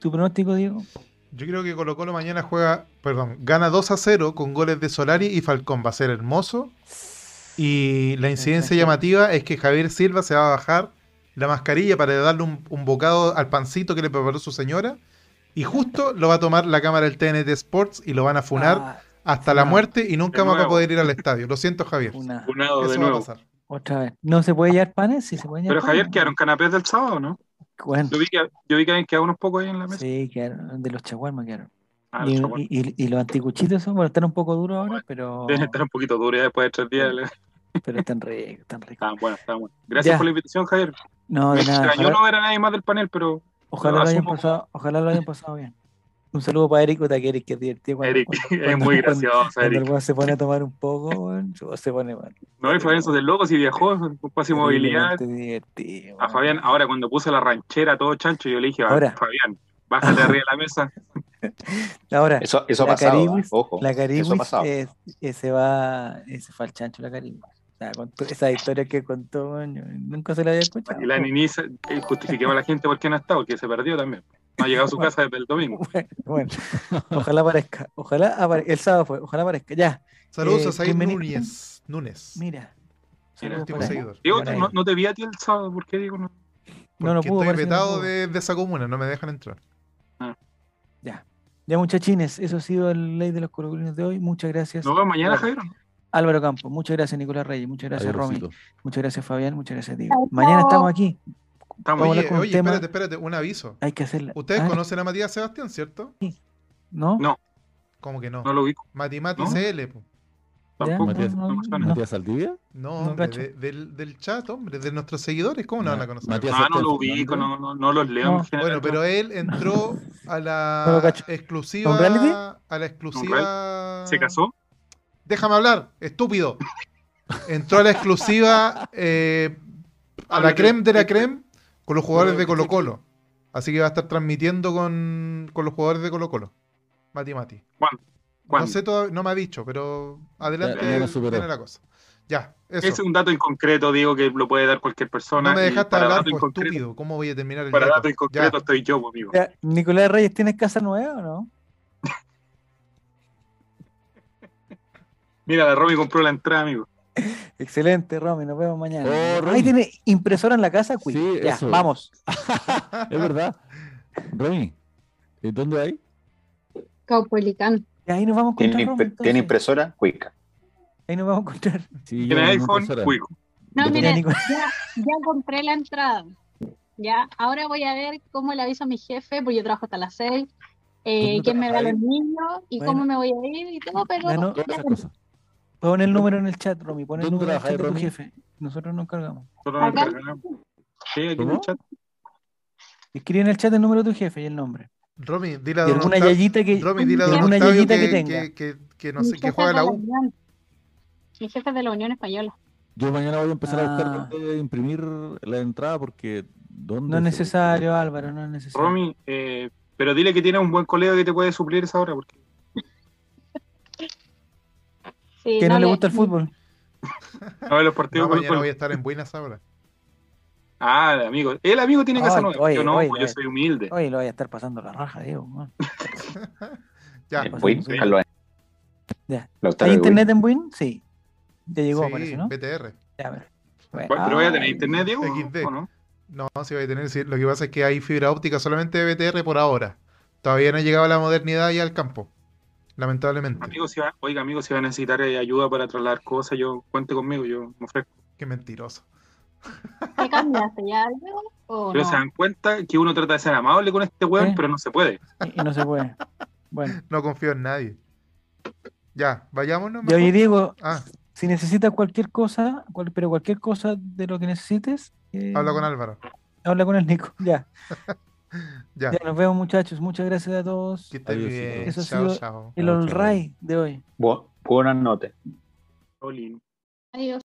[SPEAKER 3] ¿Tu pronóstico, Diego?
[SPEAKER 2] Yo creo que Colo Colo mañana juega, perdón, gana 2 a 0 con goles de Solari y Falcón. Va a ser hermoso. Y la incidencia
[SPEAKER 3] Exacto.
[SPEAKER 2] llamativa es que Javier Silva se va a bajar la mascarilla para darle un, un bocado al pancito que le preparó su señora. Y justo lo va a tomar la cámara del TNT Sports y lo van a funar
[SPEAKER 3] Ah,
[SPEAKER 2] hasta la
[SPEAKER 3] funado.
[SPEAKER 2] muerte y nunca
[SPEAKER 5] De
[SPEAKER 2] más va a
[SPEAKER 5] nuevo.
[SPEAKER 2] poder ir al estadio. Lo siento, Javier.
[SPEAKER 3] una-
[SPEAKER 5] Funado de
[SPEAKER 2] Eso va a
[SPEAKER 5] nuevo.
[SPEAKER 2] pasar.
[SPEAKER 3] otra vez. ¿No se puede llevar panes? Sí, se puede llevar
[SPEAKER 5] Pero Javier,
[SPEAKER 3] panes.
[SPEAKER 5] quedaron canapés del sábado, ¿no?
[SPEAKER 3] Bueno,
[SPEAKER 5] Yo vi que, yo vi que habían quedado unos pocos ahí en la mesa.
[SPEAKER 3] sí, quedaron, de los chaguarmas quedaron.
[SPEAKER 5] Ah,
[SPEAKER 3] y,
[SPEAKER 5] los chaguarmas.
[SPEAKER 3] y- y- y los anticuchitos son, bueno, están un poco duros ahora,
[SPEAKER 5] <laughs>
[SPEAKER 3] pero,
[SPEAKER 5] Deben estar un poquito duros ya después de tres días.
[SPEAKER 3] pero están ricos, están ricos.
[SPEAKER 5] Estaban buenos, estaban buenos. Gracias
[SPEAKER 3] Ya.
[SPEAKER 5] por la invitación, Javier.
[SPEAKER 3] No,
[SPEAKER 5] Ah, Me
[SPEAKER 3] de nada.
[SPEAKER 5] extrañó
[SPEAKER 3] ojalá-
[SPEAKER 5] no ver a nadie más del panel, pero
[SPEAKER 3] Ojalá lo, hayan
[SPEAKER 5] Asumo.
[SPEAKER 3] pasado, ojalá lo hayan pasado bien. Un saludo para Eric Otaqueris, que es divertido. cuando-
[SPEAKER 5] Eric
[SPEAKER 3] cuando-
[SPEAKER 5] <laughs> es
[SPEAKER 3] cuando-
[SPEAKER 5] muy
[SPEAKER 3] cuando-
[SPEAKER 5] gracioso,
[SPEAKER 3] Cuando el
[SPEAKER 5] Eric.
[SPEAKER 3] weón se pone a tomar un poco, weón, se pone mal.
[SPEAKER 5] No hay Fabián sos del loco si viajó con pase de movilidad.
[SPEAKER 3] Terriblemente divertido,
[SPEAKER 5] A
[SPEAKER 3] weón.
[SPEAKER 5] Fabián, ahora cuando puso la ranchera todo chancho, yo le dije, "Va,
[SPEAKER 3] Ahora.
[SPEAKER 5] Fabián,
[SPEAKER 3] <laughs>
[SPEAKER 5] bájate arriba de la mesa.
[SPEAKER 3] Ahora,
[SPEAKER 4] Eso, eso ha
[SPEAKER 3] La
[SPEAKER 4] pasado.
[SPEAKER 3] Caribis-
[SPEAKER 4] ¿eh? Ojo.
[SPEAKER 3] la Caribis
[SPEAKER 4] eso ha pasado.
[SPEAKER 3] es- es- se va, eh, se fue al chancho la Caribis. O sea, con to- esa historia que contó, weón, yo nunca se la había escuchado.
[SPEAKER 5] Y la niniza, eh, justifiquemos a la gente por qué no ha estado, que se perdió también. No ha llegado a su casa desde el domingo.
[SPEAKER 3] <laughs> Bueno, bueno, ojalá aparezca. Ojalá apare- El sábado fue, ojalá aparezca. Ya,
[SPEAKER 2] Saludos
[SPEAKER 3] Eh,
[SPEAKER 2] a Said
[SPEAKER 3] bienvenido.
[SPEAKER 2] Núñez. Núñez.
[SPEAKER 3] mira.
[SPEAKER 2] El
[SPEAKER 3] Saludos
[SPEAKER 2] último
[SPEAKER 3] para él.
[SPEAKER 2] seguidor.
[SPEAKER 5] Diego,
[SPEAKER 3] Bueno,
[SPEAKER 5] tú
[SPEAKER 3] ahí.
[SPEAKER 5] no, no te vi a ti el sábado, ¿por qué Diego no?
[SPEAKER 3] No, no
[SPEAKER 2] Porque
[SPEAKER 3] pudo,
[SPEAKER 2] Estoy
[SPEAKER 3] parece que no
[SPEAKER 2] vetado
[SPEAKER 3] pudo.
[SPEAKER 2] de, de esa comuna, no me dejan entrar.
[SPEAKER 3] Ya. Ya, muchachines, eso ha sido el ley de los colocolinos de hoy. Muchas gracias.
[SPEAKER 5] Nos vemos mañana,
[SPEAKER 3] Bueno.
[SPEAKER 5] Javier.
[SPEAKER 3] Álvaro Campos, muchas gracias Nicolás Reyes, muchas gracias
[SPEAKER 1] Adiós,
[SPEAKER 3] Romy,
[SPEAKER 1] Rosito.
[SPEAKER 3] muchas gracias Fabián, muchas gracias Diego. Mañana estamos aquí,
[SPEAKER 5] Estamos
[SPEAKER 3] Vamos a
[SPEAKER 2] Oye,
[SPEAKER 3] hablar con un
[SPEAKER 2] oye,
[SPEAKER 3] tema-
[SPEAKER 2] espérate, espérate, un aviso.
[SPEAKER 3] hay que hacerla.
[SPEAKER 2] Ustedes
[SPEAKER 3] Ah,
[SPEAKER 2] conocen a Matías Sebastián, ¿cierto?
[SPEAKER 3] ¿No?
[SPEAKER 5] No,
[SPEAKER 2] Como que no.
[SPEAKER 5] no lo ubico.
[SPEAKER 2] Mati Mati
[SPEAKER 5] ¿No?
[SPEAKER 2] CL. po.
[SPEAKER 5] Tampoco.
[SPEAKER 1] Matías,
[SPEAKER 5] no me suena.
[SPEAKER 1] Matías Saldivia.
[SPEAKER 2] No,
[SPEAKER 3] No,
[SPEAKER 2] hombre,
[SPEAKER 3] cacho.
[SPEAKER 2] de- del, del chat, hombre, de nuestros seguidores, ¿cómo no
[SPEAKER 1] Ma-
[SPEAKER 2] van a conocer?
[SPEAKER 1] Matías-
[SPEAKER 5] Ah, no
[SPEAKER 1] Sebastián
[SPEAKER 5] lo ubico, no,
[SPEAKER 1] Fernández.
[SPEAKER 5] no, no los leo
[SPEAKER 3] No.
[SPEAKER 5] en general.
[SPEAKER 2] Bueno, pero él entró a
[SPEAKER 3] <laughs> No
[SPEAKER 2] la
[SPEAKER 3] lo cacho. ¿Un reality?
[SPEAKER 2] exclusiva. A la exclusiva.
[SPEAKER 5] ¿Se casó?
[SPEAKER 2] Déjame hablar, estúpido. Entró a la exclusiva, eh, a la creme de la creme, con los jugadores de Colo Colo. Así que va a estar transmitiendo con, con los jugadores de Colo Colo. Mati Mati. No
[SPEAKER 5] ¿Cuándo?
[SPEAKER 2] sé todavía, no me ha dicho, pero adelante
[SPEAKER 1] Ya, ya lo superó.
[SPEAKER 2] tiene la cosa. Ya, eso.
[SPEAKER 5] Es un dato en concreto, Diego, que lo puede dar cualquier persona.
[SPEAKER 2] no me
[SPEAKER 5] y
[SPEAKER 2] dejaste
[SPEAKER 5] para
[SPEAKER 2] hablar,
[SPEAKER 5] dato en
[SPEAKER 2] pues,
[SPEAKER 5] concreto-
[SPEAKER 2] estúpido. ¿Cómo voy a terminar el
[SPEAKER 5] Para
[SPEAKER 2] dato?
[SPEAKER 5] dato en concreto
[SPEAKER 2] Ya.
[SPEAKER 5] estoy yo, pues, amigo.
[SPEAKER 3] Ya, Nicolás Reyes, ¿tienes casa nueva o no?
[SPEAKER 5] Mira, la Romy compró la entrada, amigo.
[SPEAKER 3] Excelente, Romy, nos vemos mañana.
[SPEAKER 1] Oh, Romy.
[SPEAKER 3] Ahí tiene impresora en la casa, Quick.
[SPEAKER 1] Sí,
[SPEAKER 3] ya,
[SPEAKER 1] eso.
[SPEAKER 3] vamos.
[SPEAKER 1] Es
[SPEAKER 5] <laughs>
[SPEAKER 1] verdad. Romy, ¿y dónde hay?
[SPEAKER 6] Caupolicán.
[SPEAKER 3] Y ahí nos vamos a encontrar,
[SPEAKER 4] ¿Tiene,
[SPEAKER 3] Romy,
[SPEAKER 4] impre- tiene
[SPEAKER 3] entonces.
[SPEAKER 4] impresora? Cuica.
[SPEAKER 3] Ahí nos vamos a encontrar.
[SPEAKER 1] Sí, yo
[SPEAKER 5] Tiene
[SPEAKER 1] no me
[SPEAKER 5] iPhone,
[SPEAKER 1] pasará.
[SPEAKER 5] Cuico.
[SPEAKER 6] No,
[SPEAKER 1] Ya,
[SPEAKER 3] Mira,
[SPEAKER 6] miren,
[SPEAKER 3] Nicolás,
[SPEAKER 6] ya, ya compré la entrada. Ya, ahora voy a ver cómo le aviso a mi jefe, porque yo trabajo hasta las 6. Eh,
[SPEAKER 1] ¿Dónde
[SPEAKER 6] ¿Quién me da
[SPEAKER 1] trabajáis?
[SPEAKER 6] los niños? ¿Y
[SPEAKER 3] Bueno.
[SPEAKER 6] cómo me voy a ir? Y todo, pero
[SPEAKER 3] Bueno,
[SPEAKER 1] Todas esas
[SPEAKER 6] ya
[SPEAKER 1] cosas.
[SPEAKER 3] Ah, pon el número en el chat, Romy, pon el
[SPEAKER 1] ¿Dónde
[SPEAKER 3] número en el chat de tu
[SPEAKER 1] trabajáis,
[SPEAKER 3] jefe. Nosotros nos encargamos.
[SPEAKER 5] Nosotros nos
[SPEAKER 6] Acá.
[SPEAKER 5] encargamos. Sí, aquí en
[SPEAKER 1] ¿Cómo?
[SPEAKER 5] el chat.
[SPEAKER 3] Escribe en el chat el número de tu jefe y el nombre.
[SPEAKER 2] Romy, dile a
[SPEAKER 3] Y
[SPEAKER 2] Don
[SPEAKER 3] alguna
[SPEAKER 2] Octavio-
[SPEAKER 3] yayita que,
[SPEAKER 2] Romy, dile a don
[SPEAKER 3] alguna
[SPEAKER 2] Octavio
[SPEAKER 3] yayita que
[SPEAKER 2] que,
[SPEAKER 3] tenga.
[SPEAKER 2] que, que, que no
[SPEAKER 6] Mi
[SPEAKER 2] sé, que
[SPEAKER 6] jefe
[SPEAKER 2] juega
[SPEAKER 6] es
[SPEAKER 2] la
[SPEAKER 6] de
[SPEAKER 2] U.
[SPEAKER 6] Unión. Mi jefe es de la Unión Española.
[SPEAKER 1] Yo mañana voy a empezar a buscar
[SPEAKER 3] Ah.
[SPEAKER 1] dónde imprimir la entrada porque. ¿dónde
[SPEAKER 3] No es
[SPEAKER 1] se-
[SPEAKER 3] necesario, Álvaro, no es necesario.
[SPEAKER 5] Romy, eh, pero dile que tiene un buen colega que te puede suplir esa
[SPEAKER 2] <laughs>
[SPEAKER 5] hora. Porque...
[SPEAKER 6] Sí,
[SPEAKER 3] que no, le gusta el fútbol.
[SPEAKER 5] No, los partidos
[SPEAKER 2] No,
[SPEAKER 5] con-
[SPEAKER 2] mañana
[SPEAKER 5] con-
[SPEAKER 2] voy a estar en buenas ahora.
[SPEAKER 5] Ah, el amigo. El amigo tiene casa
[SPEAKER 3] Oye,
[SPEAKER 5] nueva.
[SPEAKER 3] oye,
[SPEAKER 5] yo no,
[SPEAKER 3] oye,
[SPEAKER 5] pues
[SPEAKER 3] oye.
[SPEAKER 5] yo soy humilde.
[SPEAKER 3] Oye, lo vaya a estar pasando la raja, Diego. ¿no?
[SPEAKER 2] Ya.
[SPEAKER 4] En
[SPEAKER 3] pues,
[SPEAKER 4] Cuica,
[SPEAKER 3] sí.
[SPEAKER 4] lo-
[SPEAKER 3] Ya.
[SPEAKER 4] la
[SPEAKER 3] ¿Hay
[SPEAKER 4] Octavio
[SPEAKER 3] internet en Win? Sí. Ya llegó,
[SPEAKER 2] sí,
[SPEAKER 3] parece, ¿no?
[SPEAKER 2] BTR.
[SPEAKER 3] Ya, a ver. Bueno,
[SPEAKER 5] Bueno, pero voy a tener
[SPEAKER 3] ay,
[SPEAKER 5] internet, Diego.
[SPEAKER 2] XD.
[SPEAKER 5] ¿o no?
[SPEAKER 2] No, sí voy a tener. sí, Lo que pasa es que hay fibra óptica solamente de BTR por ahora. Todavía no ha llegado a la modernidad y al campo. Lamentablemente.
[SPEAKER 5] Amigo, si va- oiga, amigo, si va a necesitar eh, ayuda para trasladar cosas, yo cuente conmigo, yo me ofrezco.
[SPEAKER 2] Qué mentiroso.
[SPEAKER 6] ¿Te cambiaste ya algo o
[SPEAKER 5] Pero
[SPEAKER 6] oh, no?
[SPEAKER 5] se dan cuenta que uno trata de ser amable con este weón,
[SPEAKER 3] ¿Eh?
[SPEAKER 5] pero no se puede.
[SPEAKER 3] Y, y no se puede.
[SPEAKER 2] <laughs>
[SPEAKER 3] Bueno,
[SPEAKER 2] No confío en nadie. Ya, vayámonos.
[SPEAKER 3] ya oye,
[SPEAKER 2] mejor.
[SPEAKER 3] Diego,
[SPEAKER 2] Ah,
[SPEAKER 3] si necesitas cualquier cosa, cual- pero cualquier cosa de lo que necesites, eh,
[SPEAKER 2] habla con Álvaro.
[SPEAKER 3] habla con el Nico. <laughs> Ya.
[SPEAKER 2] Ya,
[SPEAKER 3] ya, nos vemos, muchachos. Muchas gracias a todos.
[SPEAKER 2] que estés
[SPEAKER 1] Adiós,
[SPEAKER 2] bien.
[SPEAKER 3] Eso ha
[SPEAKER 2] Chao,
[SPEAKER 3] sido
[SPEAKER 2] chao.
[SPEAKER 3] El All Ray de hoy.
[SPEAKER 4] Bu- Buenas noches.
[SPEAKER 5] Olin.
[SPEAKER 6] Adiós.